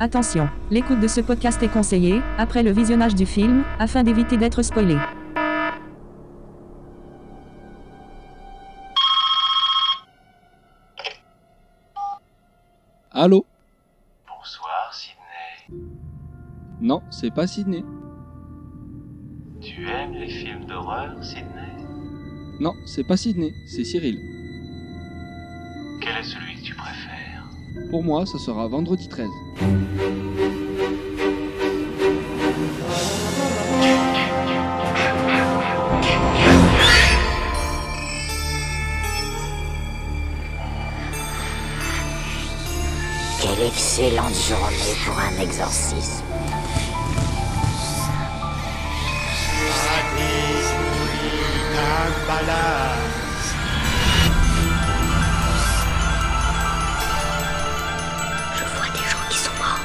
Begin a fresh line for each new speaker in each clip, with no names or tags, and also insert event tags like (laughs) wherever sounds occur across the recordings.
Attention, l'écoute de ce podcast est conseillée, après le visionnage du film, afin d'éviter d'être spoilé.
Allô
Bonsoir Sydney.
Non, c'est pas Sydney.
Tu aimes les films d'horreur, Sydney
Non, c'est pas Sydney, c'est Cyril.
Quel est celui que tu préfères
Pour moi, ça sera vendredi 13.
Quelle excellente journée pour un exorcisme. Je vois des gens qui sont morts.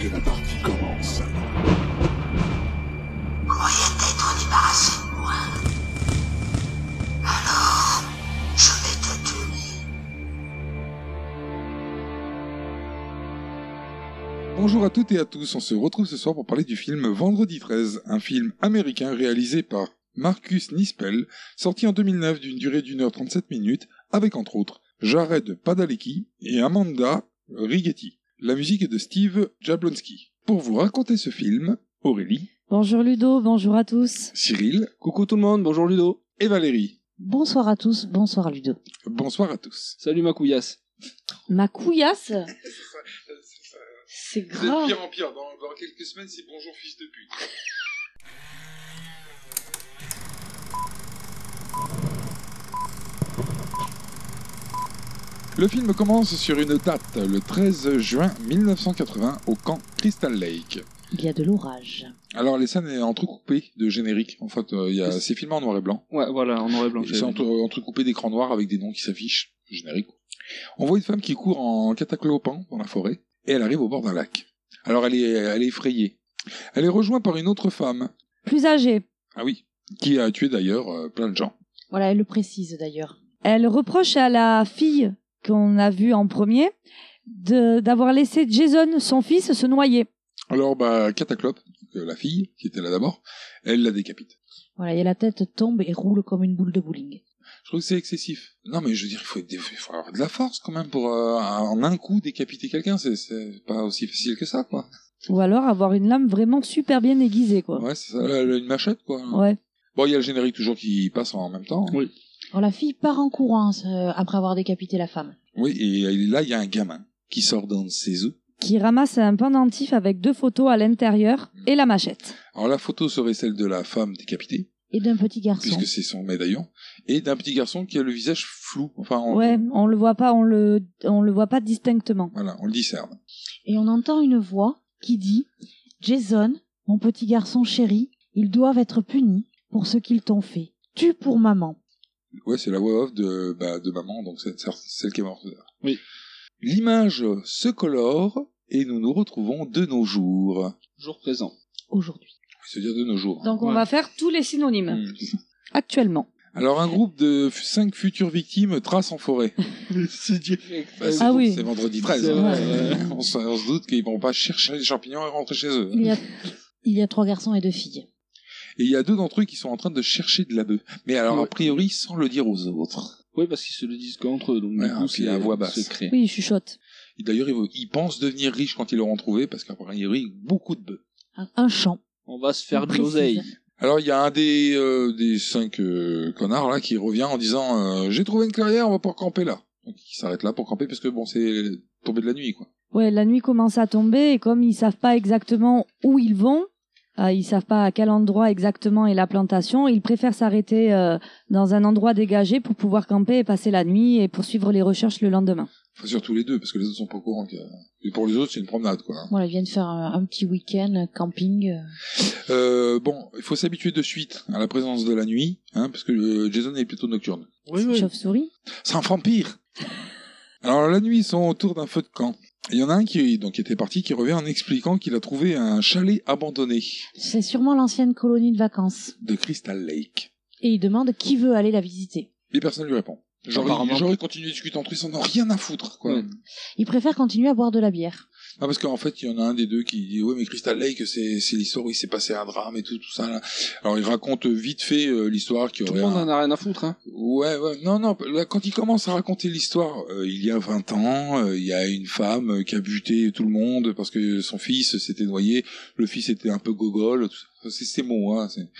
Et la partie commence.
Croyez t'être débarrassé de moi. Alors, je vais te donner.
Bonjour à toutes et à tous, on se retrouve ce soir pour parler du film Vendredi 13, un film américain réalisé par Marcus Nispel, sorti en 2009 d'une durée d'une heure 37 minutes, avec entre autres Jared Padalecki et Amanda Rigetti. La musique est de Steve Jablonski. Pour vous raconter ce film, Aurélie,
Bonjour Ludo, bonjour à tous.
Cyril
Coucou tout le monde, bonjour Ludo.
et Valérie.
Bonsoir à tous, bonsoir Ludo.
Bonsoir à tous.
Salut ma couillasse.
Ma couillasse
C'est
C'est
de
grave.
pire en pire. Dans, dans quelques semaines, c'est bonjour fils de pute. Le film commence sur une date, le 13 juin 1980, au camp Crystal Lake.
Il y a de l'orage.
Alors les scènes sont entrecoupées de génériques. En fait, euh, il y a... c'est filmé en noir et blanc.
Ouais, voilà, en noir et blanc.
C'est entre, entrecoupé d'écrans noirs avec des noms qui s'affichent, générique. On voit une femme qui court en cataclopant dans la forêt, et elle arrive au bord d'un lac. Alors elle est, elle est effrayée. Elle est rejointe par une autre femme,
Plus âgée.
ah oui, qui a tué d'ailleurs euh, plein de gens.
Voilà, elle le précise d'ailleurs. Elle reproche à la fille qu'on a vue en premier de- d'avoir laissé Jason, son fils, se noyer.
Alors bah, Cataclope, euh, la fille, qui était là d'abord, elle la décapite.
Voilà, et la tête tombe et roule comme une boule de bowling.
Je trouve que c'est excessif. Non mais je veux dire, il faut, être- il faut avoir de la force quand même pour euh, en un coup décapiter quelqu'un, c'est- c'est pas aussi facile que ça quoi.
Ou alors avoir une lame vraiment super bien aiguisée, quoi.
Ouais, c'est ça, là, là, une machette quoi.
Ouais.
Bon, il y a le générique toujours qui passe en même temps.
Oui.
Alors la fille part en courant euh, après avoir décapité la femme.
Oui, et euh, là, il y a un gamin qui sort d'un de ses œufs.
Qui ramasse un pendentif avec deux photos à l'intérieur et la machette.
Alors, la photo serait celle de la femme décapitée,
Et d'un petit garçon.
puisque c'est son médaillon, et d'un petit garçon qui a le visage flou. Enfin, on,
Ouais, on le voit pas, on le, on le voit pas distinctement.
voilà, on le discerne.
Et on entend une voix qui dit Jason, mon petit garçon chéri, ils doivent être punis pour ce qu'ils t'ont fait. Tue pour maman.
Ouais, c'est la voix off de, bah, de maman, donc c'est c'est celle qui est morte.
Oui.
L'image se colore, et nous nous retrouvons de nos jours.
Jour présent.
Aujourd'hui.
C'est-à-dire de nos jours. hein.
Donc
on
on
Ouais. va
va faire tous les synonymes.
Hmm.
Actuellement.
Alors, un groupe de f- cinq futures victimes trace en forêt.
c'est direct.
Bah, (laughs) c'est-
Ah oui.
C'est vendredi 13.
C'est
hein.
vrai,
on, se, on se doute qu'ils vont pas chercher des champignons et rentrer chez eux.
Il y a, il y a trois garçons et deux filles.
Et il y a deux d'entre eux qui sont en train de chercher de la bœuf. Mais alors,
Ouais.
a priori, sans le dire aux autres.
Oui, parce qu'ils se le disent qu'entre eux, donc
Ouais,
du
puis
coup c'est
à voix basse.
secret.
Oui, je chuchote.
Et D'ailleurs, ils, ils pensent devenir riches quand ils l'auront trouvé, parce qu'a priori, beaucoup de bœufs.
Un, un champ.
On va se faire de
Précise.
l'oseille.
Alors, il y a un des, euh, des cinq euh, connards là qui revient en disant euh, J'ai trouvé une clairière, on va pouvoir camper là. » Donc, il s'arrête là pour camper, parce que bon, c'est tombé de la nuit, quoi.
Ouais, la nuit commence à tomber et comme ils savent pas exactement où ils vont, euh, ils savent pas à quel endroit exactement est la plantation, ils préfèrent s'arrêter euh, dans un endroit dégagé pour pouvoir camper et passer la nuit et poursuivre les recherches le lendemain.
Enfin, surtout les deux, parce que les autres sont pas au courant. qu'il y a- Et pour les autres, c'est une promenade, quoi. hein.
Voilà, ils viennent faire un, un petit week-end euh, camping. euh.
Euh, bon, il faut s'habituer de suite à la présence de la nuit, hein, parce que euh, Jason est plutôt nocturne.
Oui,
C'est une Chauve-souris.
C'est un vampire Alors la nuit, ils sont autour d'un feu de camp. Il y en a un qui donc, qui était parti, qui revient en expliquant qu'il a trouvé un chalet abandonné
C'est sûrement l'ancienne colonie de vacances.
de Crystal Lake.
Et il demande qui veut aller la visiter.
Et personne lui répond. Genre,
Apparemment.
ils- genre, ils continuent de discuter entre eux, ils s'en ont rien à foutre, quoi.
Ouais.
Il préfère continuer à boire de la bière.
Ah, parce qu'en fait, il y en a un des deux qui dit, ouais, mais Crystal Lake, c'est, c'est l'histoire où il s'est passé un drame et tout, tout ça, là. Alors, il raconte vite fait euh, l'histoire qui
Tout
aurait
le monde
un-
en a rien à foutre, hein.
Ouais, ouais, non, non, bah, là, quand il commence à raconter l'histoire, euh, il y a 20 ans, euh, il y a une femme euh, qui a buté tout le monde parce que son fils s'était noyé, le fils était un peu gogol, tout ça. c'est ses mots, hein. c'est-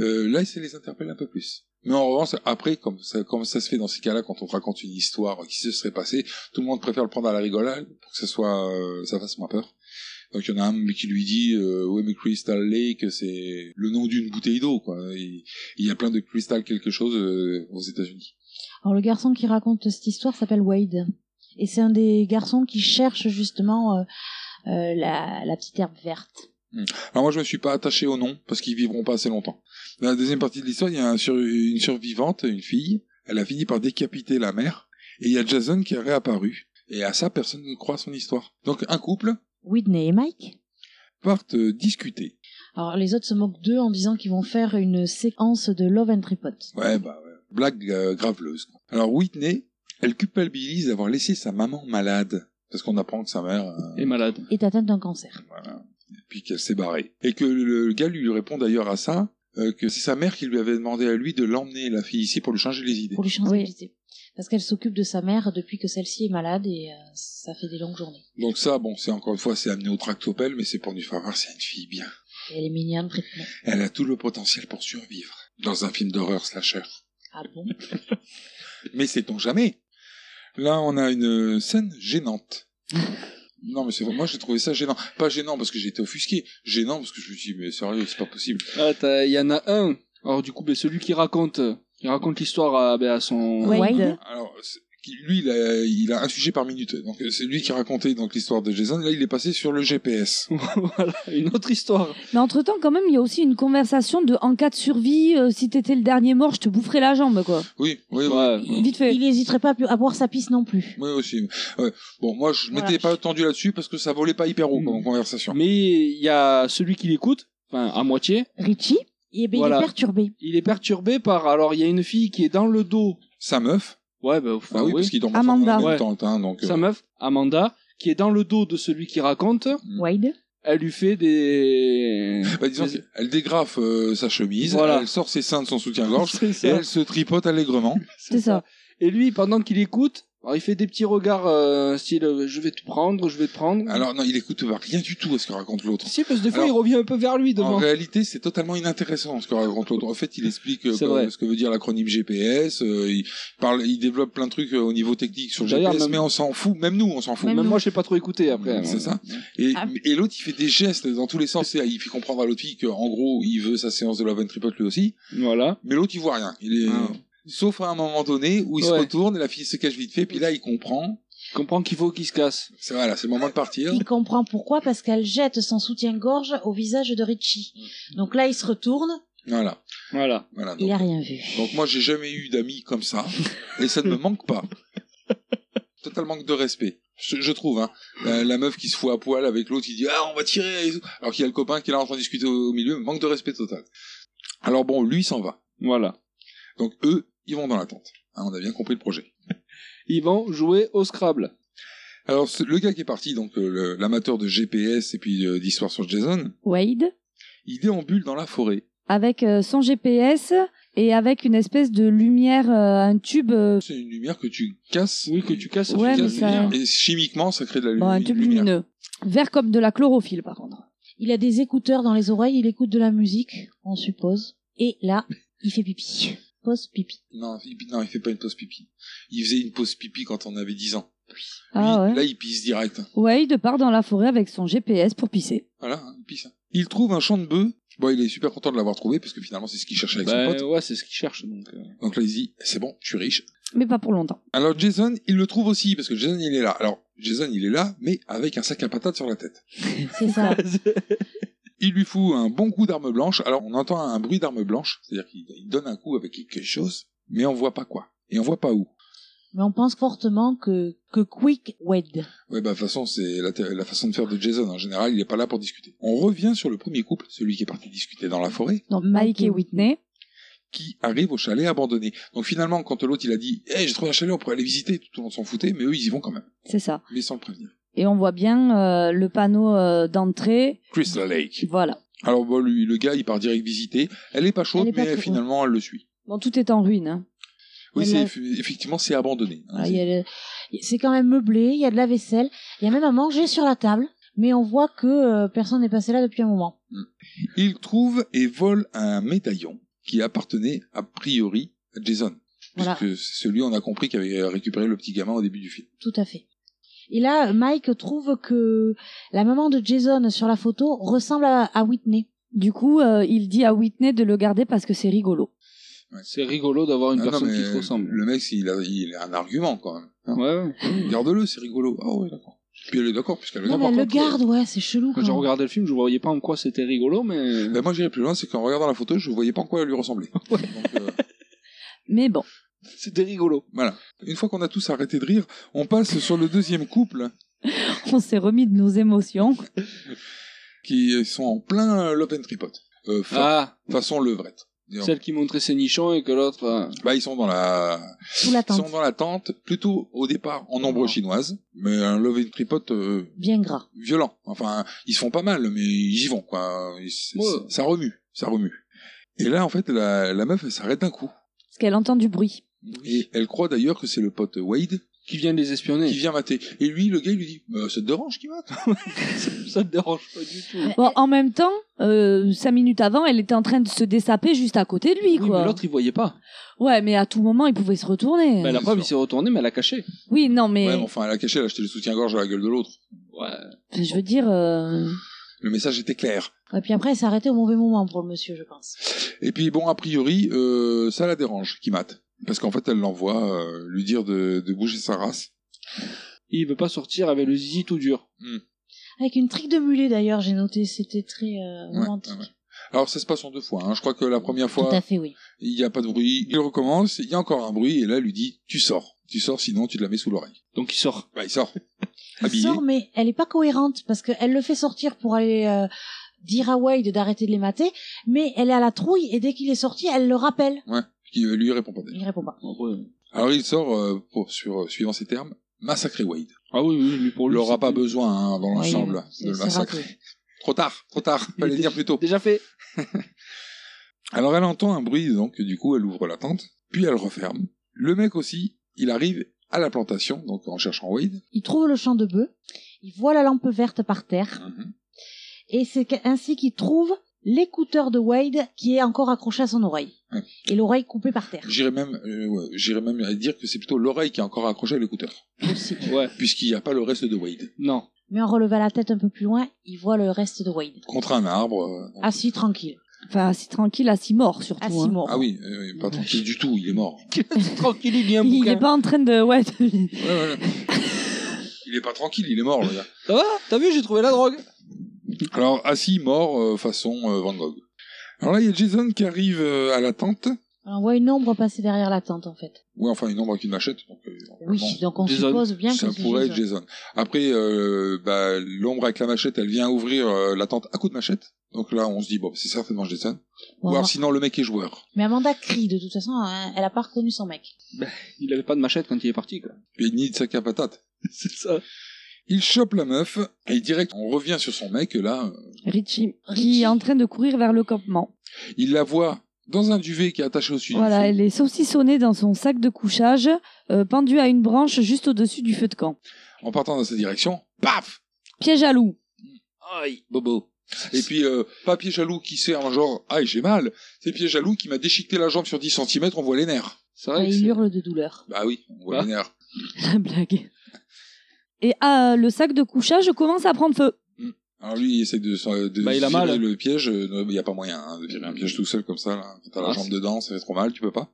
Euh, là, ça les interpelle un peu plus. Mais en revanche, après, comme ça, comme ça se fait dans ces cas-là, quand on raconte une histoire qui se serait passée, tout le monde préfère le prendre à la rigolade pour que ça soit, euh, ça fasse moins peur. Donc il y en a un qui lui dit, euh, ouais mais Crystal Lake, c'est le nom d'une bouteille d'eau, quoi. Il- il y a plein de cristal quelque chose euh, aux États-Unis.
Alors le garçon qui raconte cette histoire s'appelle Wade. Et c'est un des garçons qui cherche justement euh, euh, la, la petite herbe verte.
Alors moi je me suis pas attaché au nom parce qu'ils vivront pas assez longtemps. Dans la deuxième partie de l'histoire, il y a un sur- une survivante, une fille. Elle a fini par décapiter la mère et il y a Jason qui est réapparu. Et à ça, personne ne croit son histoire. Donc un couple
Whitney et Mike.
partent euh, discuter.
Alors les autres se moquent d'eux en disant qu'ils vont faire une séquence de Love and Tripod.
Ouais bah ouais. blague euh, graveleuse. quoi. Alors Whitney, elle culpabilise d'avoir laissé sa maman malade parce qu'on apprend que sa mère euh,
Et malade.
Est atteinte d'un cancer.
Voilà. Et puis qu'elle s'est barrée. Et que le le gars lui répond d'ailleurs à ça, euh, que c'est sa mère qui lui avait demandé à lui de l'emmener, la fille, ici pour lui changer les idées.
Pour lui changer
Oui.
d'idée. Parce qu'elle s'occupe de sa mère depuis que celle-ci est malade et euh, ça fait des longues journées.
Donc ça, bon, c'est encore une fois, c'est amené au tractopelle, mais c'est pour lui faire voir, c'est une fille bien.
Et elle est mignonne, prétendue.
Elle a tout le potentiel pour survivre. Dans un film d'horreur slasher.
Ah bon
Mais sait-on jamais Là, on a une scène
(laughs)
gênante. Non, mais c'est vrai, moi j'ai trouvé ça gênant. Pas gênant parce que j'étais offusqué, gênant parce que je me suis dit, mais sérieux, c'est pas possible.
Ah, t'as- il y en a un. Alors, du coup, ben, celui qui raconte, euh, il raconte l'histoire à, ben, à son.
Ouais. Wade.
Alors, c'est- lui, il a, il a un sujet par minute. Donc, euh, c'est lui qui racontait donc l'histoire de Jason. Là, il est passé sur le GPS.
(laughs) voilà, une autre histoire.
Mais entre-temps, quand même, il y a aussi une conversation de en cas de survie, euh, si t'étais le dernier mort, je te boufferais la jambe, quoi.
Oui, oui, oui.
Ouais.
Vite fait.
Il n'hésiterait pas à plus- à boire sa pisse non plus.
Moi aussi. Ouais. Bon, moi, je
Voilà.
m'étais pas tendu là-dessus parce que ça volait pas hyper haut
Mm.
comme conversation.
Mais il y a celui qui l'écoute, enfin, à moitié.
Richie, eh ben,
Voilà.
il est perturbé.
Il est perturbé par. Alors, il y a une fille qui est dans le dos.
Sa meuf.
Ouais, ben, enfin,
Ah oui,
oui.
parce qu'il dormait
Amanda.
en même
Ouais.
temps, hein, donc. euh,
Sa meuf, Amanda, qui est dans le dos de celui qui raconte.
Wade.
Elle lui fait
(laughs)
des.
bah, disons
des-
qu'elle dégrafe euh, sa chemise,
Voilà.
elle sort ses seins de son soutien-gorge
C'est
et
ça.
elle se tripote allègrement.
C'est ça.
Et lui, pendant qu'il écoute, alors, il fait des petits regards euh, style euh, je vais te prendre, je vais te prendre.
Alors non, il écoute rien du tout à ce que raconte l'autre.
si, parce que des fois,
Ah. Alors-
il revient un peu vers lui
En
devant.
réalité, c'est totalement inintéressant ce que raconte l'autre. En fait, il explique euh,
C'est
comme-
vrai.
ce que veut dire l'acronyme GPS. euh, il parle, il développe plein de trucs euh, au niveau technique sur le
D'ailleurs,
GPS,
même-
mais on s'en fout. Même nous, on s'en fout.
Même, moi, je n'ai pas trop écouté après. hein.
C'est ça. Et,
Ah.
et l'autre, il fait des gestes dans tous les sens. Et il fait comprendre à l'autre fille qu'en gros, il veut sa séance de la Van Tripote lui aussi.
Voilà.
Mais l'autre, il voit rien. Il est...
Ah.
Sauf à un moment donné où il se
Ouais.
retourne et la fille se cache vite fait. Puis là, il comprend.
Il comprend qu'il faut qu'il se casse.
C'est voilà, c'est le moment de partir.
Il comprend pourquoi, parce qu'elle jette son soutien-gorge au visage de Richie. Donc là, il se retourne,
Voilà,
Voilà.
voilà.
il
Donc,
a rien vu.
donc moi, j'ai jamais eu d'amis comme ça. et ça ne me manque pas. Total manque de respect. Je, je trouve, hein. La, la meuf qui se fout à poil avec l'autre, il dit, ah, on va tirer. et tout. Alors qu'il y a le copain qui est là en train de discuter au, au milieu. Manque de respect total. Alors bon, lui, il s'en va.
Voilà.
Donc eux, ils vont dans la tente. Hein, on a bien compris le projet.
Ils vont jouer au Scrabble.
Alors ce- le gars qui est parti, donc euh, le- l'amateur de GPS et puis euh, d'histoire sur Jason,
Wade,
il déambule dans la forêt.
avec euh, son GPS et avec une espèce de lumière, euh, un tube, euh,
C'est une lumière que tu casses.
Oui, que tu casses.
Ouais,
Tu
mais
casses
ça-
une lumière. Et chimiquement, ça crée de la
bon, un
lumi-
tube
lumière.
lumineux. Vert comme de la chlorophylle, par contre.
Il a des écouteurs dans les oreilles, il écoute de la musique, on suppose. Et là, il fait pipi. Pause pipi.
Non, il, non, il fait pas une pause pipi. Il faisait une pause pipi quand on avait 10 ans. Lui,
Ah ouais.
Là, il pisse direct.
Wade part dans la forêt avec son GPS pour pisser.
Voilà, hein, il pisse. Il trouve un champ de bœuf. Bon, il est super content de l'avoir trouvé parce que finalement, c'est ce qu'il cherchait avec
Ben,
son pote.
ouais, c'est ce qu'ils cherchent. Donc, (laughs) euh.
Donc là, il se dit, c'est bon, je suis riche.
Mais pas pour longtemps.
Alors Jason, il le trouve aussi parce que Jason il est là. Alors Jason il est là, mais avec un sac à patates sur la tête.
C'est ça.
Il lui fout un bon coup d'arme blanche. Alors on entend un bruit d'arme blanche, c'est-à-dire qu'il il donne un coup avec quelque chose, mais on voit pas quoi et on voit pas où.
(laughs) mais on pense fortement que, que Quick wed.
Ouais, bah, de toute façon, c'est la, la façon de faire de Jason. En général, il n'est pas là pour discuter. On revient sur le premier couple, celui qui est parti discuter dans la forêt,
Donc
Mike et Whitney.
qui arrive au chalet abandonné. Donc finalement, quand l'autre, il a dit, hé, j'ai trouvé un chalet, on pourrait aller visiter, tout le monde s'en foutait, mais eux, ils y vont quand même.
C'est ça.
Mais sans le prévenir.
Et on voit bien euh, le panneau euh, d'entrée.
Crystal Lake.
Voilà.
Alors, bon, lui, le gars, il part direct visiter. Elle est pas chaude,
Elle est pas
mais
très-
finalement, elle le suit.
Bon, tout est en ruine. hein.
Oui,
Elle
c'est,
l'a-
eff- effectivement, c'est abandonné. hein.
Voilà, Ah, il y a le- C'est quand même meublé, il y a de la vaisselle, il y a même à manger sur la table, mais on voit que euh, personne n'est passé là depuis un moment.
Il trouve et vole un médaillon qui appartenait a priori à Jason.
Voilà.
(laughs) Puisque c'est celui, on a compris, qui avait récupéré le petit gamin au début du film.
Tout à fait. Et là, Mike trouve que la maman de Jason sur la photo ressemble à, à Whitney.
Du coup, euh, il dit à Whitney de le garder parce que c'est rigolo.
C'est rigolo d'avoir une
Ah non,
personne
mais
qui te ressemble.
Le mec, il a, il a un argument quand même. hein.
Ouais, ouais.
Garde-le, c'est rigolo. Ah ouais, d'accord. Puis elle est d'accord, puisqu'elle le
Mmh. Non,
garde.
mais elle
Par
le
contre,
garde, ouais, c'est chelou.
Quand
quand
j'ai
Ah.
même.
regardé le film, je voyais pas en quoi c'était rigolo, mais.
Ben moi j'irais plus loin, c'est qu'en regardant la photo, je voyais pas en quoi elle lui
(laughs)
ressemblait. Donc, euh,
Mais bon,
(laughs)
(laughs)
C'était rigolo.
voilà. Une fois qu'on a tous arrêté de rire, on passe sur le deuxième couple
on s'est remis de nos émotions.
qui sont en plein euh, Love and Tripod. Euh, fa-
Ah,
Façon levrette. Disons.
celle qui montrait ses nichons et que l'autre. euh,
Bah, ils sont dans la,
Sous la
Ils
tente.
sont dans la tente, plutôt au départ en ombre
Ah.
chinoise, mais un love and tripote euh,
Bien gras.
violent. Enfin, ils se font pas mal, mais ils y vont, quoi. Ils- c'est-
Ouais.
c'est- Ça remue, ça remue. Et là, en fait, la, la meuf, elle s'arrête d'un coup.
Parce qu'elle entend du bruit.
Et elle croit d'ailleurs que c'est le pote Wade
Qui vient de les espionner.
qui vient mater. Et lui, le gars, il lui dit, Bah, ça te dérange qui mate
Ça te dérange pas du tout.
Bon, en même temps, euh, cinq minutes avant, elle était en train de se dessaper juste à côté de lui,
Oui, mais
quoi.
l'autre, il voyait pas.
ouais, mais à tout moment, il pouvait se retourner.
Bah, la
c'est
preuve,
sûr.
il s'est retourné, mais elle a caché.
Oui, non, mais
Ouais, mais enfin, elle a caché, elle a acheté le soutien-gorge à la gueule de l'autre.
Ouais.
enfin, je veux dire, euh,
Le message était clair.
Et puis après, elle s'est arrêtée au mauvais moment pour le monsieur, je pense.
Et puis, bon, a priori, euh, ça la dérange qui mate. Parce qu'en fait, elle l'envoie euh, lui dire de, de bouger sa race.
Il veut pas sortir avec le zizi tout dur.
Avec une trique de mulet d'ailleurs, j'ai noté, c'était très euh,
Ouais,
romantique.
ouais, ouais. Alors, ça se passe en deux fois. hein. Je crois que la première fois,
Tout à fait, oui.
Il n'y a pas de bruit. Il recommence, il y a encore un bruit, et là, elle lui dit, tu sors. Tu sors, sinon tu te la mets sous l'oreille.
Donc il sort.
Bah, il
(laughs)
sort.
Elle
Habillé.
sort, mais elle est pas cohérente parce qu'elle le fait sortir pour aller euh, dire à Wade d'arrêter de les mater, mais elle est à la trouille et dès qu'il est sorti, elle le rappelle.
Qui euh, lui répond pas d'ailleurs.
Il répond pas.
Après-
Alors, il sort, euh, pour, sur, euh, suivant ses termes, massacrer Wade.
Ah oui, oui, lui,
On
pour lui.
l'aura
c'était-
pas besoin, hein, dans l'ensemble,
Oh, Oui,
de le
c'est- c'est
massacrer.
raté.
Trop tard, trop tard.
Il
Fallait
est
le dire plus tôt.
Déjà (laughs) fait.
Alors, elle entend un bruit, donc, du coup, elle ouvre la tente, puis elle referme. Le mec aussi, il arrive à la plantation, donc, en cherchant Wade.
Il trouve le champ de bœuf, il voit la lampe verte par terre,
Mhm.
et c'est qu- ainsi qu'il trouve l'écouteur de Wade qui est encore accroché à son oreille.
Ouais.
Et l'oreille coupée par terre.
J'irais même, euh, ouais, j'irais même à dire que c'est plutôt l'oreille qui est encore accrochée à l'écouteur.
Ouais.
Puisqu'il n'y a pas le reste de Wade.
Non.
Mais en relevant la tête un peu plus loin, il voit le reste de Wade.
Contre un arbre, euh, donc,
Assis tranquille,
enfin, si tranquille, à six morts surtout.
assis
hein.
mort.
Ah oui, euh, oui, pas tranquille du tout, il est mort.
Tranquille, il lit un
Il
bouquin.
n'est pas en train de. Ouais, de-
Ouais, ouais, ouais. (laughs) Il est pas tranquille, il est mort, le gars.
Ça va T'as vu, j'ai trouvé la drogue.
Alors, assis, mort, euh, façon euh, Van Gogh. Alors là, il y a Jason qui arrive euh, à la tente.
On voit une ombre passer derrière la tente, en fait.
Ouais, enfin, une ombre avec une machette. Donc, euh,
Oui,
bon,
donc on
Jason,
suppose bien
ça
que c'est
pourrait
Jason.
être Jason. Après, euh, bah, l'ombre avec la machette, elle vient ouvrir euh, la tente à coups de machette. Donc là, on se dit, bon, c'est certainement Jason.
Bon,
Ou alors,
alors-
sinon, le mec est joueur.
Mais Amanda crie, de toute façon, hein, elle a pas reconnu son mec.
Il avait pas de machette quand il est parti, quoi.
Puis, ni de sac à patate.
C'est ça.
Il chope la meuf, et direct, on revient sur son mec, là, euh,
Richie, qui
Richie.
est en train de courir vers le campement.
il la voit dans un duvet qui est attaché au-dessus du feu.
Voilà, elle est saucissonnée dans son sac de couchage, euh, pendue à une branche juste au-dessus du feu de camp.
en partant dans sa direction, paf
Piège à loup. (laughs)
Aïe, bobo.
Et puis, euh, pas pied jaloux qui sert en genre, aïe, j'ai mal, c'est pied jaloux qui m'a déchiqueté la jambe sur 10 cm, on voit les nerfs.
C'est vrai
Et
que
il
c'est-
hurle de douleur.
Bah oui, on voit
Ah.
les nerfs.
La blague. Et euh, le sac de couchage commence à prendre feu.
Alors lui, il essaie de, s'en- de
Bah, il a
virer
mal.
le piège, il n'y a pas moyen hein, de virer un piège tout seul comme ça, là. quand t'as la
Ah,
jambe
c'est-
dedans, ça fait trop mal, tu peux pas.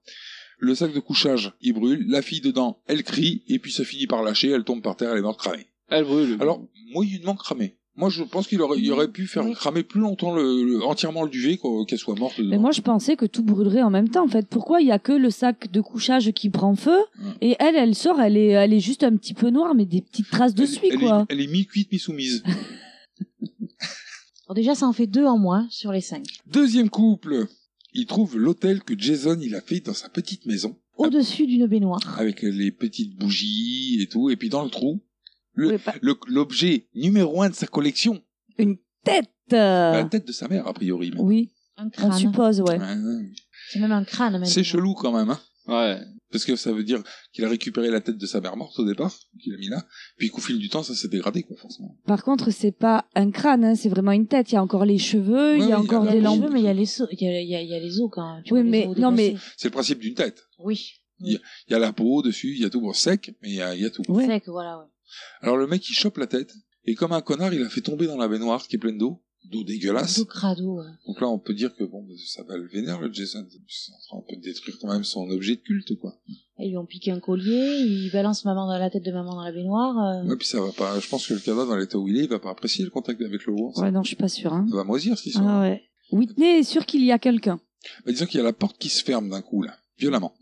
Le sac de couchage, il brûle, la fille dedans, elle crie, et puis ça finit par lâcher, elle tombe par terre, elle est morte cramée.
Elle brûle.
Alors, moyennement cramée. Moi, je pense qu'il aurait, il aurait pu faire
Oui.
cramer plus longtemps le, le- entièrement le duvet qu'au- qu'elle soit morte.
Mais
dedans.
moi, je pensais que tout brûlerait en même temps. En fait, pourquoi il y a que le sac de couchage qui prend feu
Ouais.
et elle, elle sort, elle est, elle est juste un petit peu noire, mais des petites traces de
elle,
suie,
elle
quoi.
Est, elle est mi-cuite, mi-soumise.
Alors déjà, ça en fait deux en moins sur les cinq.
Deuxième couple. Il trouve l'hôtel que Jason il a fait dans sa petite maison,
Au-dessus d'une baignoire.
avec les petites bougies et tout, et puis dans le trou, le-
Oui, pas-
le- l'objet numéro un de sa collection,
Tête. euh,
la tête de sa mère a priori. même.
Oui,
Un
on
crâne.
suppose, ouais.
Ouais, ouais.
C'est même un crâne. maintenant.
C'est chelou quand même, hein.
Ouais.
Parce que ça veut dire qu'il a récupéré la tête de sa mère morte au départ, qu'il a mis là, puis qu'au fil du temps, ça s'est dégradé, quoi, forcément.
Par contre, c'est pas un crâne, hein, c'est vraiment une tête. Il y a encore les cheveux, il
Ouais,
y a
oui,
encore
il y a
des
Les
la-
lampes.
cheveux, mais il y a les os, il y a, il y a- il y a les os quand même. Tu
Oui,
vois, les
mais-
os
non, mais-
dépassés.
C'est le principe d'une tête.
Oui.
Il y a la peau dessus, il y a tout, bon, sec, mais il y a, il y a tout.
Ouais.
C'est que voilà. ouais.
Alors le mec, il chope la tête, et comme un connard, il a fait tomber dans la baignoire qui est pleine d'eau, d'eau dégueulasse.
Dos crado. ouais.
Donc là, on peut dire que bon, ça va le vénère, le Jason. C'est en train un peu de détruire quand même son objet de culte, quoi.
Ils lui ont piqué un collier, ils balancent maman dans la tête de maman dans la baignoire. euh.
Ouais, puis ça va pas, je pense que le cadavre, dans l'état où il est, il va pas apprécier le contact avec le roi.
Ouais, non, je suis pas sûre. Hein.
Ça va moisir, si ça.
Ah ouais. Whitney est sûre qu'il y a quelqu'un.
Bah, disons qu'il y a la porte qui se ferme d'un coup, là. Violemment.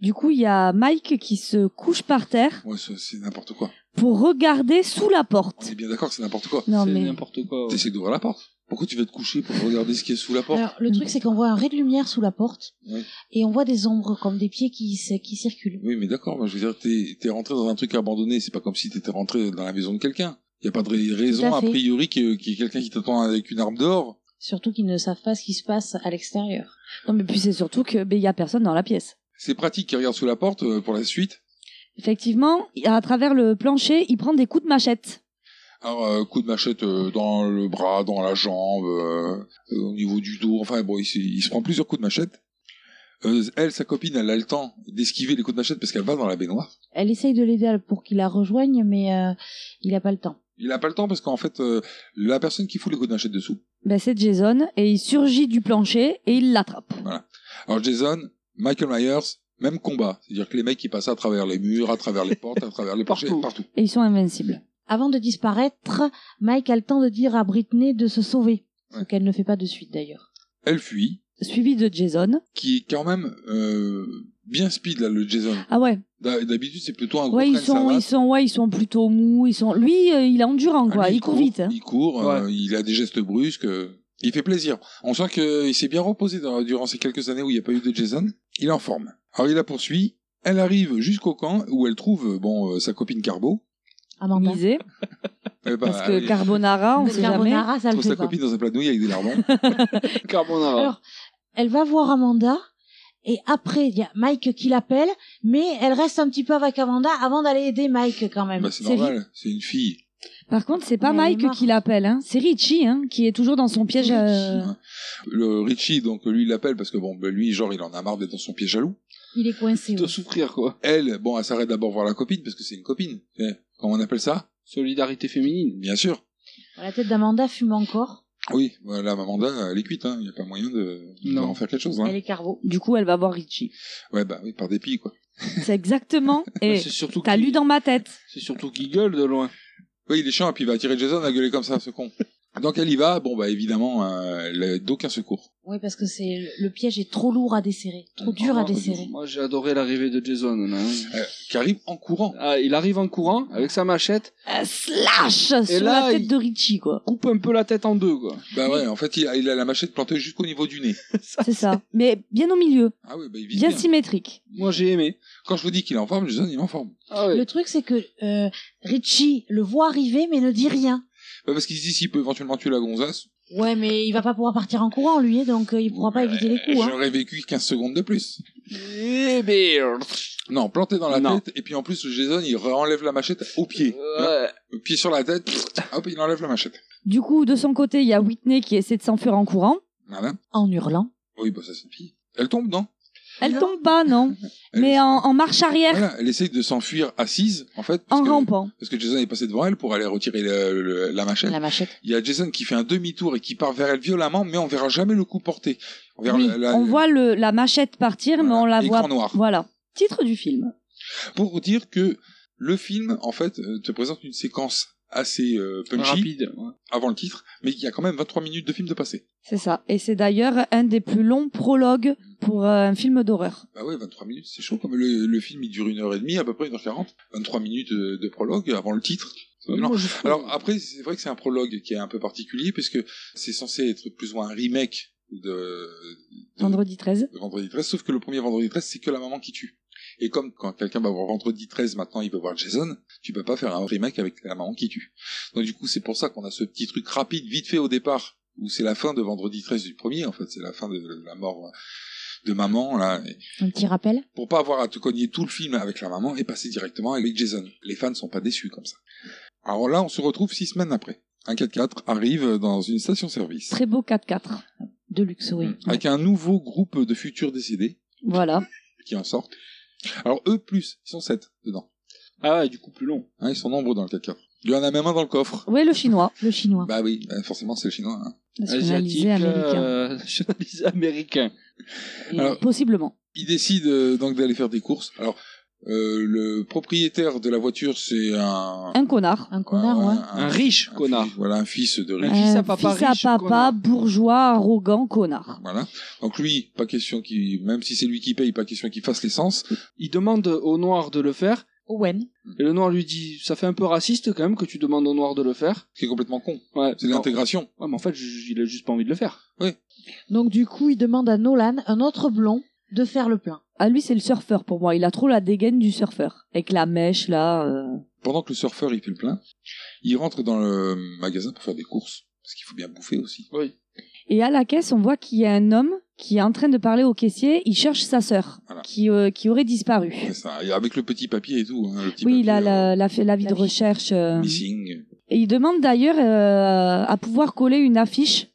Du coup, il y a Mike qui se couche par terre
Ouais, ça, c'est n'importe quoi.
pour regarder sous la
On
porte.
est bien d'accord que c'est n'importe quoi.
Non
c'est
mais
n'importe quoi. ouais.
T'essaies d'ouvrir la porte. Pourquoi tu vas te coucher pour regarder ce qu'il y a sous la porte
Alors, le truc, c'est qu'on voit un ray de lumière sous la porte,
Oui.
et on voit des ombres comme des pieds qui, se- qui circulent.
Oui, mais d'accord, mais je veux dire, t'es, t'es rentré dans un truc abandonné, c'est pas comme si t'étais rentré dans la maison de quelqu'un. Y a pas de ra- raison,
Tout à
a
fait.
priori, qu'il y ait- qu'il y ait quelqu'un qui t'attend avec une arme dehors.
Surtout qu'ils ne savent pas ce qui se passe à l'extérieur.
non mais puis c'est surtout que ben, il y a personne dans la pièce.
C'est pratique qu'il regarde sous la porte euh, pour la suite.
Effectivement, à travers le plancher, il prend des coups de machette.
Alors, euh, coup de machette euh, dans le bras, dans la jambe, euh, euh, au niveau du dos, enfin bon, il, se- il se prend plusieurs coups de machette. Euh, elle, sa copine, elle a le temps d'esquiver les coups de machette parce qu'elle va dans la baignoire.
Elle essaye de l'aider pour qu'il la rejoigne, mais euh, il n'a pas le temps.
Il n'a pas le temps parce qu'en fait, euh, la personne qui fout les coups de machette dessous,
Ben c'est Jason et il surgit du plancher et il l'attrape.
Alors Jason, Michael Myers, même combat. C'est-à-dire que les mecs qui passaient à travers les murs, à travers les portes, à travers les planchers,
Partout.
partout.
Et ils sont invincibles.
Avant de disparaître, Mike a le temps de dire à Britney de se sauver. Ce
Ouais.
qu'elle ne fait pas de suite d'ailleurs.
Elle fuit,
Suivi de Jason.
qui est quand même euh, bien speed là, le Jason.
Ah ouais.
D'ha- D'habitude c'est plutôt un gros
Ouais,
train
ils
de
sont,
savate.
ils sont, ouais, ils sont plutôt mous. Ils sont. Lui, euh, il est endurant,
Ah,
quoi.
lui,
il court vite. hein.
Il court, euh, il a des gestes brusques. euh, il fait plaisir. On sent qu'il s'est bien reposé dans- durant ces quelques années où il n'y a pas eu de Jason. Il est en forme. Alors il la poursuit. Elle arrive jusqu'au camp où elle trouve euh, bon euh, sa copine Carbo.
Amanda.
Misé,
Eh ben,
parce
elle-
que carbonara, on
Le
sait jamais.
carbonara, ça le
trouve
fait
sa
pas.
copine dans un plat de nouilles avec des lardons.
(laughs)
(laughs) Carbonara.
Alors, elle va voir Amanda, et après, il y a Mike qui l'appelle, mais elle reste un petit peu avec Amanda avant d'aller aider Mike quand même.
Bah, c'est
C'est
normal, c'est une fille.
Par contre, c'est pas
Mais elle est
Mike
morte.
qui l'appelle, hein. C'est Richie, hein, qui est toujours dans son piège. euh,
Richie. Le Richie, donc lui, il l'appelle parce que bon, bah, lui, genre, il en a marre d'être dans son piège à loup.
Il est coincé.
Tu
ouais.
dois souffrir, quoi.
Elle, bon, elle s'arrête d'abord voir la copine parce que c'est une copine. Eh, Comment on appelle ça
Solidarité féminine.
Bien sûr.
La tête d'Amanda fume encore.
Oui, bah, la Mamanda, elle est cuite, hein. Il n'y a pas moyen de, de
Non.
en faire quelque chose, hein.
Elle est carbo.
Du coup, elle va voir Richie.
Ouais, bah oui, par dépit, quoi.
C'est exactement. Et
Bah, C'est surtout
t'as
qu'il-
lu dans ma tête.
C'est surtout qu'il gueule de loin.
Oui, il est chiant, et puis il va attirer Jason à gueuler comme ça, ce con. Donc elle y va, bon, bah évidemment, euh, elle a d'aucun secours.
Oui, parce que c'est le piège est trop lourd à desserrer, trop dur à
Vraiment,
desserrer.
Ah, Moi, j'ai adoré l'arrivée de Jason. là, hein.
Euh, qui arrive en courant.
Ah, il arrive en courant avec sa machette,
Un Euh, slash sur
là,
la tête
il-
de Richie, quoi.
coupe un peu la tête en deux, quoi.
Bah ouais, en fait, il a, il a la machette plantée jusqu'au niveau du nez.
C'est ça. Mais bien au milieu,
Ah oui, bah il vise
bien
bien.
symétrique.
Moi, j'ai aimé.
Quand je vous dis qu'il est en forme, Jason, il est en forme.
Ah ouais.
Le truc, c'est que euh, Richie le voit arriver, mais ne dit rien.
Bah, parce qu'il se dit s'il peut éventuellement tuer la gonzasse,
Ouais, mais il va pas pouvoir partir en courant, lui, hein, donc euh, il pourra pas
Ouais,
éviter les coups. hein.
J'aurais vécu 15 secondes de plus.
Eh ben,
Non, planté dans la
Non. Euh,
tête, et puis en plus, Jason, il enlève la machette au pied. Là,
ouais.
le pied sur la tête, hop, il enlève la machette.
Du coup, de son côté, il y a Whitney qui essaie de s'enfuir en courant.
Voilà.
En hurlant.
Oui, bah ça, c'est une fille. Elle tombe, non
Elle tombe pas, non.
(laughs) Elle-
Mais en, en marche arrière,
Voilà, elle essaye de s'enfuir assise, en fait. Parce
en
que,
rampant.
Parce que Jason est passé devant elle pour aller retirer le- le- la machette.
La machette.
Il y a Jason qui fait un demi-tour et qui part vers elle violemment, mais on verra jamais le coup porté. On verra
Oui,
la- la-
on voit le, la machette partir, mais
voilà,
on la
écran
voit.
noir.
Voilà. Titre du film.
Pour dire que le film, en fait, euh, te présente une séquence assez euh, punchy.
Rapide. ouais.
avant le titre, mais il y a quand même 23 minutes de film de passé.
C'est ça. Et c'est d'ailleurs un des plus longs prologues pour euh, un film d'horreur.
Bah ouais, 23 minutes, c'est chaud. Comme le, le film, il dure une heure et demie, à peu près 1h40. 23 minutes de, de prologue avant le titre. C'est énorme.
Moi, je trouve-
Alors après, c'est vrai que c'est un prologue qui est un peu particulier puisque c'est censé être plus ou moins un remake de, de-
Vendredi 13.
de Vendredi 13, sauf que le premier Vendredi 13, c'est que la maman qui tue. Et comme quand quelqu'un va voir Vendredi 13, maintenant il veut voir Jason, tu peux pas faire un remake avec la maman qui tue. Donc du coup, c'est pour ça qu'on a ce petit truc rapide, vite fait au départ, où c'est la fin de Vendredi 13 du premier, en fait, c'est la fin de la mort de maman, là, et-
Un petit rappel
pour pas avoir à te cogner tout le film avec la maman et passer directement avec Jason. Les fans sont pas déçus comme ça. Alors là, on se retrouve six semaines après. Un 4x4 arrive dans une station-service
Très beau 4-4.
de luxe, oui.
avec un nouveau groupe de futurs décédés
Voilà.
qui en sortent. Alors eux plus, ils sont sept dedans.
Ah ouais, du coup, plus long.
Hein, ils sont nombreux dans le 4x4. Il y en a même un dans le coffre.
Ouais, le chinois.
Le chinois.
Bah oui, bah forcément c'est le chinois. hein.
Nationalisé
Asiatique,
américain.
euh, (laughs) nationalisé américain.
Et
alors-
Possiblement.
Il décide euh, donc d'aller faire des courses. Alors euh, le propriétaire de la voiture c'est un...
Un connard.
Un
Ah
connard, ouais.
Un riche
un
connard.
fils- voilà, un fils de riche.
Un fils à
Un
papa
Euh, fils à
riche,
papa,
connard.
bourgeois, arrogant, connard.
Voilà. Donc lui, pas question qu'il, même si c'est lui qui paye, pas question qu'il fasse l'essence.
Il demande au noir de le faire.
Owen.
Mm.
Et le noir lui dit Ça fait un peu raciste quand même que tu demandes au noir de le faire.
Ce qui est complètement con.
Ouais,
C'est
Non.
l'intégration.
Ouais, mais en fait, ju- il a juste pas envie de le faire.
Donc du coup, il demande à Nolan, un autre blond, de faire le plein.
Ah, lui, c'est le surfeur pour moi. Il a trop la dégaine du surfeur. Avec la mèche, là. euh.
Pendant que le surfeur il fait le plein, il rentre dans le magasin pour faire des courses parce qu'il faut bien bouffer aussi.
Oui.
Et à la caisse, on voit qu'il y a un homme qui est en train de parler au caissier. Il cherche sa sœur,
Voilà.
qui, euh, qui aurait disparu.
C'est ça. Et avec le petit papier et tout. hein, le petit
Oui, il
papier,
a
euh,
la, la, la, vie
La
de
vie.
recherche. euh.
missing.
Et il demande d'ailleurs euh, à pouvoir coller une affiche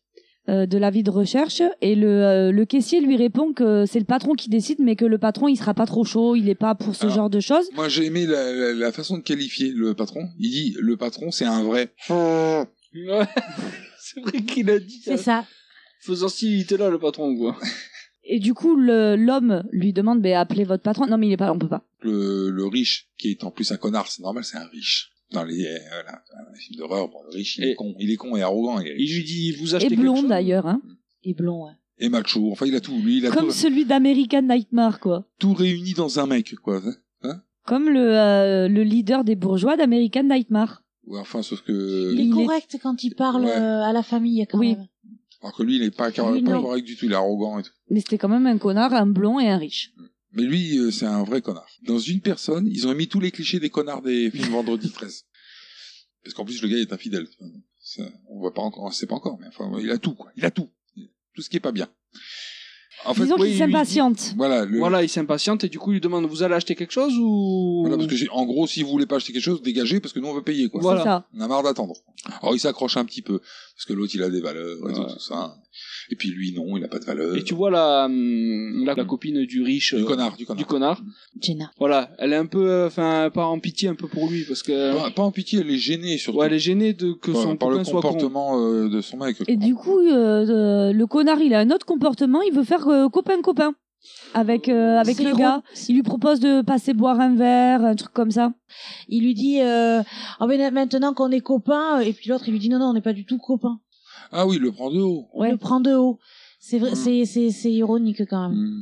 euh, de l'avis de recherche et le, euh, le caissier lui répond que c'est le patron qui décide mais que le patron il sera pas trop chaud, il est pas pour ce
Alors.
genre de choses.
Moi j'ai aimé la, la- la façon de qualifier le patron. Il dit le patron c'est un vrai. Euh.
Ouais. (laughs) c'est vrai qu'il a dit ça.
C'est ça.
Faisant si il était là, le patron, quoi.
Et du coup le- l'homme lui demande ben appelez votre patron. Non mais il est pas on peut pas.
Le, le riche qui est en plus un connard, c'est normal, c'est un riche. Dans les, euh, voilà, dans les films d'horreur, bon, le riche il est
Et-
con, il est con et arrogant. Il est
Il lui dit Vous achetez
Et
quelque
blond
chose
d'ailleurs hein.
Et blond, ouais.
et macho. Enfin, il a tout. Lui, il a
Comme
tout,
celui d'American Nightmare quoi.
tout réuni dans un mec, quoi.
Comme le, euh, le leader des bourgeois d'American Nightmare.
Ouais, enfin, sauf que.
Il est
Il est-
correct quand il parle
Ouais.
euh, à la famille, quand
Oui.
même.
Alors que lui, il est pas, car-
Lui,
pas
non.
correct du tout, il est arrogant et tout.
Mais c'était quand même un connard, un blond et un riche.
Mais lui, euh, c'est un vrai connard. Dans une personne, ils ont mis tous les clichés des connards des films Vendredi 13. Parce qu'en plus, le gars est infidèle. tu vois. Ça, on voit pas encore, on sait pas encore, mais enfin, il a tout, quoi. Il a tout. Tout ce qui est pas bien. En fait,
Disons
oui,
qu'il
il
s'impatiente.
voilà, le, voilà.
Voilà, il s'impatiente et du coup, il lui demande Vous allez acheter quelque chose ou.
parce que j'ai, en gros, si vous voulez pas acheter quelque chose, dégagez, parce que nous, on veut payer, quoi.
Voilà.
C'est ça.
On a marre d'attendre. Alors il s'accroche un petit peu, parce que l'autre il a des valeurs et tout,
Ouais.
tout ça. Et puis lui non, il a pas de valeurs.
Et tu vois la, hum, la, la copine du riche.
euh, du
euh,
connard, du connard.
Du connard.
Jenna.
Voilà, elle est un peu. euh, Enfin, elle part en pitié un peu pour lui parce que.
Pas, pas en pitié, elle est gênée surtout
Ouais, elle est gênée de que
par,
son
par le
copain soit con.
comportement euh, de son mec.
Et du coup, euh, euh, le connard, il a un autre comportement. Il veut faire euh, copain-copain avec, euh, avec
C'est
le
iro-
gars. Il lui propose de passer boire un verre, un truc comme ça.
Il lui dit, euh, Ah, ben, maintenant qu'on est copains, euh, et puis l'autre, il lui dit, non, non, on n'est pas du tout copains.
Ah oui, il le prend de haut.
On
Ouais.
le prend de haut. C'est vrai,
Mm.
c'est, c'est, c'est ironique quand même.
Hmm.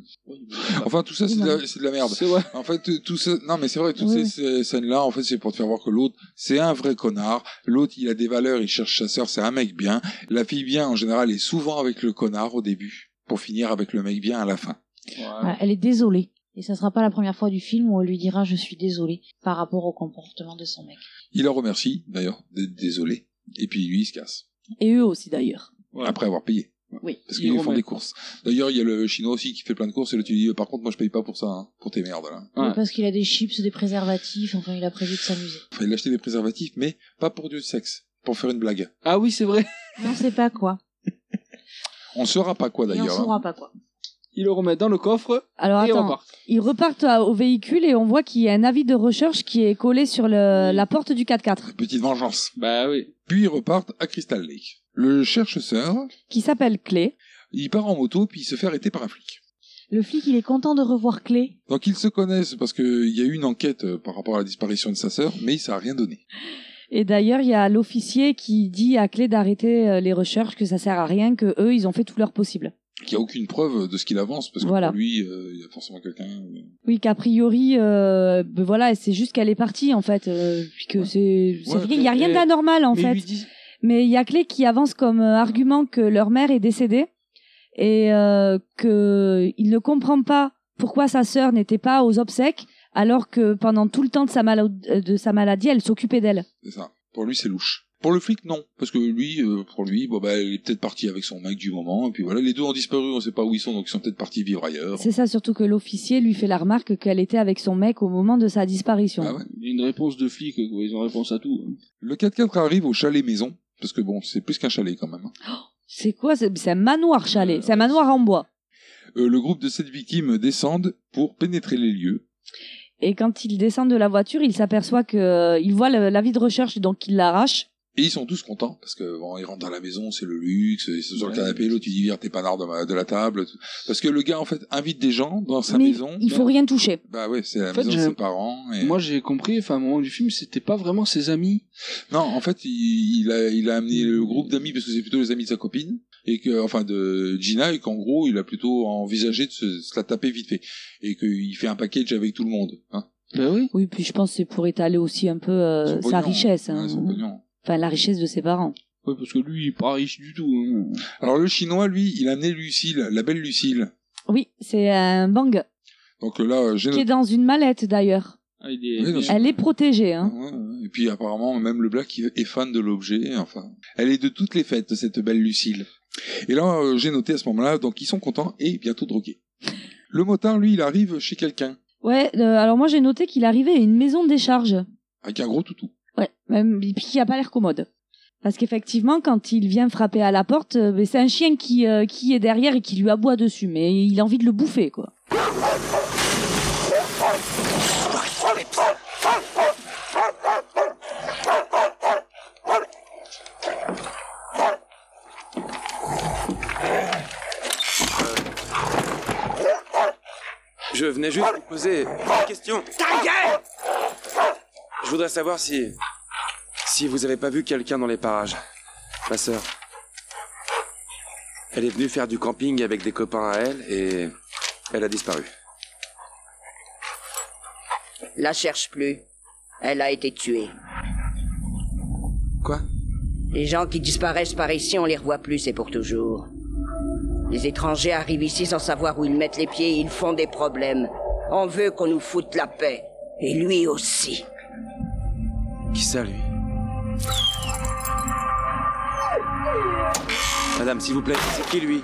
Enfin tout ça c'est de, la- c'est de la merde.
C'est vrai.
En fait tout ça, non mais c'est vrai toutes
Oui,
ces, ces scènes-là en fait c'est pour te faire voir que l'autre c'est un vrai connard. L'autre il a des valeurs, il cherche sa sœur, c'est un mec bien. La fille bien en général est souvent avec le connard au début pour finir avec le mec bien à la fin.
Voilà, elle est désolée. Et ça sera pas la première fois du film où elle lui dira, je suis désolée par rapport au comportement de son mec.
Il la remercie d'ailleurs d'être désolé et puis lui il se casse.
Et eux aussi, d'ailleurs.
Ouais.
après avoir payé.
Oui.
Parce
Il
qu'ils font
remet.
des courses. D'ailleurs, il y a le chinois aussi qui fait plein de courses et là tu dis, par contre, moi je paye pas pour ça, hein, pour tes merdes là.
Ouais.
Parce qu'il a des chips, des préservatifs, enfin, il a prévu de s'amuser.
Enfin, il a acheté des préservatifs, mais pas pour du sexe, pour faire une blague.
Ah oui, c'est vrai.
Mais on sait pas quoi.
On saura pas quoi
Et on
d'ailleurs.
saura
hein.
pas quoi.
Il le remet dans le coffre
Alors,
et on
attends.
repart.
Ils repartent à- au véhicule et on voit qu'il y a un avis de recherche qui est collé sur le- la porte du 4x4
hein. Petite vengeance.
Bah oui.
Puis ils repartent à Crystal Lake. Le chercheur,
qui s'appelle Clé.
il part en moto puis il se fait arrêter par un flic.
Le flic, il est content de revoir Clé.
Donc ils se connaissent parce qu'il y a eu une enquête euh, par rapport à la disparition de sa sœur, mais ça a rien donné.
Et d'ailleurs, il y a l'officier qui dit à Clé d'arrêter euh, les recherches, que ça sert à rien, que eux, ils ont fait tout leur possible.
Qu'il n'y a aucune preuve de ce qu'il avance, parce que
Voilà.
pour lui, euh, il y a forcément quelqu'un. euh,
Oui, qu'a priori, euh, ben voilà, c'est juste qu'elle est partie en fait, euh, puis que c'est, c'est
Ouais,
rien- il y a rien
mais-
d'anormal en
mais
fait.
lui dit-
Mais il y a Clé qui avance comme euh, argument que leur mère est décédée et euh, que il ne comprend pas pourquoi sa sœur n'était pas aux obsèques alors que pendant tout le temps de sa, malo- euh, de sa maladie, elle s'occupait d'elle.
C'est ça. Pour lui, c'est louche. Pour le flic, non. Parce que lui, euh, pour lui, bon, bah, il est peut-être parti avec son mec du moment. Et puis voilà, les deux ont disparu, on sait pas où ils sont, donc ils sont peut-être partis vivre ailleurs.
C'est ça surtout que l'officier lui fait la remarque qu'elle était avec son mec au moment de sa disparition.
Ah ouais.
Une réponse de flic, quoi, ils ont réponse à tout. hein.
Le 4x4 arrive au chalet maison. Parce que bon, c'est plus qu'un chalet quand même. hein.
C'est quoi C'est c'est un manoir chalet,
Euh,
c'est un manoir en bois.
Euh, le groupe de sept victimes descendent pour pénétrer les lieux.
Et quand il descend de la voiture, il s'aperçoit que euh, il voit le- la vie de recherche, donc il l'arrache.
Et ils sont tous contents, parce que bon, ils rentrent dans la maison, c'est le luxe, ils sont sur le
Ouais.
canapé, l'autre il dit, viens, t'es pas nard de, ma- de la table. tout. Parce que le gars, en fait, invite des gens dans sa
mais
maison.
il faut rien toucher.
Bah ouais, c'est la
En fait,
maison de
je-
ses parents. et-
Moi j'ai compris, enfin, au moment du film, c'était pas vraiment ses amis.
Non, en fait, il, il a, il a amené le groupe d'amis, parce que c'est plutôt les amis de sa copine, et que, enfin, de Gina, et qu'en gros, il a plutôt envisagé de se, se la taper vite fait. Et qu'il fait un package avec tout le monde. Hein.
Bah oui.
Oui, puis je pense que c'est pour étaler aussi un peu euh,
Son
sa
pognon.
richesse, hein.
Ouais, son pognon.
enfin la richesse de ses parents.
Ouais, parce que lui, il est pas riche du tout. hein.
Alors, le chinois, lui, il a amené Lucille, la belle Lucille.
Oui, c'est un bang
Donc euh, là, j'ai
qui est dans une mallette d'ailleurs.
Ah, il est-
Oui, non,
il est-
Elle est protégée. Hein.
Ouais, ouais. Et puis apparemment, même le Black il est fan de l'objet. Enfin, elle est de toutes les fêtes, cette belle Lucille. Et là, euh, j'ai noté à ce moment-là, donc ils sont contents et bientôt drogués. Le motard, lui, il arrive chez quelqu'un
Ouais. euh, alors moi j'ai noté qu'il arrivait à une maison de décharge.
avec un gros toutou.
Ouais. Même et puis qui a pas l'air commode. Parce qu'effectivement, quand il vient frapper à la porte, euh, ben, c'est un chien qui euh, qui est derrière et qui lui aboie dessus, mais il a envie de le bouffer quoi.
Je venais juste vous poser une question. Je voudrais savoir si. Si vous avez pas vu quelqu'un dans les parages. Ma sœur. Elle est venue faire du camping avec des copains à elle et. Elle a disparu.
La cherche plus. Elle a été tuée.
Quoi
Les gens qui disparaissent par ici, on les revoit plus et pour toujours. Les étrangers arrivent ici sans savoir où ils mettent les pieds et ils font des problèmes. On veut qu'on nous foute la paix. Et lui aussi.
Qui ça, lui Madame, s'il vous plaît, c'est qui lui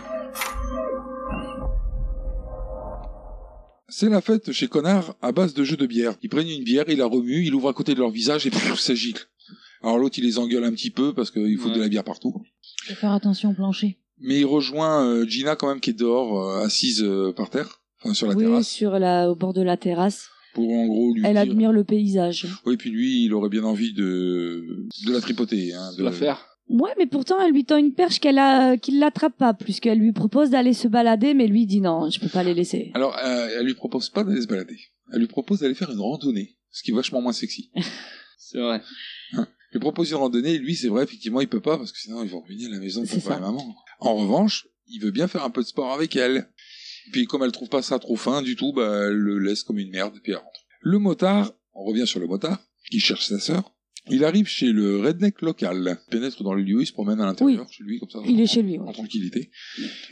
C'est la fête chez Connard à base de jeux de bière. Ils prennent une bière, ils la remuent, ils l'ouvrent à côté de leur visage et pff, ça gicle. Alors l'autre, il les engueule un petit peu parce qu'il faut
Ouais.
de la bière partout.
Faut faire attention au plancher.
Mais il rejoint euh, Gina quand même qui est dehors, euh, assise euh, par terre, enfin sur la
oui,
terrasse,
sur la au bord de la terrasse.
pour en gros lui
Elle
dire...
admire le paysage.
Oui, puis lui, il aurait bien envie de, de la tripoter. Hein, de
la faire.
Ouais, mais pourtant, elle lui tend une perche qu'elle a, qu'il l'attrape pas, puisqu'elle lui propose d'aller se balader, mais lui il dit non, je peux pas les laisser.
Alors, euh, elle lui propose pas d'aller se balader. Elle lui propose d'aller faire une randonnée, ce qui est vachement moins sexy. Elle
C'est vrai.
lui propose une randonnée, lui, c'est vrai, effectivement, il peut pas, parce que sinon, ils vont revenir à la maison de
C'est
papa
ça.
et maman. En revanche, il veut bien faire un peu de sport avec elle. Puis, comme elle trouve pas ça trop fin du tout, bah, elle le laisse comme une merde, puis elle rentre. Le motard, on revient sur le motard, qui cherche sa sœur. Il arrive chez le redneck local, Il pénètre dans le lieu, il se promène à l'intérieur, chez lui, comme ça.
Il est
en-
chez lui, ouais.
En tranquillité.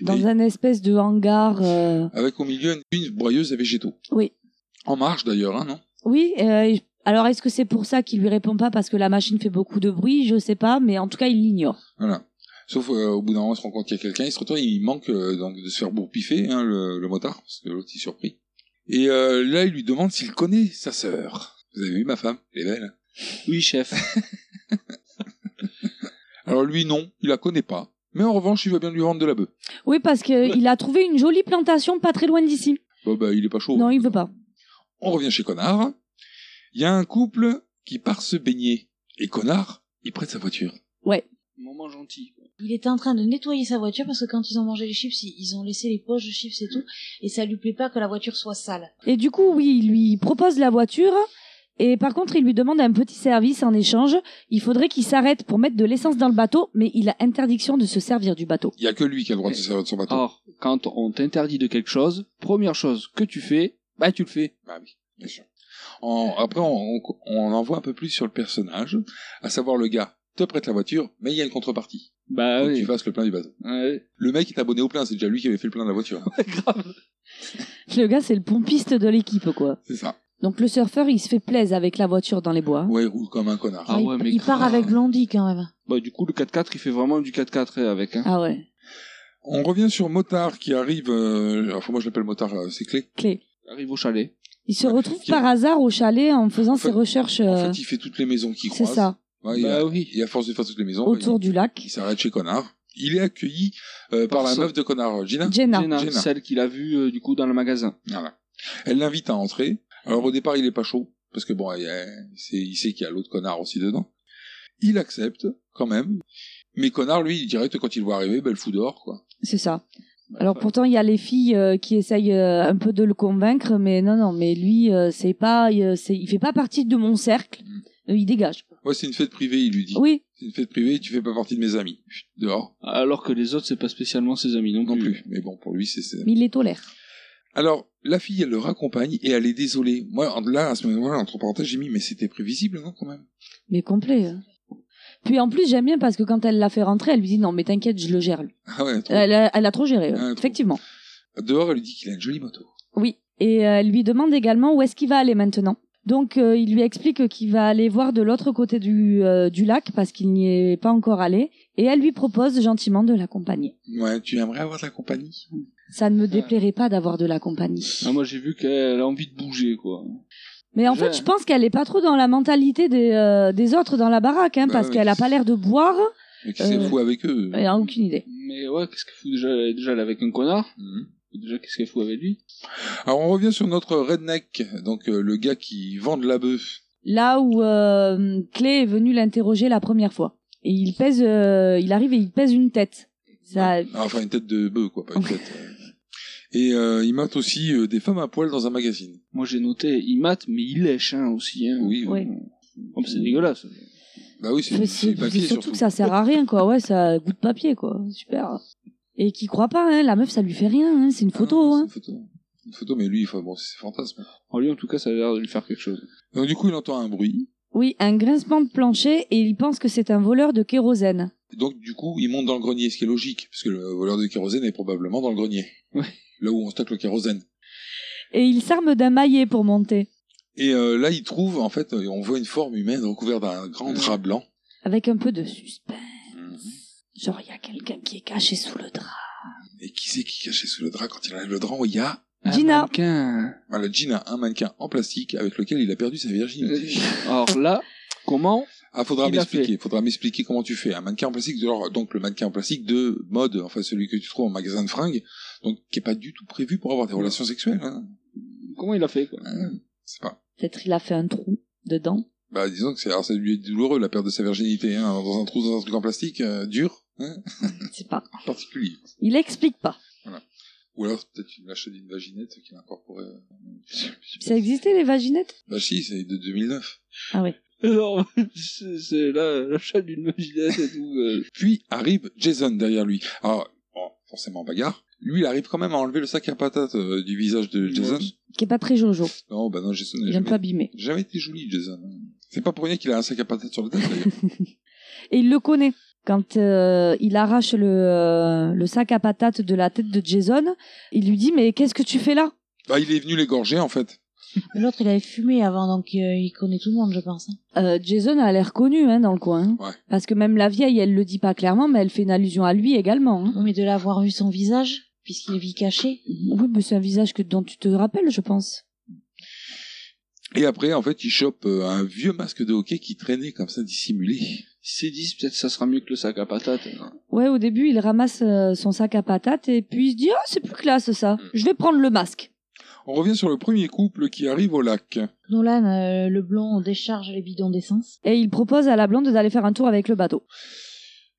Dans
Et-
un espèce de hangar. euh,
avec au milieu une, une broyeuse à végétaux.
Oui.
En marche d'ailleurs, hein, non
Oui, euh, et- alors est-ce que c'est pour ça qu'il lui répond pas parce que la machine fait beaucoup de bruit Je sais pas, mais en tout cas, il l'ignore.
Voilà. Sauf euh, au bout d'un moment, il se rend compte qu'il y a quelqu'un, il se retourne, il manque euh, donc de se faire bourpiffer, hein, le, le motard, parce que l'autre il est surpris. Et euh, là, il lui demande s'il connaît sa sœur. Vous avez vu ma femme Elle est belle. hein.
Oui, chef.
Alors lui, non, il la connaît pas. Mais en revanche, il va bien lui vendre de la bœuf.
Oui, parce que il a trouvé une jolie plantation pas très loin d'ici.
Bah, bah, il est pas chaud.
Non, il veut pas.
On revient chez Connard. Il y a un couple qui part se baigner. Et Connard, il prête sa voiture.
Moment gentil. quoi.
Il était en train de nettoyer sa voiture parce que quand ils ont mangé les chips, ils- ils ont laissé les poches de chips et tout, et ça lui plaît pas que la voiture soit sale.
Et du coup, oui, il lui propose la voiture. Et par contre, il lui demande un petit service en échange. Il faudrait qu'il s'arrête pour mettre de l'essence dans le bateau, mais il a interdiction de se servir du bateau.
Il y a que lui qui a le droit de se servir de son bateau.
Or, quand on t'interdit de quelque chose, première chose que tu fais, bah tu le fais.
Bah oui, bien sûr. En- après, on, on- on en voit un peu plus sur le personnage, à savoir le gars te prête la voiture, mais il y a une contrepartie.
Bah
Faut que
oui.
tu fasses le plein du bateau.
Ouais.
Le mec est abonné au plein, c'est déjà lui qui avait fait le plein de
(laughs)
la voiture.
Le gars, c'est le pompiste de l'équipe, quoi.
c'est ça.
Donc le surfeur, il se fait plaisir avec la voiture dans les bois.
Ouais, il roule comme un connard.
Ah
il,
ouais, mais
il part
grave.
avec Blondie quand même.
Bah du coup le 4x4 il fait vraiment du 4x4 avec. Hein.
Ah ouais,
On revient sur Motard qui arrive, euh, enfin moi je l'appelle Motard, euh, c'est clé.
clé.
Il Arrive au chalet.
Il se
Ouais,
retrouve
qui-
par hasard au chalet en faisant
Ah, En fait-
ses recherches.
En
euh,
fait, il fait toutes les maisons qu'il
c'est
croise.
ça,
Ouais, il
Bah
a-
oui.
Et à force de faire toutes les maisons,
autour
il,
du lac.
il s'arrête chez Connard. Il est accueilli euh, par,
Par
la
son-
meuf de Connard, Gina.
Jenna.
Jenna,
Hein Jenna.
celle qu'il a vue euh, du coup dans le magasin.
Voilà. Ah Elle l'invite à entrer. Alors au départ, il est pas chaud parce que bon, il, y a- il sait, il sait qu'il y a l'autre connard aussi dedans. Il accepte quand même. Mais connard, lui, direct quand il voit arriver, ben, le fout dehors quoi.
C'est ça.
Bah,
Alors pourtant, il y a les filles euh, qui essayent euh, un peu de le convaincre, mais non, non, mais lui, euh, c'est pas, il, euh, c'est- il fait pas partie de mon cercle.
Mm.
Euh, il dégage.
Ouais, c'est une fête privée, il lui dit.
Oui,
C'est une fête privée, tu fais pas partie de mes amis. Chut, Dehors
Alors que les autres c'est pas spécialement ses amis non,
non
plus.
plus. Mais bon, pour lui, c'est. c'est-
mais il les tolère.
Alors la fille, elle le raccompagne et elle est désolée. Moi, en- là, à ce moment-là, entre parenthèses, j'ai mis, mais c'était prévisible, non, quand même. (laughs)
Mais complet. hein. Puis en plus, j'aime bien parce que quand elle l'a fait rentrer, elle lui dit non, mais t'inquiète, je le gère. lui.
Ah ouais. trop.
Elle a, elle a trop géré, ouais,
Ah, trop.
effectivement.
Dehors, elle lui dit qu'il a une jolie moto.
Oui, et euh, elle lui demande également où est-ce qu'il va aller maintenant. Donc euh, il lui explique qu'il va aller voir de l'autre côté du, euh, du lac parce qu'il n'y est pas encore allé, et elle lui propose gentiment de l'accompagner.
Ouais, tu aimerais avoir de la compagnie.
Ça
Ah.
ne me déplairait pas d'avoir de la compagnie.
Ah, moi j'ai vu qu'elle a envie de bouger quoi.
Mais en
je-
fait, je pense qu'elle est pas trop dans la mentalité des, euh, des autres dans la baraque, hein,
Bah
parce
oui.
qu'elle a pas l'air de boire.
Mais qui s'est
Euh,
fou avec eux.
Elle a aucune idée.
Mais ouais qu'est-ce qu'elle fout déjà déjà elle est avec un connard.
Mhm.
Déjà qu'est-ce qu'elle fout avec lui.
Alors on revient sur notre redneck, donc euh, le gars qui vend de la bœuf.
Là où euh, Clé est venu l'interroger la première fois, et il pèse, euh, il arrive et il pèse une tête. Ça,
Ah, Enfin une tête de bœuf quoi, pas une tête. euh. Et euh, il mate aussi euh, des femmes à poil dans un magazine.
Moi j'ai noté il mate mais il lèche hein aussi. Hein.
Oui, oui.
Ouais.
Oh, mais c'est dégueulasse.
Bah oui, c'est
Mais
c'est
c'est
du papier
c'est
surtout.
surtout que ça sert à rien, quoi. Ouais, ça goûte papier, quoi. Super. Et qui croit pas, hein, la meuf, ça lui fait rien, hein, c'est une
Ah,
photo.
c'est
hein.
Une photo. Une photo, mais lui, enfin, bon, c'est fantasme.
En lui en tout cas ça a l'air de lui faire quelque chose.
Donc du coup, il entend un bruit.
Oui, un grincement de plancher et il pense que c'est un voleur de kérosène.
Donc du coup, il monte dans le grenier, ce qui est logique, parce que le voleur de kérosène est probablement dans le grenier.
Ouais.
Là où on stocke le kérosène.
Et il s'arme d'un maillet pour monter,
Et euh, là, il trouve, en fait, euh, on voit une forme humaine recouverte d'un grand drap blanc.
avec un peu de suspense.
Mhm.
Genre, il y a quelqu'un qui est caché sous le drap.
Et qui c'est qui est caché sous le drap quand il enlève le drap Il y a
Un
Ah, Gina.
mannequin.
Voilà, Hein, Jean a un mannequin en plastique avec lequel il a perdu sa virginité.
Alors là comment
Ah, faudra
Euh, Il l'a
m'expliquer, faudra m'expliquer comment tu fais. Un mannequin en plastique, genre, donc le mannequin en plastique de mode, enfin celui que tu trouves en magasin de fringues, donc qui est pas du tout prévu pour avoir des relations sexuelles. Hein.
comment il a fait quoi. (laughs)
Hein, C'est pas.
Peut-être il a fait un trou dedans.
Bah disons que c'est, alors ça lui est douloureux la perte de sa virginité, hein, dans un trou, dans un truc en plastique euh, dur, hein,
Je sais pas.
particulier.
Il explique pas.
Ou alors peut-être une lâche d'une vaginette qu'il a incorporée. euh,
Ça existait les vaginettes
Bah si, c'est de 2009.
Alors, c'est c'est la, la chatte d'une maginette et tout. euh.
Puis arrive Jason derrière lui. Alors, bon, forcément bagarre. Lui, il arrive quand même à enlever le sac à patates euh, du visage de Jason.
Qui est pas très jojo.
Non, bah non, Jason n'a
Il aime pas
jamais,
abîmer.
jamais été joli, Jason. C'est pas pour rien qu'il a un sac à patates sur la tête, d'ailleurs. (laughs)
Et il le connaît. Quand euh, il arrache le, euh, le sac à patates de la tête de Jason, il lui dit Mais qu'est-ce que tu fais là
bah, il est venu l'égorger, en fait.
L'autre, il avait fumé avant, donc euh, il connaît tout le monde, je pense. hein.
Euh, Jason a l'air connu hein, dans le coin. hein.
Ouais.
Parce que même la vieille, elle le dit pas clairement, mais elle fait une allusion à lui également. hein.
Oui, Mais de l'avoir vu son visage, puisqu'il vit caché.
Oui, mais c'est un visage que, dont tu te rappelles, je pense.
Et après, en fait, il chope euh, un vieux masque de hockey qui traînait comme ça, dissimulé.
Il s'est dit, peut-être ça sera mieux que le sac à patates. hein.
Ouais, au début, il ramasse euh, son sac à patates et puis il se dit Ah, c'est plus classe ça. Je vais prendre le masque.
On revient sur le premier couple qui arrive au lac.
Nolan, euh, le blond, décharge les bidons d'essence.
Et il propose à la blonde d'aller faire un tour avec le bateau.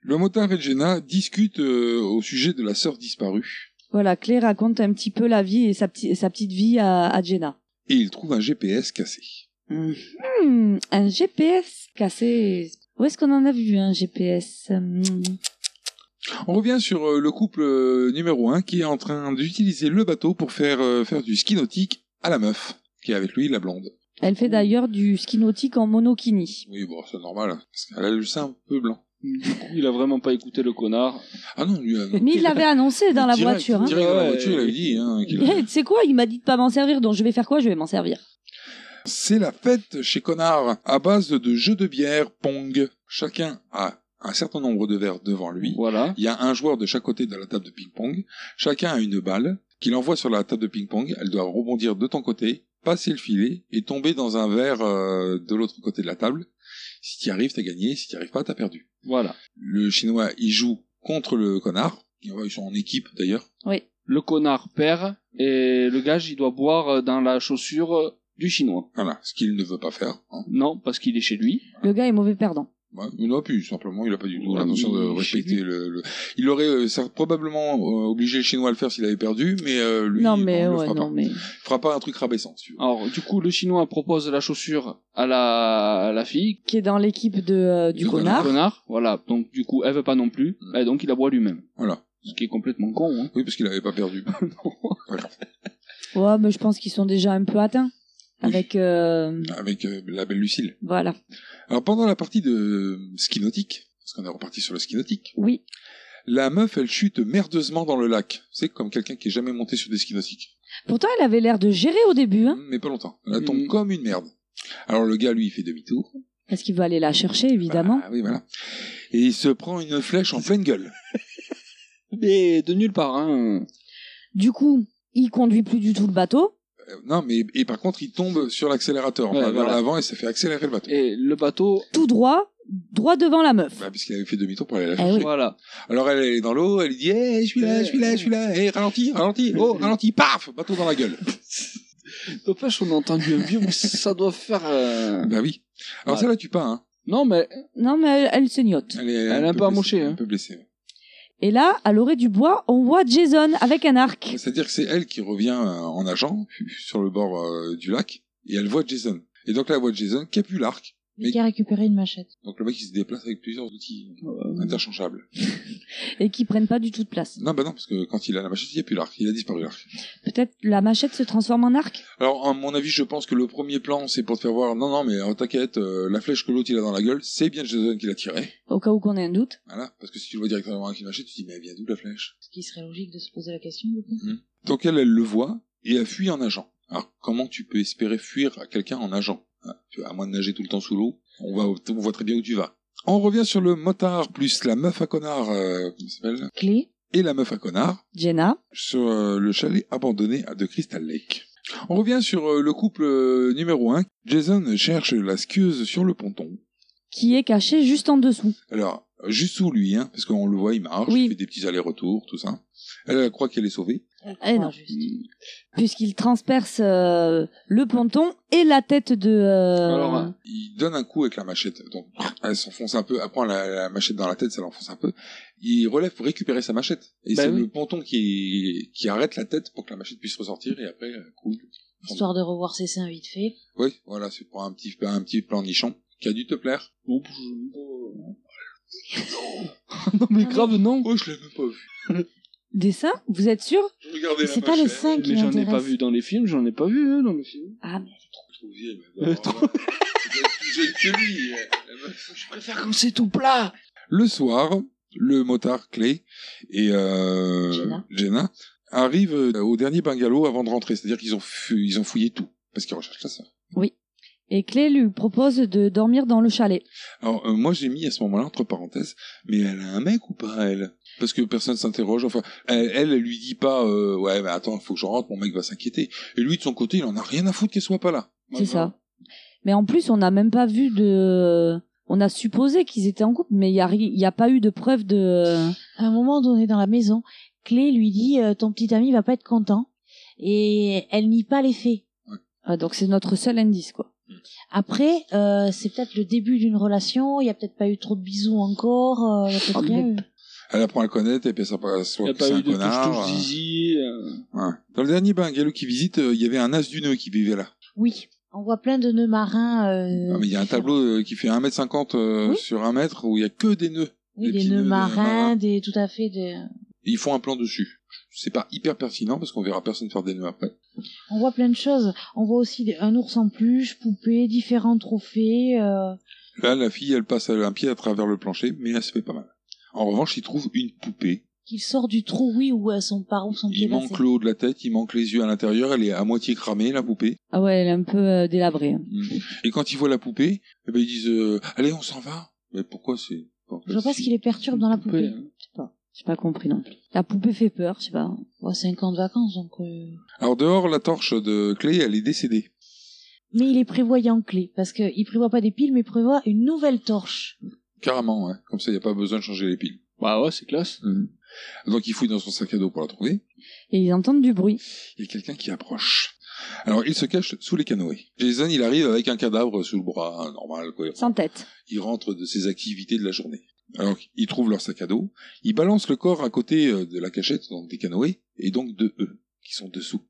Le motard et Jenna discutent euh, au sujet de la sœur disparue.
Voilà, Clay raconte un petit peu la vie et sa, p'ti- sa petite vie à, à Jenna.
Et ils trouvent un GPS cassé.
Hmm, un GPS cassé. Où est-ce qu'on en a vu un GPS Hmm.
On revient sur euh, le couple euh, numéro 1 qui est en train d'utiliser le bateau pour faire, euh, faire du ski nautique à la meuf qui est avec lui, la blonde.
Elle fait d'ailleurs du ski nautique en monokini.
Oui, bon, c'est normal, hein, parce qu'elle a le sein un peu blanc.
Du coup, il a vraiment pas écouté le connard.
Ah non, lui, euh, non.
Mais il l'avait annoncé dans la
Direct,
voiture. Hein.
Direct dans la
Ouais.
voiture, il avait dit. hein, qu'il-
(laughs) Eh, Tu sais quoi Il m'a dit de pas m'en servir, donc je vais faire quoi Je vais m'en servir.
C'est la fête chez Connard, à base de jeux de bière, pong. Chacun a un certain nombre de verres devant lui.
Voilà.
Il y a un joueur de chaque côté de la table de ping-pong. Chacun a une balle qu'il envoie sur la table de ping-pong. Elle doit rebondir de ton côté, passer le filet et tomber dans un verre euh, de l'autre côté de la table. Si tu arrives, t'as gagné. Si tu arrives pas, t'as perdu.
Voilà.
Le chinois, il joue contre le connard. Ils sont en équipe d'ailleurs.
Le connard perd et le gage, il doit boire euh, dans la chaussure euh, du chinois.
Voilà, ce qu'il ne veut pas faire. hein.
Non, parce qu'il est chez lui.
Le gars est mauvais perdant.
Bah, il n'a plus, simplement, il n'a pas du tout
Ouais,
l'intention de
il-
respecter le, le- Il aurait euh, ça- probablement euh, obligé le chinois à le faire s'il avait perdu, mais euh, lui,
non mais
non, il le
ouais,
fera
non
pas.
mais.
Il fera pas un truc rabaissant, si tu veux.
Alors, du coup, le chinois propose la chaussure à la, à la fille.
Qui est dans l'équipe de euh, du
Du
connard.
Le connard. Voilà. Donc, du coup, elle veut pas non plus.
Mm.
Et donc, il la boit lui-même.
Voilà.
Ce qui est complètement con, hein.
Oui, parce qu'il n'avait pas perdu. Voilà.
Ouais, mais je pense qu'ils sont déjà un peu atteints
Oui.
avec euh,
Avec euh, la belle Lucille.
voilà.
Alors, pendant la partie de ski nautique, parce qu'on est reparti sur le ski nautique,
Oui.
la meuf, elle chute merdeusement dans le lac. C'est comme quelqu'un qui est jamais monté sur des skis nautiques.
Pourtant, elle avait l'air de gérer au début, hein,
Mais pas longtemps. Elle tombe
Mm.
comme une merde. Alors, le gars, lui, il fait demi-tour.
parce qu'il veut aller la chercher évidemment.
Ah, oui, voilà. Et il se prend une flèche en pleine gueule.
Mais de nulle part, hein.
Du coup, il conduit plus du tout le bateau.
Euh, Non, mais et par contre, il tombe sur l'accélérateur, enfin,
Ouais,
vers
voilà.
l'avant, et ça fait accélérer le bateau.
Et le bateau,
tout droit, droit devant la meuf.
Bah, parce qu'il avait fait demi-tour pour aller la
Eh
chercher.
oui.
voilà.
Alors elle elle est dans l'eau, elle lui dit Eh, je suis là, je suis là, je suis là, Eh, ralentis, ralentis, oh, ralentis, paf Bateau dans la gueule.
N'empêche, on a entendu un vieux, mais ça doit faire. euh,
bah oui. Alors
Ouais.
celle-là, tu pas, hein.
Non, mais
Non, mais elle, elle se gnotte.
Elle est,
Elle est un peu
blessée,
amochée, hein.
Un peu blessée.
Et là, à l'orée du bois, on voit Jason avec un arc.
C'est-à-dire que c'est elle qui revient euh, en nageant sur le bord euh, du lac, et elle voit Jason. Et donc là, elle voit Jason qui a plus l'arc.
Mais qui a récupéré une machette.
Donc le mec, il se déplace avec plusieurs outils euh, interchangeables.
Et qui prennent pas du tout de place.
Non, bah non, parce que quand il a la machette, il n'y a plus l'arc. Il a disparu l'arc.
Peut-être la machette se transforme en arc
Alors, à mon avis, je pense que le premier plan, c'est pour te faire voir, non, non, mais euh, t'inquiète, euh, la flèche que l'autre il a dans la gueule, c'est bien Jason qui l'a tiré.
Au cas où qu'on ait un doute.
Voilà, parce que si tu le vois directement avec une machette, tu te dis, mais elle vient d'où la flèche
Ce qui serait logique de se poser la question, du coup.
Donc, elle, elle le voit et elle fuit en nageant. Alors, comment tu peux espérer fuir à quelqu'un en nageant Hein, tu vois, À moins de nager tout le temps sous l'eau, on, va, on voit très bien où tu vas. On revient sur le motard plus la meuf à connard, euh, comment ça s'appelle
Clé.
Et la meuf à connard,
Jenna.
sur euh, le chalet abandonné à- de Crystal Lake. On revient sur euh, le couple euh, numéro 1. Jason cherche la skieuse sur le ponton.
Qui est cachée juste en dessous.
Alors, euh, juste sous lui, hein, parce qu'on le voit, il marche,
Oui.
il fait des petits allers-retours, tout ça. Elle, elle croit qu'elle est sauvée.
Eh non.
Juste.
Puisqu'il transperce euh, le ponton et la tête de. euh,
Alors,
Il donne un coup avec la machette. Donc, elle s'enfonce un peu, elle prend la, la machette dans la tête, ça l'enfonce un peu. Il relève pour récupérer sa machette. Et
Bah
c'est
oui.
le ponton qui, qui arrête la tête pour que la machette puisse ressortir et après, euh, coule.
Histoire de revoir ses seins vite fait.
Oui, voilà, c'est pour un petit, un petit plan nichon qui a dû te plaire.
Oups, je- (laughs) non mais grave non.
Oh, je l'ai même pas vu.
Dessin Vous êtes sûr
Regardez
Mais c'est pas les seins qui
Mais j'en ai pas
l'intéressent.
vu dans les films, j'en ai pas vu hein, dans les films.
Ah, mais.
(laughs)
Euh, trop- Je préfère comme c'est tout plat.
Le soir, le motard Clay et euh,
Jenna.
Jenna arrivent au dernier bungalow avant de rentrer. C'est-à-dire qu'ils ont, fou- ils ont fouillé tout parce qu'ils recherchent la sœur.
Et Clé lui propose de dormir dans le chalet.
Alors, euh, moi, j'ai mis à ce moment-là, entre parenthèses, mais elle a un mec ou pas, elle Parce que personne s'interroge. Enfin, elle, elle, elle lui dit pas, euh, ouais, mais attends, faut que je rentre, mon mec va s'inquiéter. Et lui, de son côté, il en a rien à foutre qu'elle soit pas là.
C'est ça. Mais en plus, on n'a même pas vu de. On a supposé qu'ils étaient en couple, mais il n'y a, ri- il y a pas eu de preuve de.
À un moment donné dans la maison, Clé lui dit euh, Ton petit ami va pas être content. Et elle nie pas les faits.
Ah, donc c'est notre seul indice, quoi.
Après, euh, c'est peut-être le début d'une relation, il y a peut-être pas eu trop de bisous encore, euh, il y a
Ah,
peut-être
Oh,
rien eu.
Elle apprend à le connaître et puis elle s'aperçoit
Il a
que
pas
c'est
eu
un
de touche
connard.
touche zizi. euh.
Ouais. Dans le dernier bungalow qui visite, euh, il y avait un as du nœud qui vivait là.
Oui. On voit plein de nœuds marins. euh,
Ah, mais il y a un tableau euh, qui fait 1m50 euh,
Oui.
sur 1 mètre où il y a que des nœuds.
Oui,
des
des,
petits
nœuds
nœuds
marins,
marins.
des tout à fait des.
Et ils font un plan dessus. C'est pas hyper pertinent parce qu'on verra personne faire des nœuds après.
On voit plein de choses. On voit aussi des- un ours en peluche, poupée, différents trophées. euh,
Là, la fille, elle passe un pied à travers le plancher, mais elle se fait pas mal. En revanche, il trouve une poupée.
qu'il sort du trou, oui, où euh, son par où son pied
Il
est passé.
manque le haut de la tête, il manque les yeux à l'intérieur, elle est à moitié cramée, la poupée.
Ah ouais, elle est un peu euh, délabrée.
Mm.
Et quand ils voient la poupée, eh ben, ils disent euh, Allez, on s'en va !» Mais pourquoi c'est...
Je vois pas ce qui les perturbe dans la poupée. Je sais pas.
J'ai pas compris non plus. La poupée fait peur, je sais pas.
Bon, c'est un camp de vacances, donc. euh,
Alors dehors, la torche de Clé, elle est décédée.
Mais il est prévoyant clé, parce qu'il prévoit pas des piles, mais il prévoit une nouvelle torche.
Carrément, hein. comme ça, il n'y a pas besoin de changer les piles.
Bah ouais, c'est classe.
Mm.
Donc il fouille dans son sac à dos pour la trouver.
Et ils entendent du bruit.
Il y a quelqu'un qui approche. Alors il se cache sous les canoës. Jason, il arrive avec un cadavre sous le bras, hein, normal, quoi.
Sans tête.
Ils rentrent de ses activités de la journée. Alors, ils trouvent leur sac à dos, ils balancent le corps à côté euh, de la cachette, donc des canoës, et donc de eux, qui sont dessous.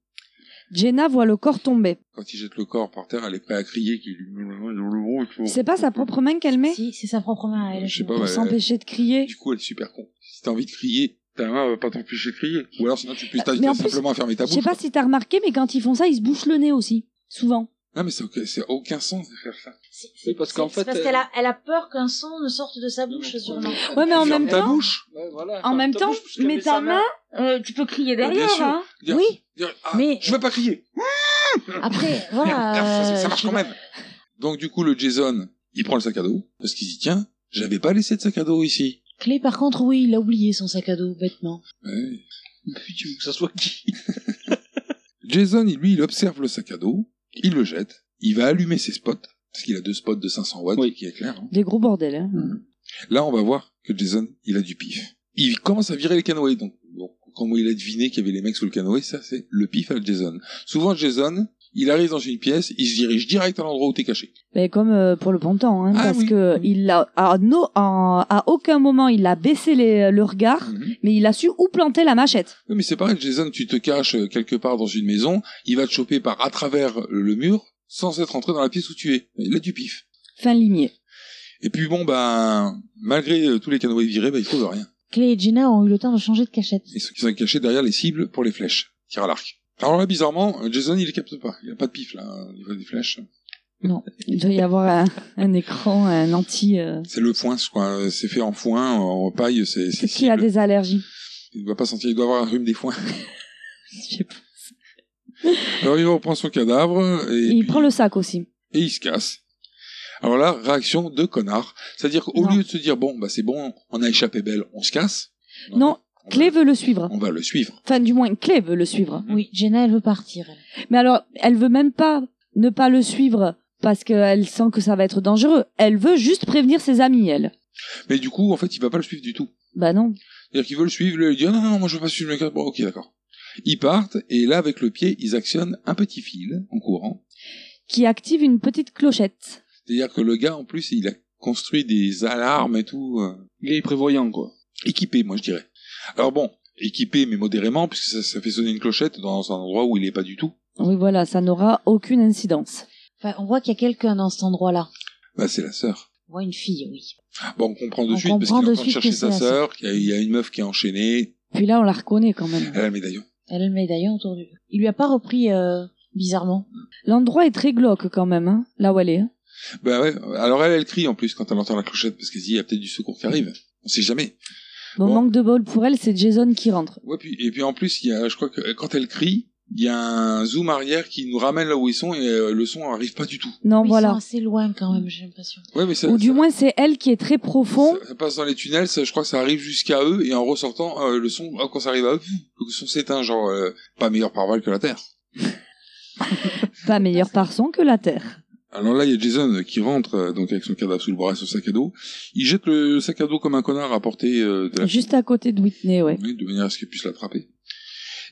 Jenna voit le corps tomber.
Quand ils jettent le corps par terre, elle est prête à crier qu'il lui...
C'est pas sa propre main qu'elle met
Si, c'est sa propre main à elle.
Je sais pas,
pour
ouais,
s'empêcher de
elle-
crier.
Du coup, elle est super con. Si t'as envie de crier, ta main va pas t'empêcher de crier. Ou alors, sinon, tu peux
Bah,
t'inviter
mais en plus,
simplement à fermer ta
Je
bouche.
sais pas
quoi.
si t'as remarqué, mais quand ils font ça, ils se bouchent le nez aussi. Souvent.
Non, mais c'est ok- c'est aucun sens de faire ça.
Oui, parce qu'en
c'est- c'est
fait,
parce
euh,
qu'elle a, elle a peur qu'un son ne sorte de sa bouche, sûrement.
Ouais, mais en
Ferme
même
ta
temps-
bouche
Ouais, voilà,
En
ferme
même
ta
temps,
bouche, parce qu'elle
mets
met
ta
sa
main, euh, tu peux crier derrière.
sûr. (laughs)
hein.
Dire-
Oui.
dire, Ah,
Mais-
Je veux pas crier
Après,
Merde, merde,
voilà.
ça, ça
euh,
marche
je-
quand même. Donc du coup, le Jason, il prend le sac à dos parce qu'il dit tiens, j'avais pas laissé de sac à dos ici.
Clé, par contre, oui, il a oublié son sac à dos, bêtement.
Ouais.
main. (laughs) Puis tu veux que ça soit qui
Jason, il- lui, il observe le sac à dos, il le jette, il va allumer ses spots parce qu'il a deux spots de 500 watts
Oui.
qui éclairent. hein.
Des gros bordels. hein.
Là, on va voir que Jason, il a du pif. Il commence à virer les canoës. Donc bon, comment il a deviné qu'il y avait les mecs sous le canoë, ça c'est le pif à Jason. Souvent, Jason, il arrive dans une pièce, il se dirige direct à l'endroit où t'es caché.
Ben, comme euh, pour le ponton, hein,
Ah
parce
oui.
que il a, à, no- en- à aucun moment il a baissé les- euh, le
Ah.
regard,
Mhm.
mais il a su où planter la machette.
Oui, mais c'est pareil, Jason, tu te caches euh, quelque part dans une maison, il va te choper par à travers le mur sans être entré dans la pièce où tu es. Il a du pif.
Fin limier.
Et puis bon, ben, malgré euh, tous les canoës virés, ben, il trouve rien.
Clé et Jenna ont eu le temps de changer de cachette.
Ils sont, ils sont cachés derrière les cibles pour les flèches. Tir à l'arc. Alors là, bizarrement, euh, Jason, il les capte pas. Il a pas de pif, là, euh, au niveau des flèches.
Il doit y avoir un, un écran, un anti. euh,
C'est le foin, quoi. Euh, C'est fait en foin, en paille, c'est, c'est
Peut-être qu'il a
cible.
des allergies.
Il doit pas sentir, il doit avoir un rhume des foins. (laughs)
Je sais pas.
Alors il reprend son cadavre et,
Et il
puis-
prend le sac aussi.
et il se casse. Alors là, réaction de connard. C'est-à-dire qu'au
Non.
lieu de se dire, bon, bah c'est bon, on a échappé belle, on se casse.
Non,
on
Clé
va,
veut le suivre.
on va le suivre.
Enfin, du moins, Clé veut le suivre.
Mm.
Oui, Jenna, elle veut partir. elle.
Mais alors, elle veut même pas ne pas le suivre parce qu'elle sent que ça va être dangereux. Elle veut juste prévenir ses amis, elle.
Mais du coup, en fait, il va pas le suivre du tout.
Bah non.
C'est-à-dire qu'il veut le suivre, lui, il dit, ah, non, non, moi je veux pas suivre le cadavre. Bon, ok, d'accord. Ils partent, et là, avec le pied, ils actionnent un petit fil en courant.
Qui active une petite clochette.
C'est-à-dire que le gars, en plus, il a construit des alarmes et tout. euh,
Il est prévoyant, quoi.
équipé, moi je dirais. Alors bon, équipé mais modérément, puisque ça, ça fait sonner une clochette dans un endroit où il est pas du tout.
Oui, voilà, ça n'aura aucune incidence.
Enfin, on voit qu'il y a quelqu'un dans cet endroit-là.
Bah c'est la sœur.
On voit une fille, oui.
Bon, on comprend de
On
suite parce
comprend
qu'il est en train
de
de
suite
chercher
que c'est
sa
la
sœur, qu'il y a- il y a une meuf qui est enchaînée,
Puis là, on la reconnaît quand même.
elle a le médaillon.
Elle a le médaillon autour du... Il lui a pas repris, euh, bizarrement.
L'endroit est très glauque quand même, hein, là où elle est. hein.
Bah ouais, alors elle, elle crie en plus quand elle entend la clochette parce qu'elle se dit, il y a peut-être du secours qui arrive. On sait jamais.
Bon,
Bon.
manque de bol pour elle, c'est Jason qui rentre.
Ouais, puis, et puis en plus, il y a, je crois que quand elle crie, il y a un zoom arrière qui nous ramène là où ils sont et euh, le son arrive pas du tout.
Non,
Ils sont
voilà.
assez loin, quand même, j'ai l'impression.
Ouais, mais ça,
Ou du
ça-
moins, c'est elle qui est très profond.
Ça, ça passe dans les tunnels, ça, je crois que ça arrive jusqu'à eux, et en ressortant, euh, le son, ah, quand ça arrive à eux, pff, le son s'éteint, genre, euh, pas meilleur par que la Terre.
Pas meilleur par son que la Terre.
Alors là, il y a Jason euh, qui rentre, euh, donc avec son cadavre sous le bras et son sac à dos. Il jette le sac à dos comme un connard à portée euh, de la
Juste à côté de Whitney, ouais.
Oui, de manière à ce qu'il puisse l'attraper.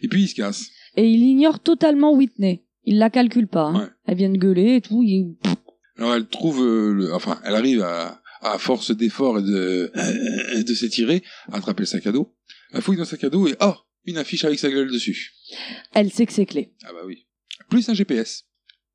Et puis il se casse.
Et il ignore totalement Whitney. Il la calcule pas. hein.
Ouais.
Elle vient de gueuler et tout. il-
Alors elle trouve, euh, le- enfin, elle arrive à, à force d'efforts et de, euh, de s'étirer, à attraper le sac à dos. Elle fouille dans le sac à dos et, oh, une affiche avec sa gueule dessus.
Elle sait que c'est clé.
Ah bah oui. Plus un GPS.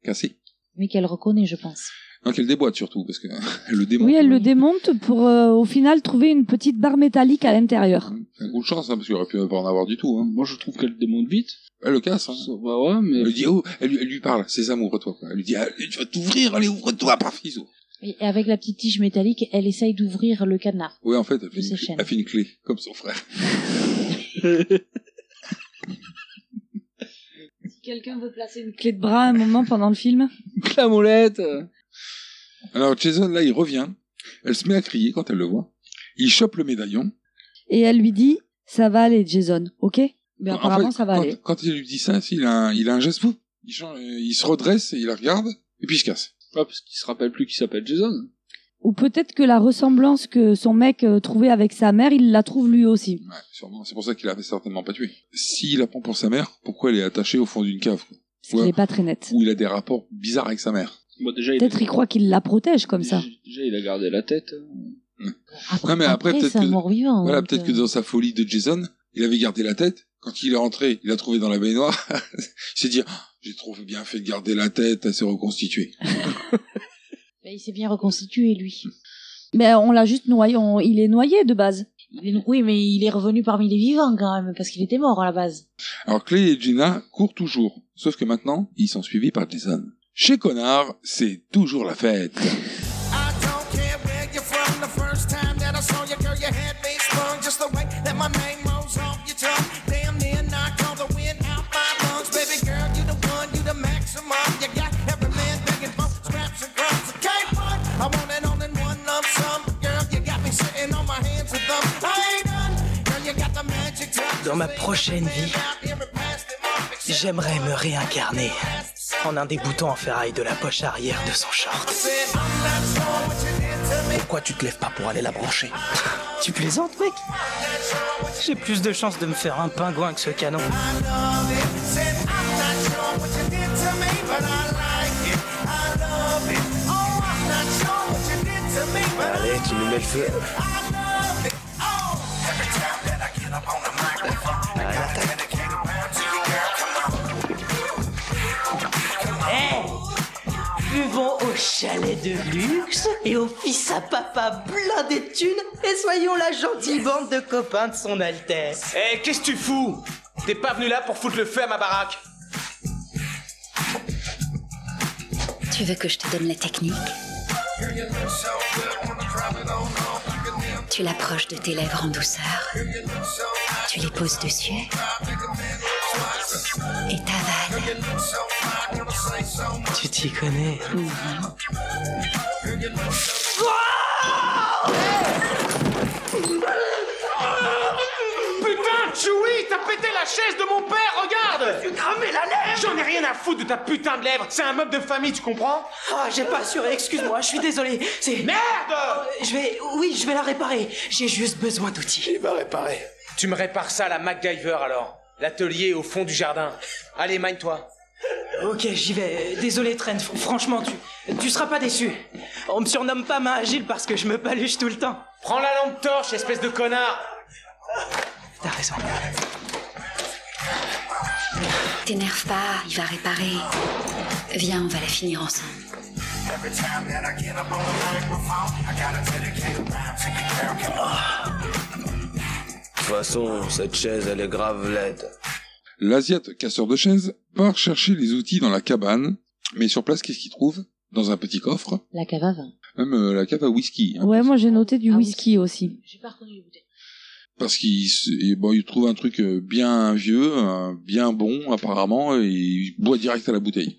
Cassé.
mais qu'elle reconnaît, je pense.
Non, qu'elle déboîte surtout, parce qu'elle (laughs) le démonte.
Oui, elle le démonte pour euh, au final trouver une petite barre métallique à l'intérieur.
C'est un coup de chance, hein, parce qu'il aurait pu pas en avoir du tout. Hein.
Moi, je trouve qu'elle démonte vite.
Elle le casse. Hein.
Ça, bah ouais, mais.
Elle lui dit, oh, elle, lui- elle lui parle, c'est ça, ouvre-toi. quoi. Elle lui dit, ah, tu vas t'ouvrir, allez, ouvre-toi, par fiseau.
Et avec la petite tige métallique, elle essaye d'ouvrir le cadenas.
Oui, en fait, elle
De
fait,
ses
une clé,
chaînes.
elle fait une clé, comme son frère.
Si quelqu'un veut placer une clé de bras un moment pendant le film.
la molette euh.
Alors, Jason, là, il revient. Elle se met à crier quand elle le voit. Il chope le médaillon.
Et elle lui dit Ça va aller, Jason, ok Mais
En
apparemment,
fait,
ça va
quand,
aller.
Quand il lui dit ça, il a un, il a un geste fou. Il, change- il se redresse et il la regarde, et puis il se casse.
Ah, parce qu'il se rappelle plus qu'il s'appelle Jason.
Ou peut-être que la ressemblance que son mec euh, trouvait avec sa mère, il la trouve lui aussi.
Ouais, sûrement. C'est pour ça qu'il l'avait certainement pas tué. S'il la prend pour sa mère, pourquoi elle est attachée au fond d'une cave, quoi
Parce qu'il
Ouais.
est pas très net.
Où il a des rapports bizarres avec sa mère.
Bon, déjà, il
Peut-être il croit qu'il la protège comme ça.
Déjà, il a gardé la tête. hein.
Non, mais après, peut-être
c'est un
que-
mort-vivant.
Voilà,
donc,
peut-être que
euh,
dans sa folie de Jason, il avait gardé la tête. Quand il est rentré, il l'a trouvé dans la baignoire. (laughs) il s'est dit, Ah, j'ai trop bien fait de garder la tête, elle s'est reconstituée.
bah, il s'est bien reconstitué, lui.
Mais on l'a juste noyé, on- il est noyé de base.
Il est- Oui, mais il est revenu parmi les vivants, quand même, parce qu'il était mort, à la base.
Alors Clay et Gina courent toujours. Sauf que maintenant, ils sont suivis par Jason. Chez Connard, c'est toujours la fête.
I don't care where you're from. The first time that I saw you, girl, your head made sprung. Just the way that my name rolls off your tongue. Damn near knocked all the wind out my lungs. Baby girl, you the one, you the maximum. You got every man begging for scraps and crumbs. I can't run. I want it all in one lump sum. Girl, you got me sitting on my hands and thumbs. I ain't done. Girl, you got the magic touch.
Dans ma prochaine vie, j'aimerais me réincarner en un des boutons en ferraille de la poche arrière de son short. Pourquoi tu te lèves pas pour aller la brancher Tu plaisantes, mec J'ai plus de chances de me faire un pingouin que ce canon.
Allez, tu nous mets le feu.
Buvons au chalet de luxe et au fils à papa blindé de thunes et soyons la gentille bande de copains de son Altesse.
Eh, qu'est-ce que tu fous T'es pas venu là pour foutre le feu à ma baraque
Tu veux que je te donne la technique Tu l'approches de tes lèvres en douceur. Tu les poses dessus. Et t'avales.
Tu t'y connais.
Putain, Chewie, t'as pété la chaise de mon père, regarde Tu cramais la lèvre J'en ai rien à foutre de ta putain de lèvre C'est un meuble de famille, tu comprends
Ah, j'ai pas assuré, excuse-moi, je suis désolé. C'est.
Merde
Je vais. Oui, je vais la réparer. J'ai juste besoin d'outils.
va réparer. Tu me répares ça à la MacGyver alors L'atelier au fond du jardin. Allez, mine-toi.
Ok, j'y vais. Désolé, Trent, fr- franchement, tu. Tu seras pas déçu. On me surnomme pas main agile parce que je me paluche tout le temps.
Prends la lampe torche, espèce de connard
T'as raison.
T'énerve pas, il va réparer. Viens, on va la finir ensemble.
De toute façon, cette chaise, elle est grave laide.
L'Asiate casseur de chaises part chercher les outils dans la cabane. Mais sur place, qu'est-ce qu'il trouve Dans un petit coffre.
La cave à vin.
Même euh, la cave à whisky. hein,
Ouais, moi j'ai noté du
Ah oui.
whisky aussi.
J'ai pas reconnu les bouteilles.
Parce qu'il se- et bon, il trouve un truc euh, bien vieux, euh, bien bon apparemment, et il boit direct à la bouteille.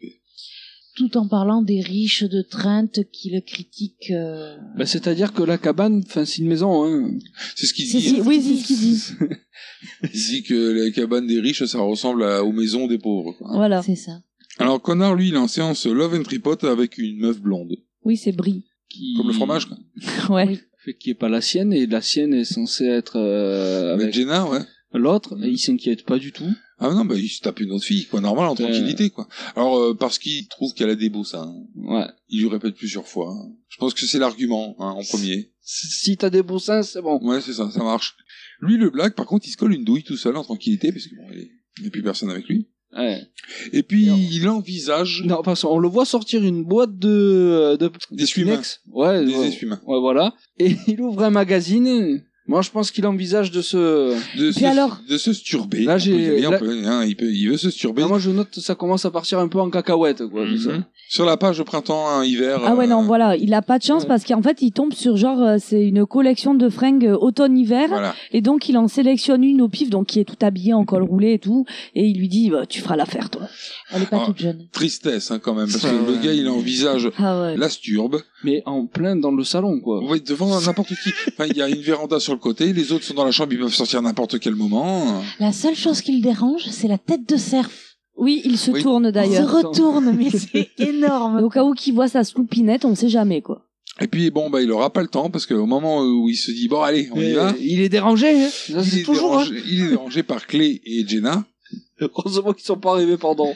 Tout en parlant des riches de Trent qui le critiquent. euh,
Bah, c'est-à-dire que la cabane, enfin, c'est une maison, hein.
C'est ce qu'il
Si,
dit. hein.
si, oui, c'est ce qu'il dit.
Il dit que la cabane des riches, ça ressemble à- aux maisons des pauvres. quoi.
Voilà.
C'est ça.
Alors Connard, lui, il est en séance Love and Tripod avec une meuf blonde.
Oui, c'est Brie.
(laughs) Qui...
Comme le fromage, quoi.
(laughs) Ouais.
Fait qui est pas la sienne, et la sienne est censée être euh,
Avec
avec
Jenna, ouais.
l'autre, et il s'inquiète pas du tout.
Ah non, bah il se tape une autre fille, quoi. Normal, en
Putain.
tranquillité, quoi. Alors, euh, parce qu'il trouve qu'elle a des beaux seins.
Ouais.
Il lui répète plusieurs fois. hein. Je pense que c'est l'argument, hein, en premier.
Si t'as des beaux seins, c'est bon.
Ouais, c'est ça, ça marche. Lui, le black, par contre, il se colle une douille tout seul en tranquillité, parce que bon, il est- il n'y a plus personne avec lui. Et puis il envisage.
Non, parce qu'on le voit sortir une boîte de. de
D'essuie-mains.
Kleenex. Ouais,
Des
ouais.
essuie-mains.
Ouais, voilà. Et (laughs) il ouvre un magazine. Moi, je pense qu'il envisage de se.
De
Puis
se,
alors
de se sturber.
Là,
On peut y
j'ai-
aller, on
là-
peut- hein, il, peut- il veut se sturber.
Ah, moi, je note, ça commence à partir un peu en cacahuète, quoi. tout ça.
Sur la page printemps, hein, hiver.
Ah ouais,
euh,
non, voilà, il a pas de chance parce qu'en fait, il tombe sur genre, euh, c'est une collection de fringues euh, automne-hiver.
Voilà.
Et donc, il en sélectionne une au pif, donc qui est tout habillée en col roulé et tout. Et il lui dit, bah, tu feras l'affaire, toi. Elle est pas
Ah,
toute jeune.
Tristesse hein, quand même, parce
Ah
que le
ouais.
gars il envisage
Ah ouais.
la sturbe.
Mais en plein dans le salon, quoi.
Ouais, devant n'importe qui. Enfin, il y a une véranda sur le côté, les autres sont dans la chambre, ils peuvent sortir à n'importe quel moment.
La seule chose qui le dérange, c'est la tête de cerf.
Oui, Ah, il se
Oui.
tourne
Il se
d'ailleurs.
retourne,
(laughs)
mais c'est énorme.
Mais Au cas où qu'il voit sa sloupinette, on sait jamais, quoi.
Et puis bon, bah il aura pas le temps parce qu'au moment où il se dit bon allez, on y
Et
va.
Il est dérangé, hein. Ça,
Il
c'est
est,
toujours.
dérangé, il est dérangé par Clé et
(laughs)
Jenna.
hein. Heureusement qu'ils sont pas arrivés pendant.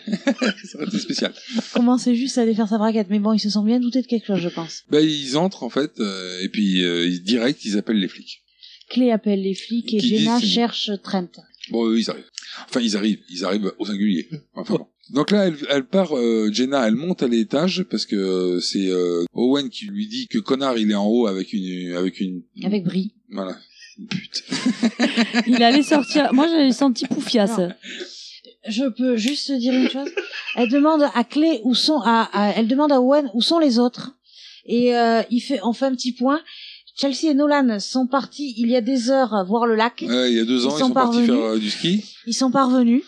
Ça aurait été spécial.
commençait juste à défaire sa braquette, mais bon, il se sent bien douté de quelque chose, je pense.
Bah ils entrent en fait euh, et puis euh, ils- direct ils appellent les flics.
Clé appelle les flics et
Qui dit,
Jenna
c'est-
cherche Trent.
Bon eux, ils arrivent. Enfin ils arrivent, ils arrivent au singulier. Enfin bon. Donc là elle, elle part, euh, Jenna elle monte à l'étage parce que euh, c'est euh, Owen qui lui dit que connard il est en haut avec une avec une
Avec Brie.
voilà une pute.
Il allait sortir. Moi, j'avais senti poufiasse.
Non. Je peux juste te dire une chose. Elle demande à Clé où sont, à, à- elle demande à Owen où sont les autres. Et euh, il fait, on fait un petit point. Chelsea et Nolan sont partis il y a des heures voir le lac.
Ouais, il y a deux
Ils
ans ils
sont
sont, partis faire
parvenus.
euh, du ski
Ils sont parvenus.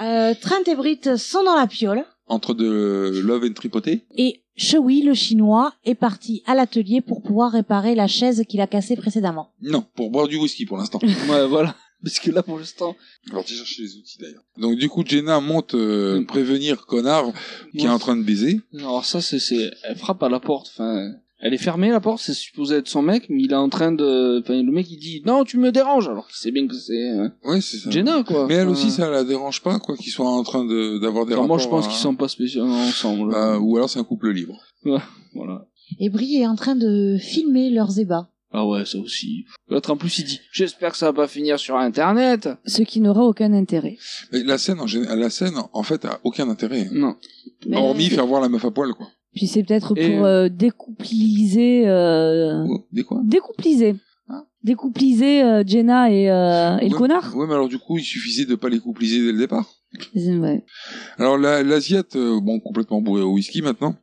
Euh, Trent et Britt sont dans la piole.
entre de love and tripoté.
Et Chewy, le chinois, est parti à l'atelier pour pouvoir réparer la chaise qu'il a cassée précédemment.
Non, pour boire du whisky
(laughs)
pour l'instant.
ouais, voilà. Parce que là, pour l'instant.
Alors j'ai cherché les outils d'ailleurs. Donc du coup Jenna monte euh,
Mm.
prévenir connard qui est en train de baiser.
Alors ça, c'est, c'est, elle frappe à la porte. Enfin, elle est fermée la porte. C'est supposé être son mec, mais il est en train de. Enfin, le mec il dit non, tu me déranges. Alors qu'il sait bien que c'est euh,
Ouais c'est ça.
Jenna, quoi.
Mais elle
Enfin,
aussi ça la dérange pas quoi qu'ils soient en train de d'avoir des
enfin,
rapports.
moi, je pense
à-
qu'ils sont pas spécialement ensemble.
Bah, ou alors c'est un couple libre.
Voilà.
Et Brie est en train de filmer leurs ébats.
Ah ouais, ça aussi. L'autre en plus, il dit j'espère que ça va pas finir sur Internet.
Ce qui n'aura aucun intérêt.
Mais la scène en gén- la scène en fait a aucun intérêt.
Non.
Mais- euh,
Hormis faire voir la meuf à poil quoi.
Puis c'est peut-être
Et-
pour euh, découpliser. euh,
Oh, Des quoi
Découpliser.
Hein
Découpliser euh, Jenna et, euh, et le
Ouais,
connard.
Ouais mais alors du coup il suffisait de pas les coupliser dès le départ.
Ouais.
Alors la- l'asiate euh, bon complètement bourrée au whisky maintenant.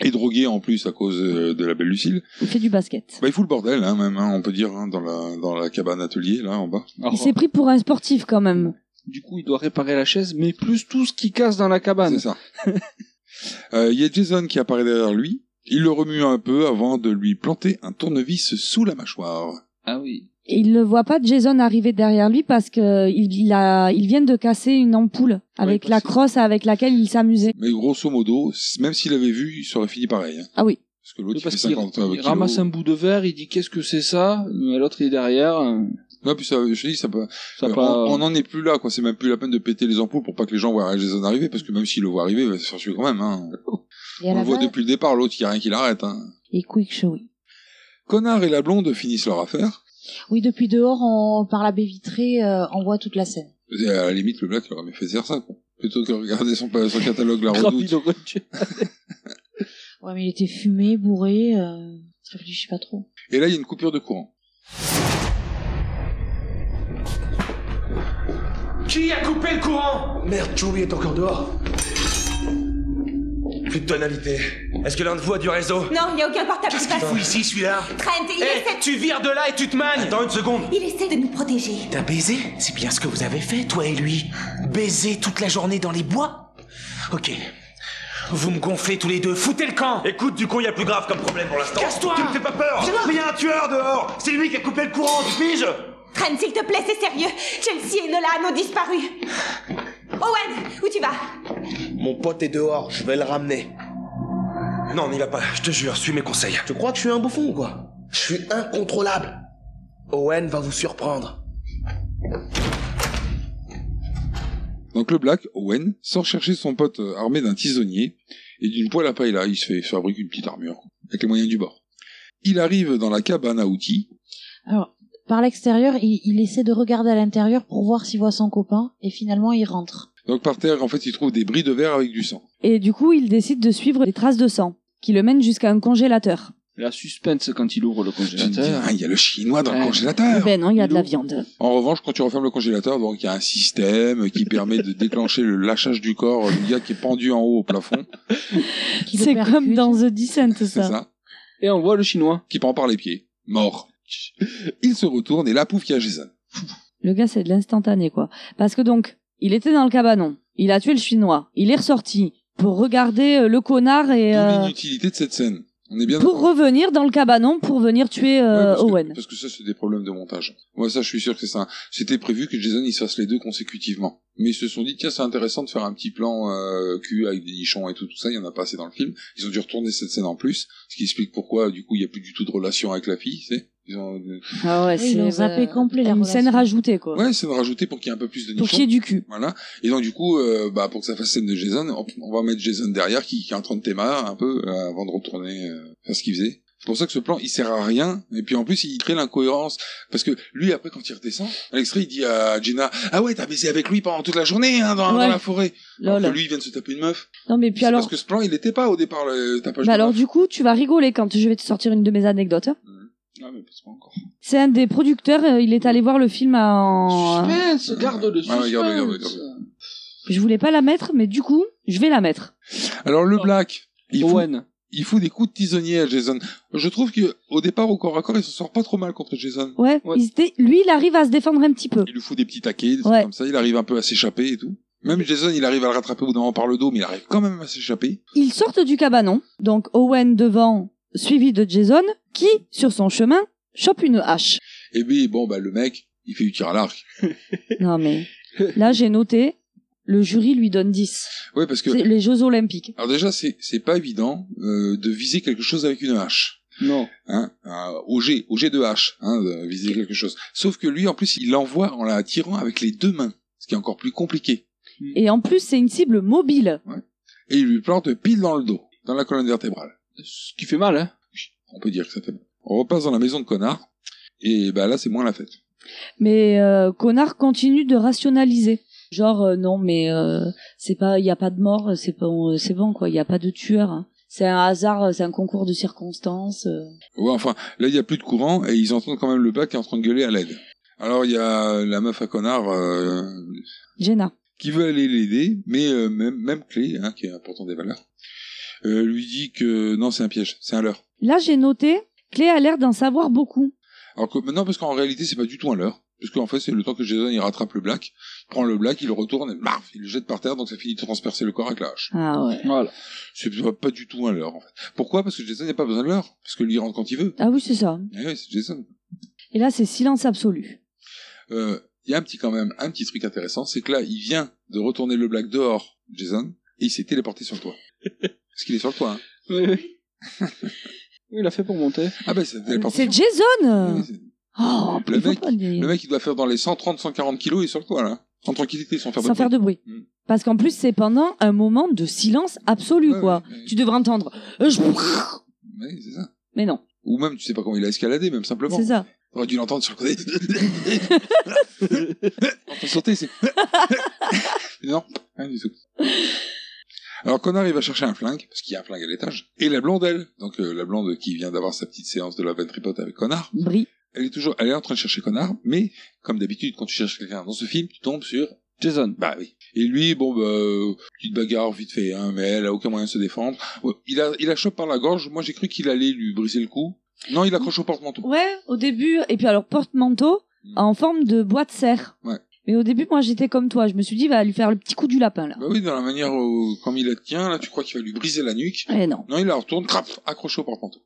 Et droguée en plus à cause euh, de la belle Lucille.
Il fait du basket.
Bah, il fout le bordel, hein, même, hein, on peut dire, hein, dans, la, dans la cabane atelier, là, en bas.
Alors,
Il s'est pris pour un sportif quand même.
du coup, il doit réparer la chaise, mais plus tout ce qui casse dans la cabane.
C'est ça. Euh, Il y a Jason qui apparaît derrière lui. Il le remue un peu avant de lui planter un tournevis sous la mâchoire.
Ah oui.
Et il ne voit pas Jason arriver derrière lui parce que il, il a, ils viennent de casser une ampoule avec
parce
la
que-
crosse avec laquelle il s'amusait.
Mais grosso modo, c- même s'il avait vu, il serait fini pareil. hein.
Ah oui.
Parce que l'autre, il fait
Parce qu'il
50
il
kilos.
ramasse un bout de verre, il dit qu'est-ce que c'est ça Mais L'autre il est derrière. euh,
Non, puis ça, je te dis, ça peut...
Ça
euh,
pas...
on on en est plus là, quoi. C'est même plus la peine de péter les ampoules pour pas que les gens voient Jason arriver, parce que même s'il le voit arriver, il va se faire tuer quand même. Hein.
Et à
On
la
le voit
fin,
depuis le départ, l'autre, il y a rien qui l'arrête. Hein.
et Quick Chewy.
Connard et la blonde finissent leur affaire.
Oui, depuis dehors, on, par la baie vitrée, euh, on voit toute la scène.
Et à la limite, le black leur aurait mieux fait faire ça, quoi. Plutôt que regarder son, son
(laughs)
catalogue la redoute.
Rapido Redu-
Ouais, mais il était fumé, bourré, euh, je réfléchis pas trop.
Et là, il y a une coupure de courant.
Qui a coupé le courant
Merde, Chewie est encore dehors.
Plus de tonalité.
Est-ce que l'un de vous a du réseau
Non, il n'y a aucun portable qui
Qu'est-ce qu'il
passe.
fout ici, celui-là
Trent, il,
Eh,
essaie,
tu vires de là et tu te mannes Dans une seconde
il essaie de nous protéger.
D'un baiser C'est bien ce que vous avez fait, toi et lui. Baiser toute la journée dans les bois Ok.
Vous me gonflez tous les deux, foutez le camp
Écoute, du con, il y a plus grave comme problème pour l'instant.
Casse-toi
Tu me fais pas peur
Viens là.
Mais il y a un tueur dehors C'est lui qui a coupé le courant, tu piges
Trent, s'il te plaît, c'est sérieux. Chelsea et Nolan ont disparu. Owen, où tu vas
Mon pote est dehors, je vais le ramener.
Non, n'y va pas, je te jure, suis mes conseils.
Tu crois que je suis un bouffon ou quoi Je suis incontrôlable. Owen va vous surprendre.
Donc le black, Owen, sort chercher son pote euh, armé d'un tisonnier et d'une poêle à paille là. Il se fait fabrique une petite armure, quoi, avec les moyens du bord. Il arrive dans la cabane à outils.
Alors, par l'extérieur, il, il essaie de regarder à l'intérieur pour voir s'il voit son copain, et finalement, il rentre.
Donc par terre, en fait, il trouve des bris de verre avec du sang.
Et du coup, il décide de suivre les traces de sang qui le mènent jusqu'à un congélateur.
La suspense quand il ouvre le congélateur.
Ah, il y a le chinois dans le congélateur.
Ben non, il y a de la viande.
En revanche, quand tu refermes le congélateur, donc il y a un système qui permet de déclencher le lâchage du corps du gars qui est pendu en haut au
(laughs)
plafond.
C'est comme dans The Descent, ça.
C'est ça. Et on voit le chinois. Qui prend par les pieds. Mort. Il se retourne et là, pouf, il y a Jason.
Le gars, c'est de l'instantané, quoi. Parce que donc, il était dans le cabanon. Il a tué le chinois. Il est ressorti pour regarder euh, le connard et... euh,
L'inutilité de cette scène. On est bien
pour
d'accord.
revenir dans le cabanon pour venir tuer
Ouais,
euh,
parce que-
Owen.
parce que ça, c'est des problèmes de montage. Moi, ça, je suis sûr que c'est ça. C'était prévu que Jason, il se fasse les deux consécutivement. Mais ils se sont dit, tiens, c'est intéressant de faire un petit plan euh, cul avec des nichons et tout, tout ça. Il y en a pas assez dans le film. Ils ont dû retourner cette scène en plus, ce qui explique pourquoi, du coup, il n'y a plus du tout de relation avec la fille, tu sais. Ils ont...
Ah ouais,
Oui, ils l'ont zappé complet, euh, la
Une
relation.
scène rajoutée, quoi.
Ouais, c'est de rajouter pour qu'il y ait un peu plus de nichons.
Pour qu'il y ait du cul.
Voilà. Et donc, du coup, euh, bah, pour que ça fasse scène de Jason, hop, on va mettre Jason derrière, qui, qui est en train de témar un peu, euh, avant de retourner euh, faire ce qu'il faisait. C'est pour ça que ce plan, il sert à rien. Et puis, en plus, il crée l'incohérence. Parce que lui, après, quand il redescend, Alex Ray, il dit à Gina, ah ouais, t'as baisé avec lui pendant toute la journée, hein, dans, dans
Ouais.
la forêt. Alors
Lol.
que lui, il vient de se taper une meuf.
Non, mais puis
C'est
alors...
Parce que ce plan, il n'était pas au départ, le tapage
Bah
de
alors
meuf.
du coup, tu vas rigoler quand je vais te sortir une de mes anecdotes. hein.
Ah, mais c'est pas encore.
C'est un des producteurs, euh, il est allé voir le film en...
Suspense, garde le
Ouais,
suspense.
ouais, Ah, garde, garde, garde.
Je voulais pas la mettre, mais du coup, je vais la mettre.
Alors le Black, il fout, il fout des coups de tisonnier à Jason. Je trouve que au départ au corps à corps, il se sort pas trop mal contre Jason.
Ouais, il se dé- lui, il arrive à se défendre un petit peu.
Il lui fout des petits taquets, des
Ouais.
trucs comme ça. Il arrive un peu à s'échapper et tout. Même Jason, il arrive à le rattraper au bout d'un moment par le dos, mais il arrive quand même à s'échapper.
Ils sortent du cabanon, donc Owen devant, suivi de Jason, qui, sur son chemin, chope une hache.
Et puis bon bah le mec, il fait du tir à l'arc.
Non mais, là j'ai noté, le jury lui donne 10.
Ouais parce que
C'est les Jeux Olympiques.
alors déjà c'est c'est pas évident euh, de viser quelque chose avec une hache.
Non.
Hein, un au jet, au jet de hache, hein, de viser quelque chose. Sauf que lui en plus, il l'envoie en la tirant avec les deux mains, ce qui est encore plus compliqué.
Et en plus, c'est une cible mobile.
et il lui plante pile dans le dos, dans la colonne vertébrale. Ce qui fait mal, hein On peut dire que ça fait mal. On repasse dans la maison de connard, et bah là c'est moins la fête.
Mais euh, Connard continue de rationaliser. Genre euh, non mais euh, c'est pas il y a pas de mort, c'est pas euh, c'est bon quoi, il y a pas de tueur. hein. C'est un hasard, euh, c'est un concours de circonstances. euh.
Ouais, enfin, là il y a plus de courant, et ils entendent quand même le bac qui est en train de gueuler à l'aide. Alors il y a la meuf à connard euh,
Jenna.
qui veut aller l'aider, mais euh, même, même Clé, hein, qui est important des valeurs, euh, lui dit que non c'est un piège, c'est un leurre.
Là j'ai noté, Clé a l'air d'en savoir beaucoup.
Alors que maintenant, parce qu'en réalité c'est pas du tout un leurre, parce qu'en fait c'est le temps que Jason il rattrape le black, il prend le black, il le retourne, et marf, il le jette par terre, donc ça finit de transpercer le corps avec la hache.
Ah ouais.
Voilà. C'est pas- pas du tout un leurre, en fait. Pourquoi Parce que Jason n'a pas besoin de leurre. Parce que lui, il rentre quand il veut.
Ah oui c'est ça.
Eh oui, c'est Jason.
Et là c'est silence absolu.
Euh, Il y a un petit, quand même, un petit truc intéressant, c'est que là, il vient de retourner le black dehors, Jason, et il s'est téléporté sur le toit. Parce qu'il est sur le toit, hein.
Oui, oui. Oui, il a fait pour monter.
Ah ben, c'est téléporté.
Euh, C'est Jason. Oh,
Mmh. le,
il faut
mec,
pas le-
le mec, il doit faire dans les 130, 140 kilos, il est sur le toit, là. En tranquillité, sans faire
sans
de
faire de bruit. Parce qu'en plus c'est pendant un moment de silence absolu quoi. Tu devrais entendre. euh, je-
Oui, c'est ça.
Mais non.
Ou même, tu sais pas comment il a escaladé, même simplement.
C'est ça.
T'aurais dû l'entendre sur le côté.
(laughs)
Quand on sautait, c'est. non, rien du tout. Alors Connard, il va chercher un flingue, parce qu'il y a un flingue à l'étage. Et la blonde, elle, donc euh, la blonde qui vient d'avoir sa petite séance de la ventripote avec Connard,
Brie.
elle est toujours, elle est en train de chercher Connard, mais comme d'habitude, quand tu cherches quelqu'un dans ce film, tu tombes sur Jason. Bah oui. Et lui, bon, bah, euh, petite bagarre vite fait, hein, mais elle a aucun moyen de se défendre. Ouais, Il a, il la chope par la gorge. Moi, j'ai cru qu'il allait lui briser le cou. Non, il accroche au porte-manteau.
Ouais, au début, et puis alors porte-manteau en forme de bois de serre.
Ouais.
Mais au début, moi j'étais comme toi, je me suis dit, va lui faire le petit coup du lapin là.
Bah oui, dans la manière où, comme il la tient, là, tu crois qu'il va lui briser la nuque.
Eh non.
Non, il la retourne, crap, accroché au porte-manteau.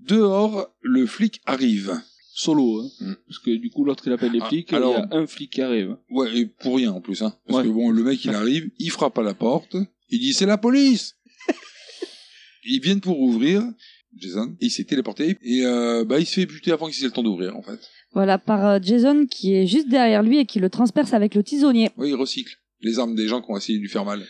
Dehors, le flic arrive.
Solo, hein. Parce que du coup, l'autre, il appelle les
Hmm. Ah,
flics,
alors-
et il y a un flic qui arrive.
Ouais, et pour rien en plus, hein. Parce que bon, le mec, il arrive, il frappe à la porte, il dit c'est la police! Ils viennent pour ouvrir, Jason, et il s'est téléporté, et euh, bah, il se fait buter avant qu'ils aient le temps d'ouvrir, en fait.
Voilà, par euh, Jason qui est juste derrière lui et qui le transperce avec le tisonnier.
Ouais, il recycle les armes des gens qui ont essayé de lui faire mal.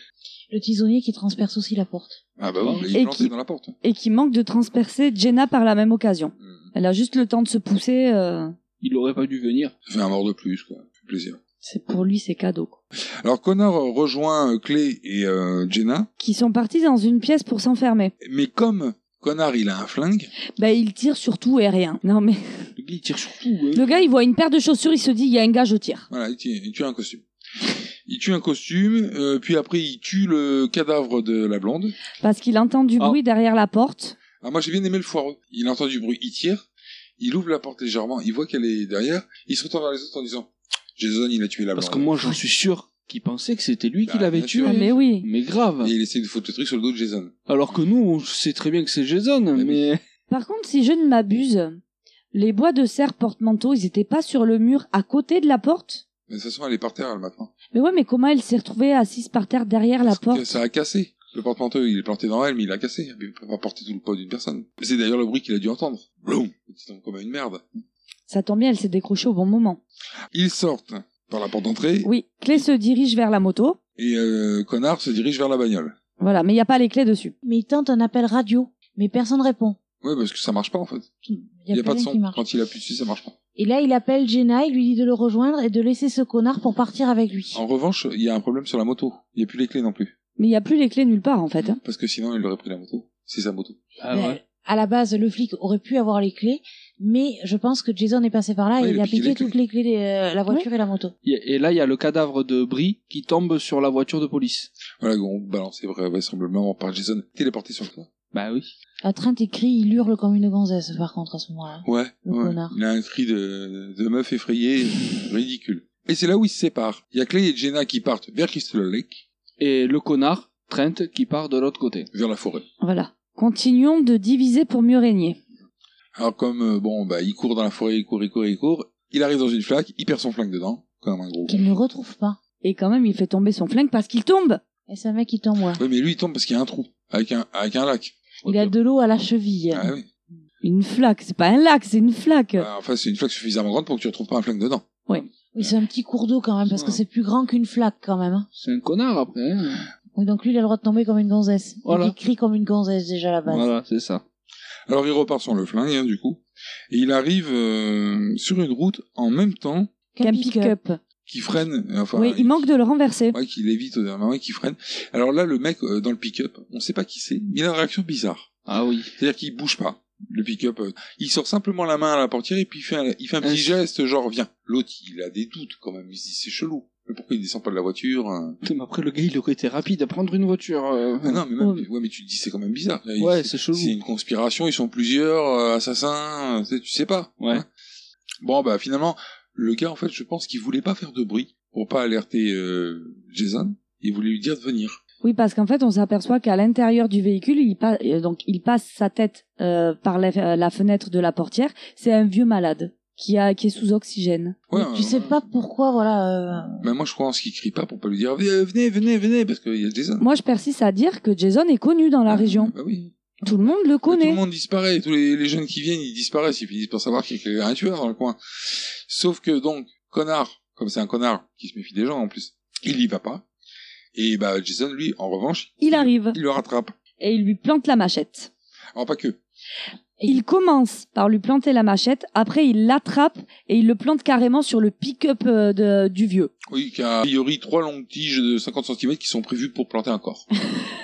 Le tisonnier qui transperce aussi la porte.
Ah bah oui, il est
Et
planté
qui-
dans la porte.
Et qui manque de transpercer Jenna par la même occasion. Elle a juste le temps de se pousser. euh.
Il aurait pas dû venir.
Ça fait un mort de plus, quoi. Ça fait plaisir.
C'est pour lui, c'est cadeau. quoi.
Alors Connor rejoint euh, Clay et euh, Jenna,
Qui sont partis dans une pièce pour s'enfermer.
mais comme Connor il a un flingue,
Bah, il tire sur tout et rien. Non, mais
le gars il tire sur tout. hein.
le gars, il voit une paire de chaussures, il se dit, il y a un gars, je tire.
Voilà, il tue, il tue un costume. Il tue un costume, euh, puis après il tue le cadavre de la blonde.
Parce qu'il entend du
Ah.
bruit derrière la porte.
Ah, moi j'ai bien aimé le foireux. Il entend du bruit, il tire, il ouvre la porte légèrement, il voit qu'elle est derrière, il se retourne vers les autres en disant Jason il a tué la blonde.
Parce que moi,
(laughs)
j'en suis sûr qu'il pensait que c'était lui qui l'avait
bien
tué.
sûr. Ah, mais
oui.
Mais grave.
Et il essaie de foutre le truc sur le dos de Jason.
Alors que nous, on sait très bien que c'est Jason, mais.
Par contre, si je ne m'abuse, les bois de serre porte-manteau, ils étaient pas sur le mur à côté de la porte?
Mais de toute façon elle est par terre elle maintenant.
Mais ouais, mais comment elle s'est retrouvée assise par terre
Ah,
derrière la porte?
Ça a cassé. Le porte-manteau il est planté dans elle, mais il a cassé. Il peut pas porter tout le poids d'une personne. C'est d'ailleurs le bruit qu'il a dû entendre. Bloum Il tombe comme une merde.
Ça tombe bien, elle s'est décrochée au bon moment.
Ils sortent par la porte d'entrée
Oui, Clé se dirige vers la moto.
et euh, Connard se dirige vers la bagnole.
Voilà, mais il n'y a pas les clés dessus.
Mais il tente un appel radio, mais personne répond.
Ouais, parce que ça marche pas en fait.
Il n'y
pas de
a, personne
son.
qui marche.
Quand il appuie dessus, ça marche pas.
Et là, il appelle Jenna, il lui dit de le rejoindre et de laisser ce connard pour partir avec lui.
En revanche, il y a un problème sur la moto. Il n'y a plus les clés non plus.
Mais il n'y a plus les clés nulle part en fait. hein.
Parce que sinon, il aurait pris la moto. C'est sa moto.
Ah
Mais Euh, À la base, le flic aurait pu avoir les clés, mais je pense que Jason est passé par là
Ouais,
et
il
il
a
a
piqué
piqué
les
toutes les clés, euh, la voiture et la moto.
Y a- Et là, il y a le cadavre de Brie qui tombe sur la voiture de police.
Voilà, on balançait vra- vraisemblablement par Jason. Téléporté sur le toit.
Bah oui.
À Trent écrit, il hurle comme une gonzesse, par contre, à ce moment-là.
Ouais.
Le
ouais.
connard.
Il a un cri de, de meuf effrayée, ridicule. Et c'est là où ils se séparent. Il y a Clay et Jenna qui partent vers Crystal Lake,
Et le connard, Trent, qui part de l'autre côté.
vers la forêt.
Voilà. Continuons de diviser pour mieux régner.
Alors comme, euh, bon, bah, il court dans la forêt, il court, il court, il court. Il arrive dans une flaque, il perd son flingue dedans, comme un gros.
Qu'il ne retrouve pas.
Et quand même, il fait tomber son flingue parce qu'il tombe.
Et c'est un mec qui t'envoie.
Oui, mais lui, il tombe parce qu'il y a un trou, avec un, avec un lac.
Il a de l'eau à la cheville.
Ah oui.
Une flaque, c'est pas un lac, c'est une flaque.
Bah, Enfin, c'est une flaque suffisamment grande pour que tu retrouves pas un flingue dedans.
Oui, c'est un petit cours d'eau quand même, parce que c'est plus grand qu'une flaque quand même. hein.
C'est un connard après. hein.
Oui, donc lui, il a le droit de tomber comme une gonzesse.
Voilà.
Il crie comme une gonzesse déjà à la base.
Voilà, c'est ça.
Alors il repart sans le flingue, hein, du coup. Et il arrive euh, sur une route en même temps
Qu'un
euh,
pick-up.
qui freine, euh, enfin,
oui, il manque de le renverser.
ouais, qui l'évite au dernier moment et qui freine. Alors là, le mec euh, dans le pick-up, on sait pas qui c'est, mais il a une réaction bizarre.
Ah oui.
C'est-à-dire qu'il bouge pas. Le pick-up, euh, il sort simplement la main à la portière et puis il fait un, il fait un petit geste, genre viens. L'autre, il a des doutes quand même. Il se dit c'est chelou. Mais pourquoi il descend pas de la voiture hein
Putain, Mais après, le gars, il aurait été rapide à prendre une voiture. euh.
Ah Non, mais même, ouais, mais tu te dis c'est quand même bizarre. Il-
Ouais, c'est chelou.
C'est une conspiration, ils sont plusieurs euh, assassins, euh, tu sais- tu sais pas.
(laughs)
Ouais. Bon, bah finalement, le gars, en fait, je pense qu'il voulait pas faire de bruit pour pas alerter euh, Jason. Il voulait lui dire de venir.
Oui, parce qu'en fait, on s'aperçoit qu'à l'intérieur du véhicule, il, pa- euh, donc, il passe sa tête euh, par la, euh, la fenêtre de la portière. C'est un vieux malade qui, a, qui est sous oxygène.
Ouais,
Tu sais pas pourquoi, voilà. euh,
Mais moi, je pense qu'il crie pas pour pas lui dire venez, venez, venez, venez parce qu'il y a Jason.
Moi, je persiste à dire que Jason est connu dans la région.
Bah oui.
Tout le monde le
Tout
connaît.
le monde disparaît, tous les, les jeunes qui viennent, ils disparaissent, ils finissent par savoir qu'il y a un tueur dans le coin. Sauf que donc, connard, comme c'est un connard qui se méfie des gens en plus, il y va pas. Et bah Jason, lui, en revanche,
Il arrive
il le rattrape.
et il lui plante la machette.
Alors pas que.
Il commence par lui planter la machette, après il l'attrape et il le plante carrément sur le pick-up euh, de- du vieux.
Oui, qu'il y a a priori trois longues tiges de 50 cm qui sont prévues pour planter un corps.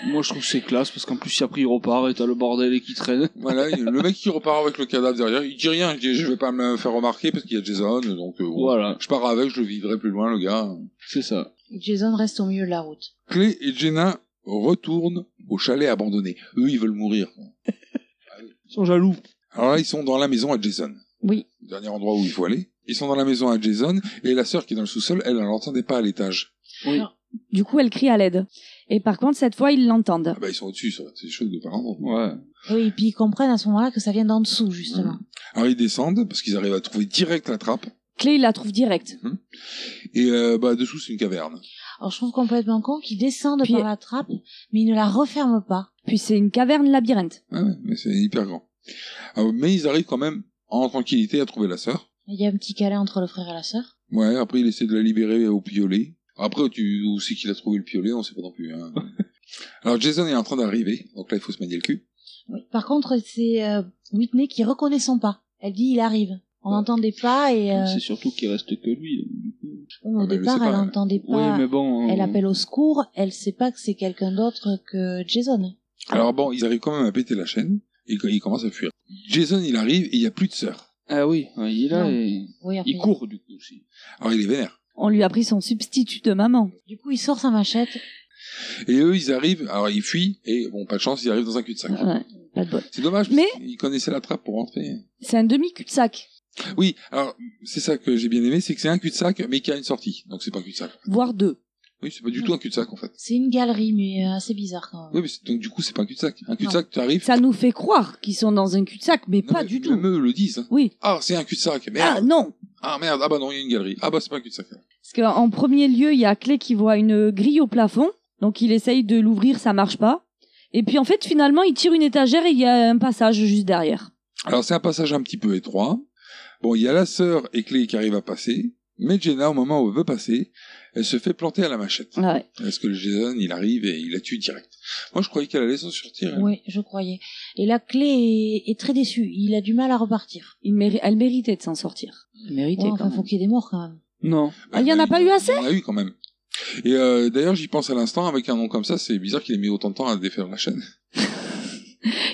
Moi, je trouve que c'est classe parce qu'en plus, après, il repart et t'as le bordel qui traîne.
voilà, (laughs) il- le mec qui repart avec le cadavre derrière, il dit rien, il dit je vais pas me faire remarquer parce qu'il y a Jason, donc euh, bon,
Voilà.
je pars avec, je le viderai plus loin le gars.
C'est ça.
Jason reste au milieu de la route.
Clay et Jenna retournent au chalet abandonné. Eux, ils veulent mourir.
Ils sont jaloux.
Alors là, ils sont dans la maison à Jason.
Oui.
Le dernier endroit où il faut aller. Ils sont dans la maison à Jason et la sœur qui est dans le sous-sol, elle, elle l'entendait pas à l'étage.
Oui.
Du coup, elle crie à l'aide. Et par contre, cette fois, ils l'entendent.
Ah bah ils sont au-dessus, ça. c'est chaud de pas l'entendre.
Ouais.
Oui, et puis ils comprennent à ce moment-là que ça vient d'en dessous, justement.
Alors ils descendent parce qu'ils arrivent à trouver direct la trappe.
Clé, il la trouve direct.
Et euh, bah dessous c'est une caverne.
Alors je trouve complètement con qu'ils descendent par la trappe, mais ils ne la referment pas.
Puis c'est une caverne labyrinthe.
Ah Ouais, ouais, mais c'est hyper grand. Ah, mais ils arrivent quand même en tranquillité à trouver la sœur.
Il y a un petit câlin entre le frère et la sœur.
Ouais, après il essaie de la libérer au piolet. Après, tu, où c'est qu'il a trouvé le piolet, on sait pas non plus. hein. Alors Jason est en train d'arriver, donc là il faut se manier le cul.
Par contre, c'est euh, Whitney qui reconnaît son pas. Elle dit il arrive. On n'entendait pas et euh,
C'est surtout qu'il reste que lui. donc, du coup.
au départ, elle n'entendait pas.
Oui, mais bon.
Ah, Elle
euh,
appelle au secours, elle sait pas que c'est quelqu'un d'autre que Jason.
Alors bon, ils arrivent quand même à péter la chaîne et quand- ils commencent à fuir. Jason, il arrive et il n'y a plus de sœur.
Ah oui, il est
là Non.
et
Oui, après,
du coup aussi.
Alors il est vénère.
On lui a pris son substitut de maman.
Du coup, il sort sa machette.
Et eux, ils arrivent, alors ils fuient et bon, pas de chance, ils arrivent dans un cul-de-sac.
Ouais, pas de bol.
C'est dommage, parce qu'ils connaissaient la trappe pour rentrer.
C'est un demi-cul-de-sac,
Oui, alors c'est ça que j'ai bien aimé, c'est que c'est un cul-de-sac mais qui a une sortie. Donc c'est pas un cul-de-sac.
voire deux.
Oui, c'est pas du tout un cul-de-sac en fait.
C'est une galerie, mais euh, assez bizarre quand même.
Oui, mais c'est- donc du coup, c'est pas un cul-de-sac. Un cul-de-sac, tu arrives.
Ça nous fait croire qu'ils sont dans un cul-de-sac, mais pas du tout.
Même eux le disent. hein.
Oui.
Ah, c'est un cul-de-sac. Merde.
Ah, non.
Ah merde, ah bah non, il y a une galerie. Ah bah c'est pas un cul-de-sac.
Parce qu'en premier lieu, il y a Clé qui voit une grille au plafond, donc il essaye de l'ouvrir, ça marche pas. Et puis en fait, finalement, il tire une étagère et il y a un passage juste derrière.
Alors c'est un passage un petit peu étroit. Bon, il y a la sœur et Clé qui arrivent à passer, mais Jenna, au moment où elle veut passer, elle se fait planter à la machette.
Ouais.
Parce que le Jason, il arrive et il la tue direct. Moi, je croyais qu'elle allait s'en sortir. elle.
Oui, je croyais. Et la clé est, est très déçu. Il a du mal à repartir.
Il méri- elle méritait de s'en sortir.
Mérité.
quand
enfin, faut qu'il y ait des morts quand même.
Non.
Ah, il y en a pas eu assez
Bah, Il y en a eu quand même. Et euh, d'ailleurs, j'y pense à l'instant, avec un nom comme ça, c'est bizarre qu'il ait mis autant de temps à défaire la chaîne.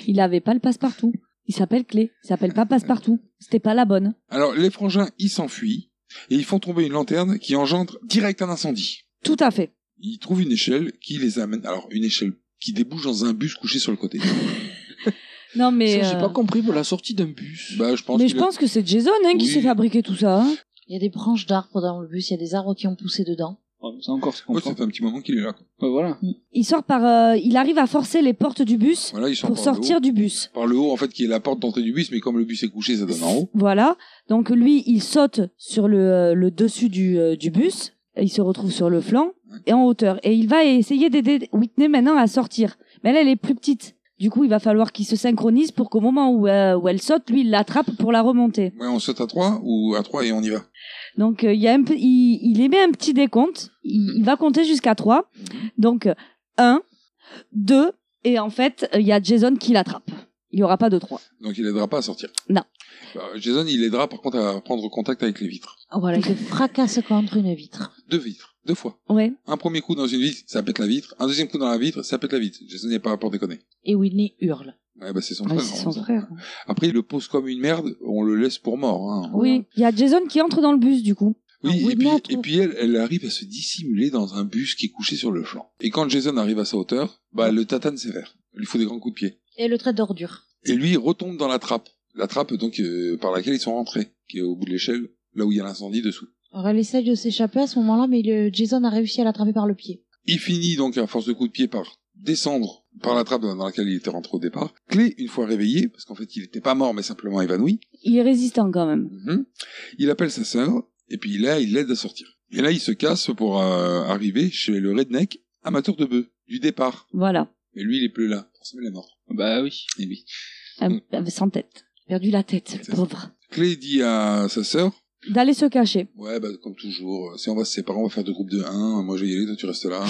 Il avait pas le passe-partout. Il s'appelle Clé. Il s'appelle pas passe-partout. C'était pas la bonne.
Alors, les frangins, ils s'enfuient et ils font tomber une lanterne qui engendre direct un incendie.
Tout à fait.
Ils trouvent une échelle qui les amène. Alors, une échelle qui débouche dans un bus couché sur le côté.
Non, mais.
Ça, j'ai
euh,
pas compris pour la sortie d'un bus.
Bah, je pense.
Mais
qu'il
je
a-
pense que c'est Jason hein, qui
Oui.
s'est fabriqué tout ça. hein.
Il y a des branches d'arbres dans le bus. Il y a des arbres qui ont poussé dedans.
Ouais, Ah, ça encore, c'est
Ouais, ça fait un petit moment qu'il est là. quoi.
Ouais, voilà.
Il sort par. euh, il arrive à forcer les portes du bus
Voilà, il sort
pour
par le haut.
sortir du bus.
Par le haut, en fait, qui est la porte d'entrée du bus, mais comme le bus est couché, ça donne en haut.
Voilà. Donc lui, il saute sur le, euh, le dessus du, euh, du bus. Il se retrouve sur le flanc et en hauteur. Et il va essayer d'aider Whitney maintenant à sortir. Mais elle, elle est plus petite. Du coup, il va falloir qu'ils se synchronisent pour qu'au moment où, euh, où elle saute, lui, il l'attrape pour la remonter.
Ouais, on saute à 3 ou à 3 et on y va.
Donc euh, il y a un peu- il, il émet un petit décompte. Il, il va compter jusqu'à 3. Donc 1, 2, et en fait, euh, il y a Jason qui l'attrape. Il n'y aura pas de 3.
Donc il aidera pas à sortir.
Non.
Bah, Jason, il aidera par contre à prendre contact avec les vitres.
Ah, voilà, il le fracasse contre une vitre.
Deux vitres, deux fois.
Ouais.
Un premier coup dans une vitre, ça pète la vitre. Un deuxième coup dans la vitre, ça pète la vitre. Jason n'est pas à pour déconner.
Et Whitney hurle.
Ouais, bah, c'est son
Ouais,
frère.
c'est
en même
son
temps.
frère.
Après, il le pose comme une merde, on le laisse pour mort. Hein.
Oui. Il y a Jason qui entre dans le bus, du coup.
Oui, et, puis, et puis elle, elle arrive à se dissimuler dans un bus qui est couché sur le flanc. Et quand Jason arrive à sa hauteur, bah, le tatane sévère. Il lui faut des grands coups de pied.
Et le trait d'ordure.
Et lui, il retombe dans la trappe. La trappe, donc, euh, par laquelle ils sont rentrés, qui est au bout de l'échelle, là où il y a l'incendie dessous.
Alors elle essaye de s'échapper à ce moment-là, mais le- Jason a réussi à l'attraper par le pied.
Il finit donc à force de coups de pied par descendre par la trappe dans laquelle il était rentré au départ. Clé, une fois réveillé, parce qu'en fait il n'était pas mort mais simplement évanoui,
Il est résistant quand même.
mhm, il appelle sa sœur et puis là il l'aide à sortir. Et là il se casse pour euh, arriver chez le redneck amateur de bœufs du départ.
Voilà.
Mais lui il est plus là, forcément il est mort.
Bah oui.
Et oui.
Un- un- Euh, sans tête. Perdu la tête, le pauvre.
Clé dit à sa sœur,
D'aller se cacher.
ouais bah comme toujours, euh, si on va se séparer on va faire deux groupes de 1, moi je vais y aller, toi tu restes là.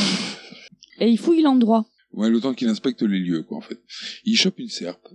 Et il fouille l'endroit.
ouais le temps qu'il inspecte les lieux quoi en fait. Il chope une serpe,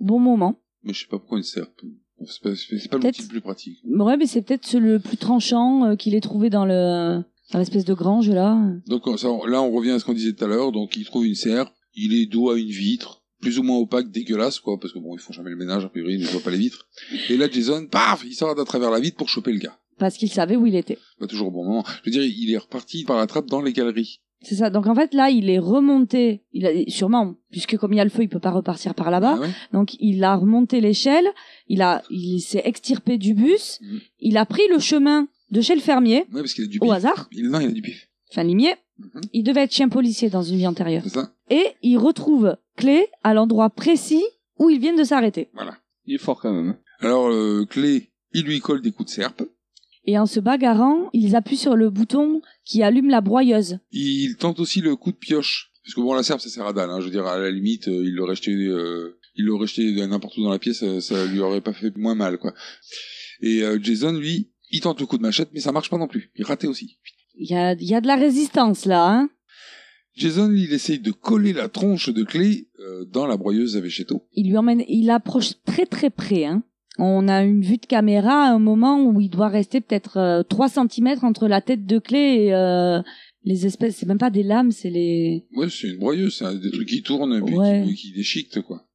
au Bon moment.
mais je sais pas pourquoi une serpe. C'est pas, c'est pas l'outil le plus pratique.
Ouais, mais c'est peut-être ce- le plus tranchant euh, qu'il ait trouvé dans le dans l'espèce de grange là.
Donc on- ça, on- là, on revient à ce qu'on disait tout à l'heure. Donc il trouve une serpe, il est dos à une vitre, plus ou moins opaque, dégueulasse, quoi, parce que bon, ils font jamais le ménage, a priori, ils ne voient pas les vitres. Et là, Jason, paf, il sort à travers la vitre pour choper le gars.
Parce qu'il savait où il était.
Pas toujours au bon moment. Je veux dire, il est reparti par la trappe dans les galeries.
C'est ça. Donc en fait là, il est remonté. Il a sûrement, puisque comme il y a le feu, il peut pas repartir par là-bas.
Ah ouais
Donc il a remonté l'échelle. Il a, il s'est extirpé du bus. Il a pris le chemin de chez le fermier.
Ouais, parce qu'il a du
Au
pif.
hasard
Il, non, il a du pif.
Enfin limier. Il devait être chien policier dans une vie antérieure.
C'est ça.
Et il retrouve Clé à l'endroit précis où ils viennent de s'arrêter.
Voilà.
Il est fort quand même.
Alors, euh, Clé, il lui colle des coups de serpe.
Et en se bagarrant, ils appuient sur le bouton qui allume la broyeuse.
Il tente aussi le coup de pioche. Parce que bon, la serpe, ça sert à dalle. Hein. Je veux dire, à la limite, euh, il l'aurait jeté, euh, il l'aurait jeté de n'importe où dans la pièce, euh, ça lui aurait pas fait moins mal, quoi. Et euh, Jason, lui, il tente le coup de machette, mais ça marche pas non plus. Il raté aussi.
Il y a, il y a de la résistance là, hein
Jason, il essaye de coller la tronche de clé euh, dans la broyeuse à Vegetto.
Il lui emmène, il approche très très près, hein on a une vue de caméra à un moment où il doit rester peut-être euh, 3 cm entre la tête de clé et euh, les espèces, c'est même pas des lames, c'est les...
Ouais, c'est une broyeuse, ça. Des trucs qui tournent et puis
Ouais.
qui, qui déchiquetent, quoi.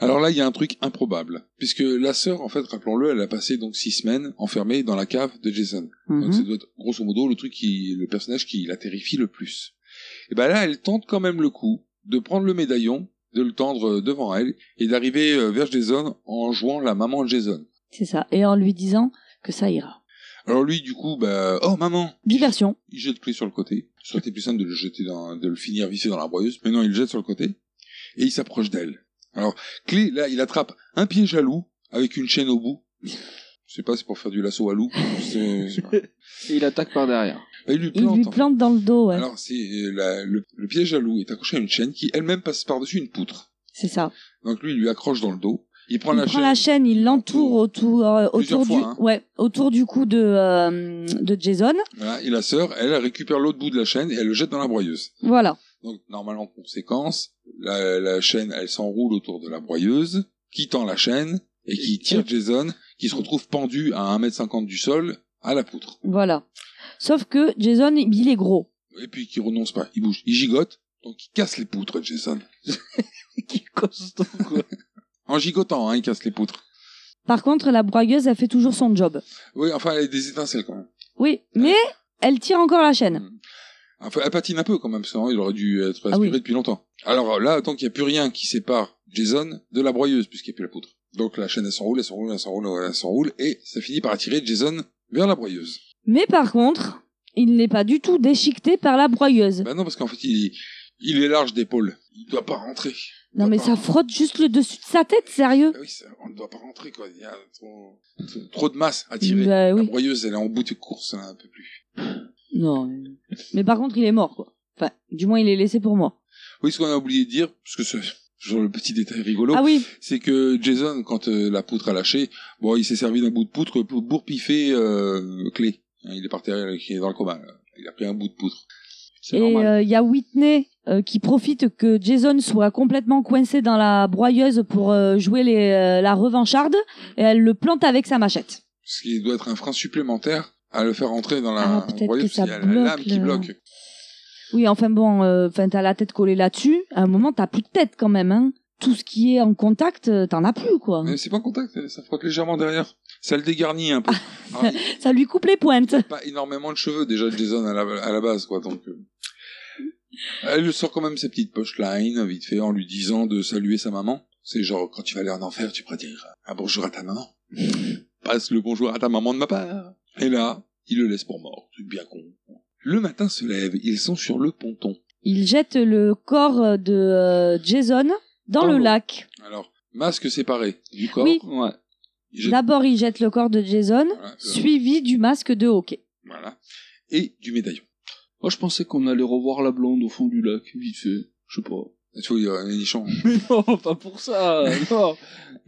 Alors là, il y a un truc improbable. Puisque la sœur, en fait, rappelons-le, elle a passé donc six semaines enfermée dans la cave de Jason.
Mhm.
Donc ça doit être, grosso modo, le truc qui, le personnage qui la terrifie le plus. Et ben là, elle tente quand même le coup de prendre le médaillon, de le tendre euh, devant elle et d'arriver euh, vers Jason en jouant la maman de Jason.
C'est ça. Et en lui disant que ça ira.
Alors lui, du coup, bah, oh maman,
Diversion.
il jette le clé sur le côté. Ça aurait été plus simple de le jeter dans, de le finir vissé dans la broyeuse. Mais non, il le jette sur le côté. Et il s'approche d'elle. Alors, clé, là, il attrape un pied jaloux avec une chaîne au bout. Je sais pas, c'est pour faire du lasso à loup. C'est- c'est pas-
Et il attaque par derrière.
Et il lui
Il
plante.
lui
en fait.
plante dans le dos, ouais.
Alors, c'est euh, la- le, le pied jaloux est accroché à une chaîne qui elle-même passe par-dessus une poutre.
C'est ça.
Donc lui, il lui accroche dans le dos. Il prend
il
la
prend
chaîne.
la chaîne, il l'entoure autour, euh,
Plusieurs
autour du,
fois, hein.
ouais, autour du cou de, euh, de Jason.
Voilà, et la sœur, elle, elle récupère l'autre bout de la chaîne et elle le jette dans la broyeuse.
Voilà.
Donc, normalement, conséquence, la, la chaîne, elle s'enroule autour de la broyeuse, qui tend la chaîne et qui tire Jason, qui se retrouve pendu à 1m50 du sol à la poutre.
Voilà. Sauf que Jason, il
(laughs)
est gros.
Et puis, qui renonce pas. Il bouge, il gigote, donc il casse les poutres, Jason.
qui costaud, quoi.
En gigotant, hein, il casse les poutres.
Par contre, la broyeuse, elle fait toujours son job.
Oui, enfin, elle a des étincelles quand même.
Oui, mais elle tire encore la chaîne.
Enfin, elle patine un peu quand même, sinon il aurait dû être aspiré
Ah oui.
depuis longtemps. Alors là, tant qu'il n'y a plus rien qui sépare Jason de la broyeuse, puisqu'il n'y a plus la poutre. Donc la chaîne, elle s'enroule, elle s'enroule, elle s'enroule, elle s'enroule, et ça finit par attirer Jason vers la broyeuse.
Mais par contre, il n'est pas du tout déchiqueté par la broyeuse.
Bah non, parce qu'en fait, il, il est large d'épaule. Il doit pas rentrer.
non, mais ça frotte juste le dessus de sa tête, sérieux.
Ah oui, ça- on ne doit pas rentrer, quoi. Il y a trop, trop de masse à tirer.
Bah oui.
La broyeuse, elle est en bout de course, hein, un peu plus.
Non. mais- Mais par contre, il est mort, quoi. Enfin, du moins, il est laissé pour mort.
Oui, ce qu'on a oublié de dire, parce que c'est toujours le petit détail rigolo,
Ah oui.
c'est que Jason, quand euh, la poutre a lâché, bon, il s'est servi d'un bout de poutre pour bourpiffer euh, Clé. Hein, il est parti il est dans le coma. là. Il a pris un bout de poutre. C'est
Et
normal.
euh, il y a Whitney euh, qui profite que Jason soit complètement coincé dans la broyeuse pour euh, jouer les, euh, la revancharde et elle le plante avec sa machette.
Ce qui doit être un frein supplémentaire à le faire rentrer dans la
Ah, peut-être
broyeuse,
que ça
parce qu'il y a la lame
bloque,
qui
là.
bloque.
Oui, enfin bon, euh, enfin t'as la tête collée là-dessus. À un moment, t'as plus de tête quand même. Hein. Tout ce qui est en contact, euh, t'en as plus quoi.
Mais c'est pas en contact, ça frotte légèrement derrière. Ça le dégarnit un peu. Alors, il
Ça lui coupe les pointes.
a pas énormément de cheveux déjà Jason à la, à la base, quoi. Donc, euh. elle lui sort quand même ses petites punchlines vite fait en lui disant de saluer sa maman. C'est genre quand tu vas aller en enfer, tu pourras dire euh, un bonjour à ta maman. Passe le bonjour à ta maman de ma part. Et là, il le laisse pour mort. Truc bien con. Le matin se lève, ils sont sur le ponton.
Il jette le corps de euh, Jason dans, le
l'eau.
lac.
Alors, masque séparé du corps.
Oui.
Ouais.
Je- Euh.
D'abord, il jette le corps de Jason, suivi du masque de hockey.
Voilà. Et du médaillon.
Moi, je pensais qu'on allait revoir la blonde au fond du lac, vite fait. Je sais pas.
Tu vois, il y a un nichon.
Mais non, pas pour ça. (laughs) Non,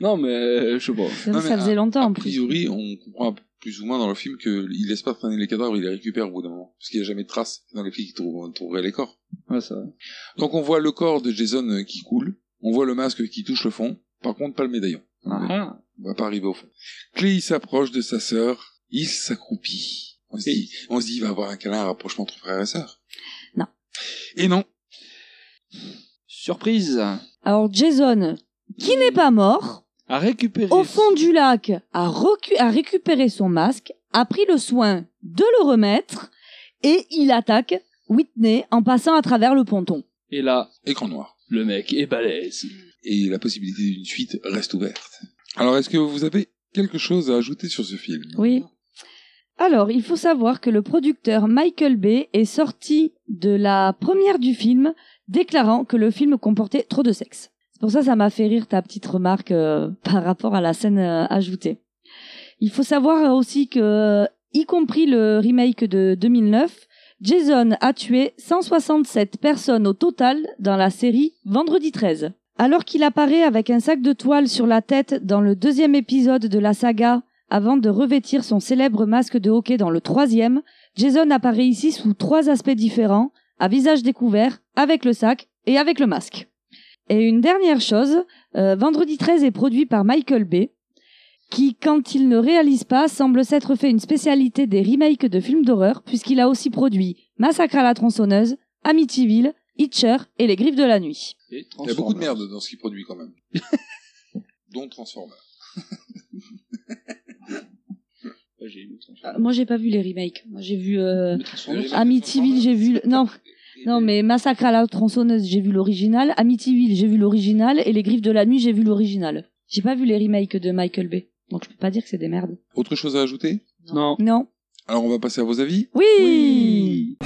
non mais euh, je sais pas.
Ça, ça faisait longtemps en
A
plus.
priori, on comprend plus ou moins dans le film qu'il laisse pas traîner les cadavres, il les récupère au bout d'un moment. Parce qu'il n'y a jamais de traces dans les flics qui trouvent- on trouverait les corps.
Ouais, ça.
Donc on voit le corps de Jason euh, qui coule, on voit le masque qui touche le fond, par contre pas le médaillon.
Ah.
On va pas arriver au fond. Clay il s'approche de sa sœur, il s'accroupit. On se dit, on se dit, il va avoir un câlin, un rapprochement entre frères et sœurs.
Non.
Et non.
Surprise.
Alors Jason, qui n'est pas mort,
À récupérer.
au fond du lac, a, recu- a récupéré son masque, a pris le soin de le remettre et il attaque Whitney en passant à travers le ponton.
Et là,
écran noir.
Le mec est balèze.
Et la possibilité d'une suite reste ouverte. Alors est-ce que vous avez quelque chose à ajouter sur ce film
Oui. Alors, il faut savoir que le producteur Michael Bay est sorti de la première du film déclarant que le film comportait trop de sexe. C'est pour ça que ça m'a fait rire ta petite remarque euh, par rapport à la scène euh, ajoutée. Il faut savoir aussi que, y compris le remake de 2009, Jason a tué 167 personnes au total dans la série Vendredi 13. Alors qu'il apparaît avec un sac de toile sur la tête dans le deuxième épisode de la saga, avant de revêtir son célèbre masque de hockey dans le troisième, Jason apparaît ici sous trois aspects différents, à visage découvert, avec le sac et avec le masque. Et une dernière chose, euh, Vendredi 13 est produit par Michael Bay, qui, quand il ne réalise pas, semble s'être fait une spécialité des remakes de films d'horreur, puisqu'il a aussi produit Massacre à la tronçonneuse, Amityville, Hitcher et Les Griffes de la Nuit.
Il y a beaucoup de merde dans ce qu'il produit quand même. (laughs) Dont Transformers.
J'ai aimé Transformers.
Euh, Moi, j'ai pas vu les remakes. Moi, j'ai vu euh,
Transformers, c'est
Amityville, j'ai vu. le- Non, non, mais Massacre à la tronçonneuse, j'ai vu l'original. Amityville, j'ai vu l'original. Et Les Griffes de la Nuit, j'ai vu l'original. J'ai pas vu les remakes de Michael Bay. Donc, je peux pas dire que c'est des merdes.
Autre chose à ajouter
Non.
Non.
Alors on va passer à vos avis.
Oui,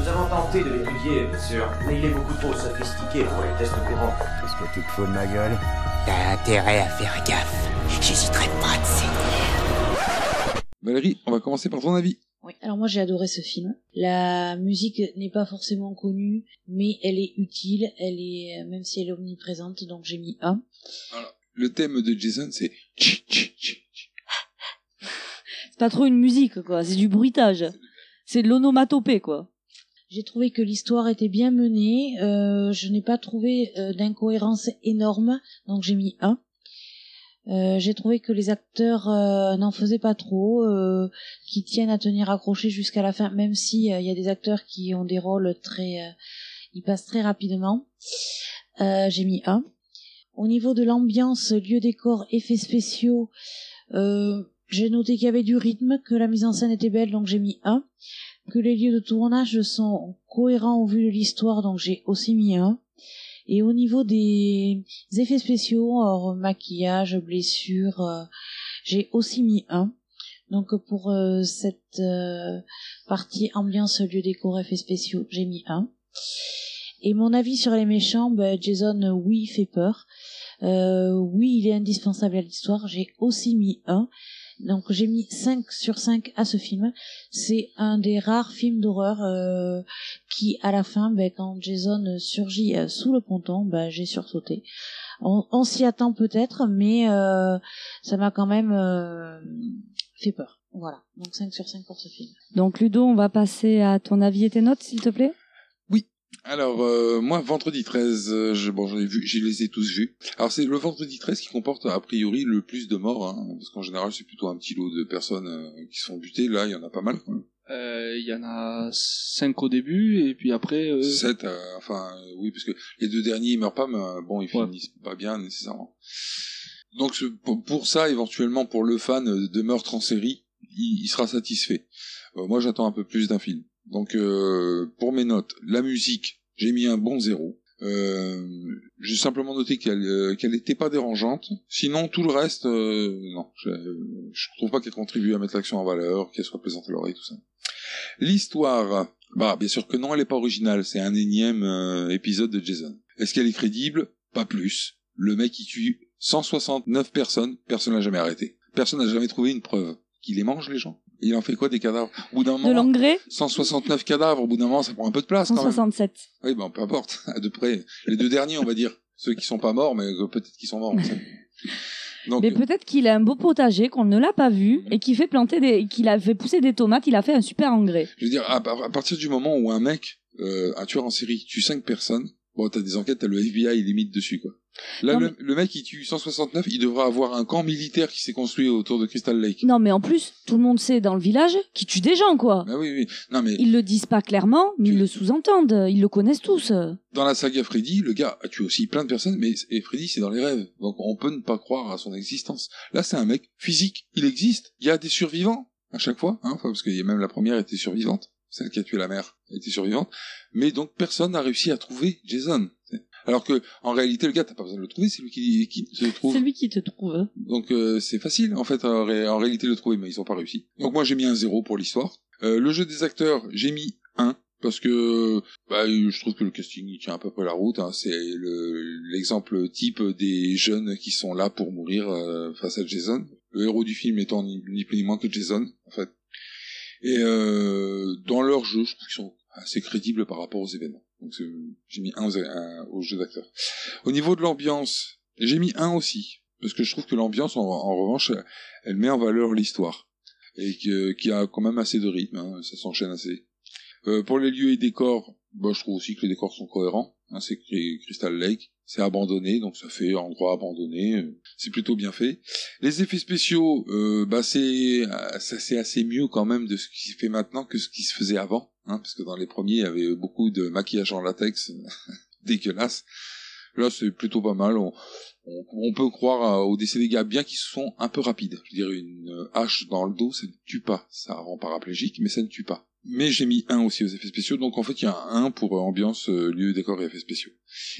Nous avons tenté de l'étudier, bien sûr, mais il est beaucoup trop sophistiqué pour les tests courants. Qu'est-ce que tu te fous de ma gueule
T'as intérêt à faire gaffe. J'hésiterai pas de
Valérie, on va commencer par ton avis.
Oui. Alors moi j'ai adoré ce film. La musique n'est pas forcément connue, mais elle est utile, elle est euh, même si elle est omniprésente, donc j'ai mis un.
Le thème de Jason, c'est
c'est pas trop une musique, quoi. C'est du bruitage. C'est de l'onomatopée, quoi.
J'ai trouvé que l'histoire était bien menée, euh, je n'ai pas trouvé euh, d'incohérence énorme, donc j'ai mis un. Euh, j'ai trouvé que les acteurs euh, n'en faisaient pas trop, euh, qui tiennent à tenir accroché jusqu'à la fin, même si euh, il y a des acteurs qui ont des rôles très, euh, ils passent très rapidement. Euh, j'ai mis un. Au niveau de l'ambiance, lieu décor, effets spéciaux, euh, j'ai noté qu'il y avait du rythme, que la mise en scène était belle, donc j'ai mis un. Que les lieux de tournage sont cohérents au vu de l'histoire, donc j'ai aussi mis un. Et au niveau des effets spéciaux, alors, maquillage, blessure, euh, j'ai aussi mis un. Donc pour euh, cette euh, partie ambiance, lieu décor, effets spéciaux, j'ai mis un. Et mon avis sur les méchants, ben, Jason, euh, oui, il fait peur. Euh, oui, il est indispensable à l'histoire. J'ai aussi mis un. Donc j'ai mis 5 sur 5 à ce film. C'est un des rares films d'horreur euh, qui, à la fin, ben, quand Jason surgit euh, sous le ponton, ben, j'ai sursauté. On, on s'y attend peut-être, mais euh, ça m'a quand même euh, fait peur. Voilà, donc 5 sur 5 pour ce film.
Donc, Ludo, on va passer à ton avis et tes notes, s'il te plaît.
Alors, euh, moi, vendredi 13, euh, je, bon, j'en ai vu, je les ai tous vus. Alors, c'est le vendredi 13 qui comporte, a priori, le plus de morts, hein, parce qu'en général, c'est plutôt un petit lot de personnes euh, qui sont butées. Là, il y en a pas mal, quand même.
Euh, Il y en a 5 au début, et puis après. euh,
7, enfin, euh, oui, parce que les deux derniers, ils meurent pas, mais euh, bon, ils finissent pas bien, nécessairement. Donc, ce- pour, pour ça, éventuellement, pour le fan euh, de meurtre en série, il, il sera satisfait. Euh, moi, j'attends un peu plus d'un film. Donc, euh, pour mes notes, la musique, j'ai mis un bon zéro. Euh, j'ai simplement noté qu'elle euh, qu'elle n'était pas dérangeante. Sinon, tout le reste, euh, non, je, je trouve pas qu'elle contribue à mettre l'action en valeur, qu'elle soit plaisante à l'oreille, tout ça. L'histoire, bah bien sûr que non, elle n'est pas originale, c'est un énième euh, épisode de Jason. Est-ce qu'elle est crédible Pas plus. Le mec il tue 169 personnes, personne n'a jamais arrêté. Personne n'a jamais trouvé une preuve. Il les mange les gens. Il en fait quoi des cadavres Au bout d'un
De
moment,
l'engrais
169 cadavres, au bout d'un moment ça prend un peu de place quand même.
167.
Oui, ben peu importe, à de près. Les deux derniers, on va dire, ceux qui sont pas morts, mais euh, peut-être qu'ils sont morts. on
(laughs)
sait. Donc,
Mais peut-être qu'il a un beau potager qu'on ne l'a pas vu et qui fait planter des, qu'il a fait pousser des tomates, il a fait un super engrais.
Je veux dire, à, par- à partir du moment où un mec, euh, un tueur en série, tue cinq personnes, bon, t'as des enquêtes, t'as le FBI limite dessus, quoi. Là, le, le mec, il tue 169, il devra avoir un camp militaire qui s'est construit autour de Crystal Lake.
Non, mais en plus, tout le monde sait dans le village qu'il tue des gens, quoi.
Ah oui, oui. Non, mais
Ils le disent pas clairement, mais ils le sous-entendent. Ils le connaissent tous.
dans la saga Freddy, le gars a tué aussi plein de personnes, mais et Freddy, c'est dans les rêves. Donc, on peut ne pas croire à son existence. Là, c'est un mec physique. Il existe. Il y a des survivants, à chaque fois, hein, enfin, parce que même la première était survivante. Celle qui a tué la mère était survivante. Mais donc, personne n'a réussi à trouver Jason. Alors que, en réalité, le gars, t'as pas besoin de le trouver, c'est lui qui, qui se trouve.
C'est lui qui te trouve.
Donc euh, c'est facile en fait en, ré- en réalité de le trouver, mais ils ont pas réussi. Donc moi j'ai mis un zéro pour l'histoire. Euh, le jeu des acteurs, j'ai mis un parce que bah, je trouve que le casting il tient à peu près la route. hein. C'est le- l'exemple type des jeunes qui sont là pour mourir euh, face à Jason. Le héros du film étant ni, ni plus ni moins que Jason en fait. Et euh, dans leur jeu, je trouve qu'ils sont assez crédibles par rapport aux événements. Donc c'est- j'ai mis un, aux- un au jeu d'acteur. Au niveau de l'ambiance, j'ai mis un aussi parce que je trouve que l'ambiance, en, en revanche, elle met en valeur l'histoire et que- qu'il y a quand même assez de rythme, hein, ça s'enchaîne assez. Euh, pour les lieux et décors, bah, je trouve aussi que les décors sont cohérents. hein, c'est Cri- Crystal Lake, c'est abandonné, donc ça fait endroit abandonné. euh, C'est plutôt bien fait. Les effets spéciaux, euh, bah c'est euh, ça c'est assez mieux quand même de ce qui se fait maintenant que ce qui se faisait avant, hein, parce que dans les premiers il y avait beaucoup de maquillage en latex (laughs) dégueulasse. Là c'est plutôt pas mal. On, on- on peut croire euh, au décès des gars, bien qu'ils sont un peu rapides. Je dirais une euh, hache dans le dos, ça ne tue pas. Ça rend paraplégique, mais ça ne tue pas. Mais j'ai mis un aussi aux effets spéciaux, donc en fait il y a un pour euh, ambiance, euh, lieu, décor et effets spéciaux.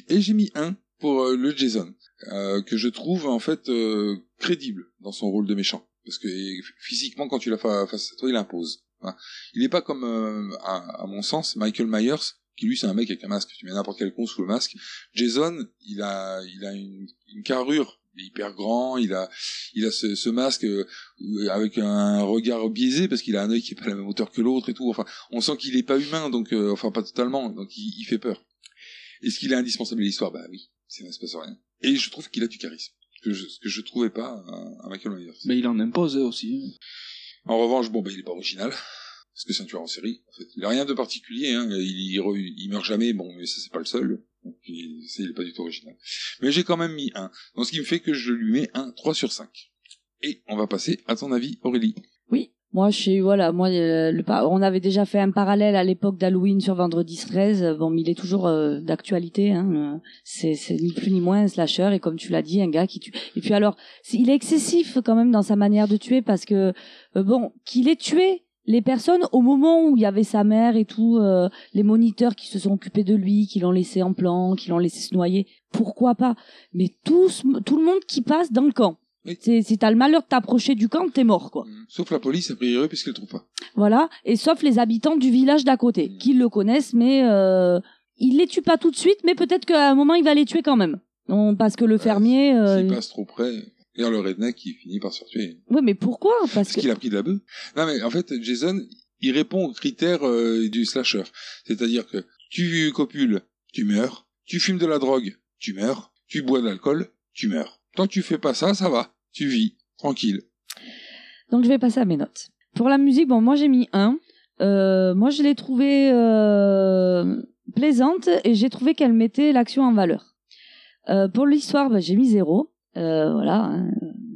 Et j'ai mis un pour euh, le Jason, euh, que je trouve en fait euh, crédible dans son rôle de méchant. Parce que euh, physiquement, quand tu l'as fa- face à toi, il impose. Hein. Voilà. Il n'est pas comme, euh, à, à mon sens, Michael Myers, qui lui c'est un mec avec un masque. Tu mets n'importe quel con sous le masque. Jason, il a, il a une, une carrure. Il est hyper grand, il a, il a ce, ce masque euh, avec un regard biaisé parce qu'il a un œil qui est pas à la même hauteur que l'autre et tout. Enfin, on sent qu'il est pas humain, donc euh, enfin pas totalement, donc il, il fait peur. Est-ce qu'il est indispensable à l'histoire Bah oui, sinon il se passe rien. Et je trouve qu'il a du charisme, que je, ce que je trouvais pas euh, à, à Michael Myers.
Mais il en impose euh, aussi.
En revanche, bon, bah, il est pas original. Parce que c'est un tueur en série. En fait. Il a rien de particulier. Hein. Il, il, re- il meurt jamais. Bon, mais ça, c'est pas le seul. Donc, il, c'est- il est pas du tout original. Mais j'ai quand même mis un. Donc, ce qui me fait que je lui mets un 3 sur 5. Et on va passer à ton avis, Aurélie.
Moi, je suis, voilà, moi, euh, le par- on avait déjà fait un parallèle à l'époque d'Halloween sur Vendredi 13. Bon, mais il est toujours euh, d'actualité. Hein. Euh, C'est c'est ni plus ni moins un slasher et comme tu l'as dit, un gars qui tue. Et puis alors, c'est- il est excessif quand même dans sa manière de tuer parce que euh, bon, qu'il ait tué les personnes au moment où il y avait sa mère et tout, euh, les moniteurs qui se sont occupés de lui, qui l'ont laissé en plan, qui l'ont laissé se noyer. Pourquoi pas Mais tous, tout le monde qui passe dans le camp. C'est Si t'as le malheur de t'approcher du camp, t'es mort, quoi.
Sauf la police, a priori, puisqu'elle trouve pas.
Voilà, et sauf les habitants du village d'à côté, qui le connaissent, mais euh, il les tue pas tout de suite, mais peut-être qu'à un moment il va les tuer quand même. Non, parce que le fermier. euh,
Il passe trop près. Et le redneck, il finit par se faire tuer.
Ouais, mais pourquoi Parce
Parce qu'il a pris de la bœuf. Non, mais en fait, Jason, il répond aux critères euh, du slasher. C'est-à-dire que tu copules, tu meurs. Tu fumes de la drogue, tu meurs. Tu bois de l'alcool, tu meurs. Tant que tu fais pas ça, ça va. Tu vis, tranquille.
Donc je vais passer à mes notes. Pour la musique, bon, moi j'ai mis 1. moi je l'ai trouvée euh, plaisante et j'ai trouvé qu'elle mettait l'action en valeur. Euh, pour l'histoire, bah, j'ai mis 0. voilà, hein,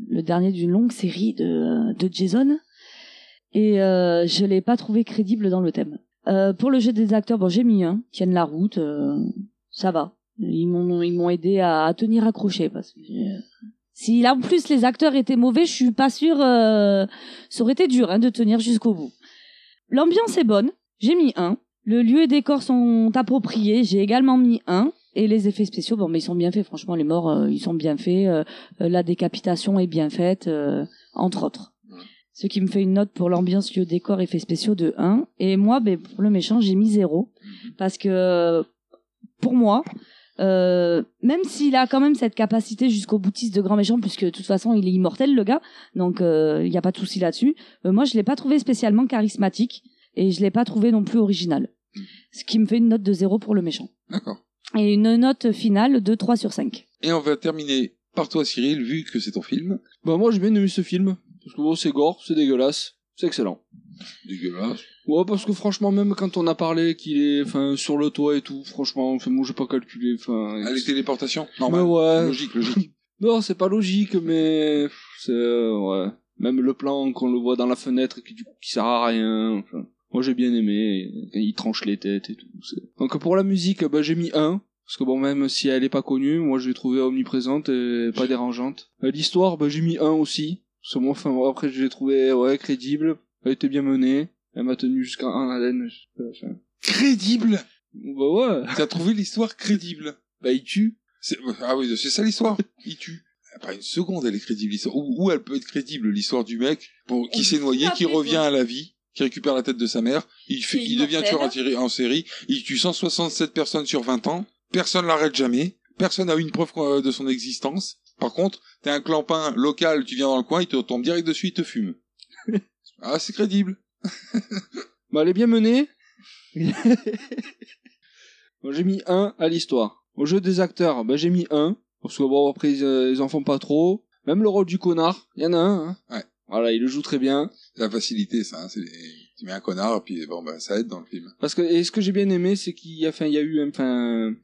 le dernier d'une longue série de, de Jason. Et euh, je l'ai pas trouvé crédible dans le thème. Euh, pour le jeu des acteurs, bon, j'ai mis 1. Tiennent la route, euh, ça va. Ils m'ont ils m'ont aidé à, à tenir accroché parce que euh, j'ai- si là en plus les acteurs étaient mauvais, je suis pas sûre. euh, ça aurait été dur hein, de tenir jusqu'au bout. L'ambiance est bonne, j'ai mis 1. Le lieu et décor sont appropriés, j'ai également mis 1. Et les effets spéciaux, bon, mais ils sont bien faits, franchement, les morts, euh, ils sont bien faits. euh, euh, la décapitation est bien faite, euh, entre autres. Ce qui me fait une note pour l'ambiance, lieu, décor, effets spéciaux de 1. Et moi, ben, pour le méchant, j'ai mis 0. Parce que pour moi, euh, même s'il a quand même cette capacité jusqu'au boutiste de grand méchant, puisque de toute façon il est immortel le gars, donc euh, il n'y a pas de souci là-dessus. euh, moi je l'ai pas trouvé spécialement charismatique et je l'ai pas trouvé non plus original, ce qui me fait une note de 0 pour le méchant
D'accord.
et une note finale de 3 sur 5.
Et on va terminer par toi, Cyril, vu que c'est ton film.
Bah moi j'ai bien aimé ce film. Parce que bon, c'est gore, c'est dégueulasse, c'est excellent.
Dégueulasse.
Ouais parce que franchement même quand on a parlé qu'il est enfin sur le toit et tout, franchement, enfin moi j'ai pas calculé. Enfin,
Ah, les téléportations Normal.
Mais Bah, ouais.
Logique, logique.
(laughs) non c'est pas logique mais pff, c'est euh, ouais. Même le plan qu'on le voit dans la fenêtre qui du coup qui sert à rien. Enfin, moi j'ai bien aimé. et Il tranche les têtes et tout. c'est- Donc pour la musique bah j'ai mis un. Parce que bon, même si elle est pas connue, moi je l'ai trouvée omniprésente et pas dérangeante. Euh, L'histoire, bah, j'ai mis un aussi. Parce que moi, enfin, bon, après, je l'ai trouvée ouais, crédible. Elle était bien menée. Elle m'a tenu jusqu'en en haleine.
Crédible
Bah ouais.
T'as trouvé l'histoire crédible
Bah, il tue.
Ah oui, c'est ça l'histoire. Il tue. Ah, Pas une seconde, elle est crédible. l'histoire. Ou, ou elle peut être crédible, l'histoire du mec pour, qui s'est noyé, qui revient à la vie, qui récupère la tête de sa mère. Il, fait, il devient tueur en, série- en série. Il tue 167 personnes sur 20 ans. Personne l'arrête jamais. Personne n'a une preuve euh, de son existence. Par contre, t'es un clampin local, tu viens dans le coin, il te tombe direct dessus, il te fume. ah, c'est crédible.
Bah, elle est bien menée. (laughs) Bon, j'ai mis 1 à l'histoire. Au jeu des acteurs, bah, j'ai mis 1. Parce que bon, après, ils, euh, ils en font pas trop. Même le rôle du connard, il y en a un. hein. Voilà, il le joue très bien.
C'est la facilité, ça. hein. C'est les- Tu mets un connard, puis bon, bah, ça aide dans le film.
Parce que et ce que j'ai bien aimé, c'est qu'il y a, enfin, il y a eu enfin,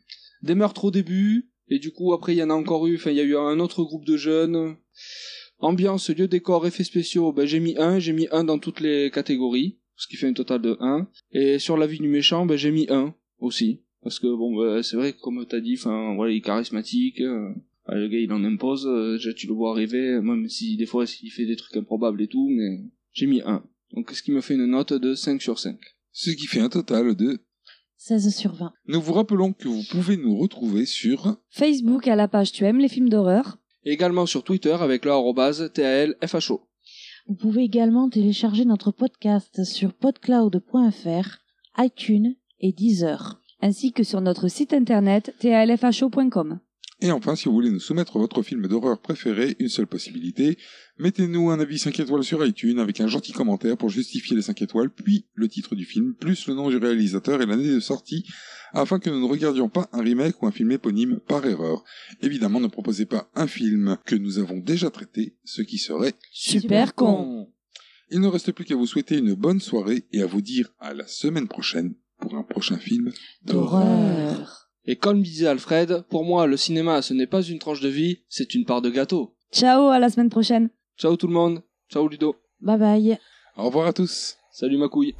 des meurtres au début, Et du coup, après, il y en a encore eu, enfin, il y a eu un autre groupe de jeunes. Ambiance, lieu, décor, effets spéciaux, ben, j'ai mis un, j'ai mis un dans toutes les catégories, ce qui fait un total de 1. Et sur la vie du méchant, ben, j'ai mis un aussi. Parce que, bon, ben, c'est vrai que, comme t'as dit, enfin, voilà, il est charismatique, euh, ah, le gars, il en impose, euh, déjà, tu le vois arriver, même si, des fois, il fait des trucs improbables et tout, mais j'ai mis un. Donc, ce qui me fait une note de 5 sur 5.
Ce qui fait un total de
16 sur 20.
Nous vous rappelons que vous pouvez nous retrouver sur
Facebook à la page Tu aimes les films d'horreur.
Et également sur Twitter avec la arrobase TALFHO.
Vous pouvez également télécharger notre podcast sur podcloud.fr, iTunes et Deezer.
Ainsi que sur notre site internet talfho.com.
Et enfin, si vous voulez nous soumettre votre film d'horreur préféré, une seule possibilité, mettez-nous un avis 5 étoiles sur iTunes avec un gentil commentaire pour justifier les 5 étoiles, puis le titre du film, plus le nom du réalisateur et l'année de sortie, afin que nous ne regardions pas un remake ou un film éponyme par erreur. Évidemment, ne proposez pas un film que nous avons déjà traité, ce qui serait
Super con.
Il ne reste plus qu'à vous souhaiter une bonne soirée et à vous dire à la semaine prochaine pour un prochain film
d'horreur.
Et comme disait Alfred, pour moi, le cinéma, ce n'est pas une tranche de vie, c'est une part de gâteau.
Ciao, à la semaine prochaine.
Ciao tout le monde. Ciao Ludo.
Bye bye.
Au revoir à tous.
Salut ma couille.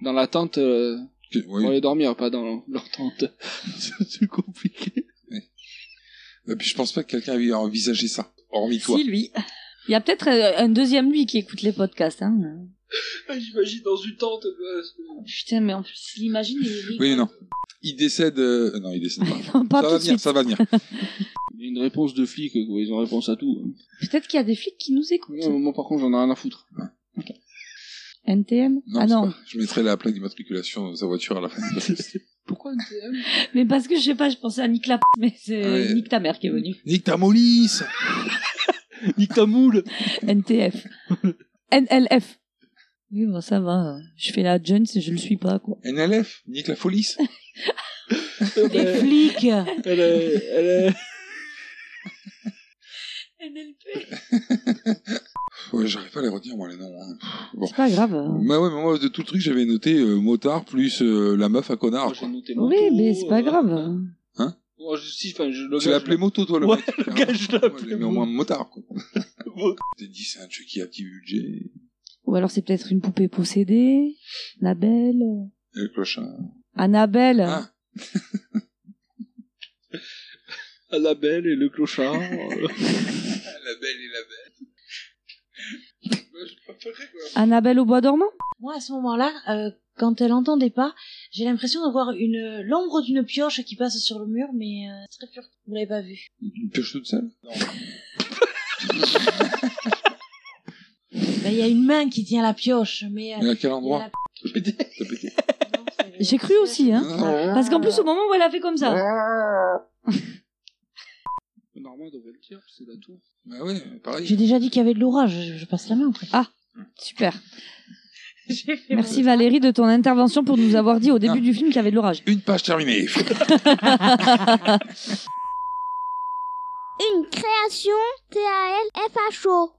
dans la tente euh,
oui.
pour aller dormir, pas dans leur tente. (laughs) C'est compliqué.
Et Euh, puis je pense pas que quelqu'un ait envisagé ça, hormis toi.
Si, lui. Il y a peut-être euh, un deuxième lui qui écoute les podcasts. Hein.
Ah, J'imagine dans une tente. euh,
Putain, mais en plus, il imagine. Il...
Oui, non. Il décède. euh, Non, il décède pas.
Non, (laughs) pas
ça
tout
va
de
venir,
suite.
ça va venir.
Il y a une réponse de flic, quoi, ils ont réponse à tout. hein.
Peut-être qu'il y a des flics qui nous écoutent.
Non, moi par contre, j'en ai rien à foutre.
NTM
Non,
Ah
c'est
non.
pas- Je mettrai la plaque d'immatriculation de sa voiture à la fin.
(laughs) Pourquoi NTM
Mais parce que je sais pas, je pensais à Nick Lap, (laughs) mais c'est
Ah ouais.
Nick ta mère qui
(laughs)
est venu.
(laughs) Nique ta molisse
Nique ta moule
(laughs)
NTF. NLF. Oui, bon, ça va. Je fais la Jones et je le suis
(laughs)
pas, quoi.
NLF Nique la folice
Les
(laughs)
flics
Elle est. Elle est...
Ouais, j'arrive pas à les retenir, moi, les noms. hein. Pff, Bon.
C'est pas grave.
Bah ouais, mais moi, de tout le truc, j'avais noté euh, motard plus euh, la meuf à connard.
Ah,
quoi.
Oui, mais c'est pas grave.
Moi, Oh, je, si, enfin, je, le
Tu
gars,
l'as
je-
appelé moto, toi, le
Ouais,
(laughs) mec.
le gars, je l'ai appelé
Mais au
moto.
moins motard, quoi. T'es dit, c'est un Chucky à petit budget.
Ou alors c'est peut-être une poupée possédée. Annabelle.
Et le prochain.
Annabelle.
Ah.
à la belle et le clochard. euh.
La belle et la belle.
Annabelle au bois dormant
Moi, à ce moment-là, euh, quand elle entendait pas, j'ai l'impression d'avoir une l'ombre d'une pioche qui passe sur le mur, mais euh, c'est très pur. Vous l'avez pas vu.
(laughs) Une pioche toute seule Non.
Bah, Il y a une main qui tient la pioche, mais. euh,
Mais à quel endroit
il
y a la- T'as pété
J'ai cru aussi, hein.
Non.
Parce qu'en plus, au moment où elle a fait comme ça.
Normand devrait le dire, c'est la tour.
Bah ouais, pareil.
J'ai déjà dit qu'il y avait de l'orage. Je, je passe la main. (laughs) Après.
Ah, super. Merci Valérie de ton intervention pour nous avoir dit au début du film qu'il y avait de l'orage.
Une page terminée.
Une création T-A-L-F-H-O.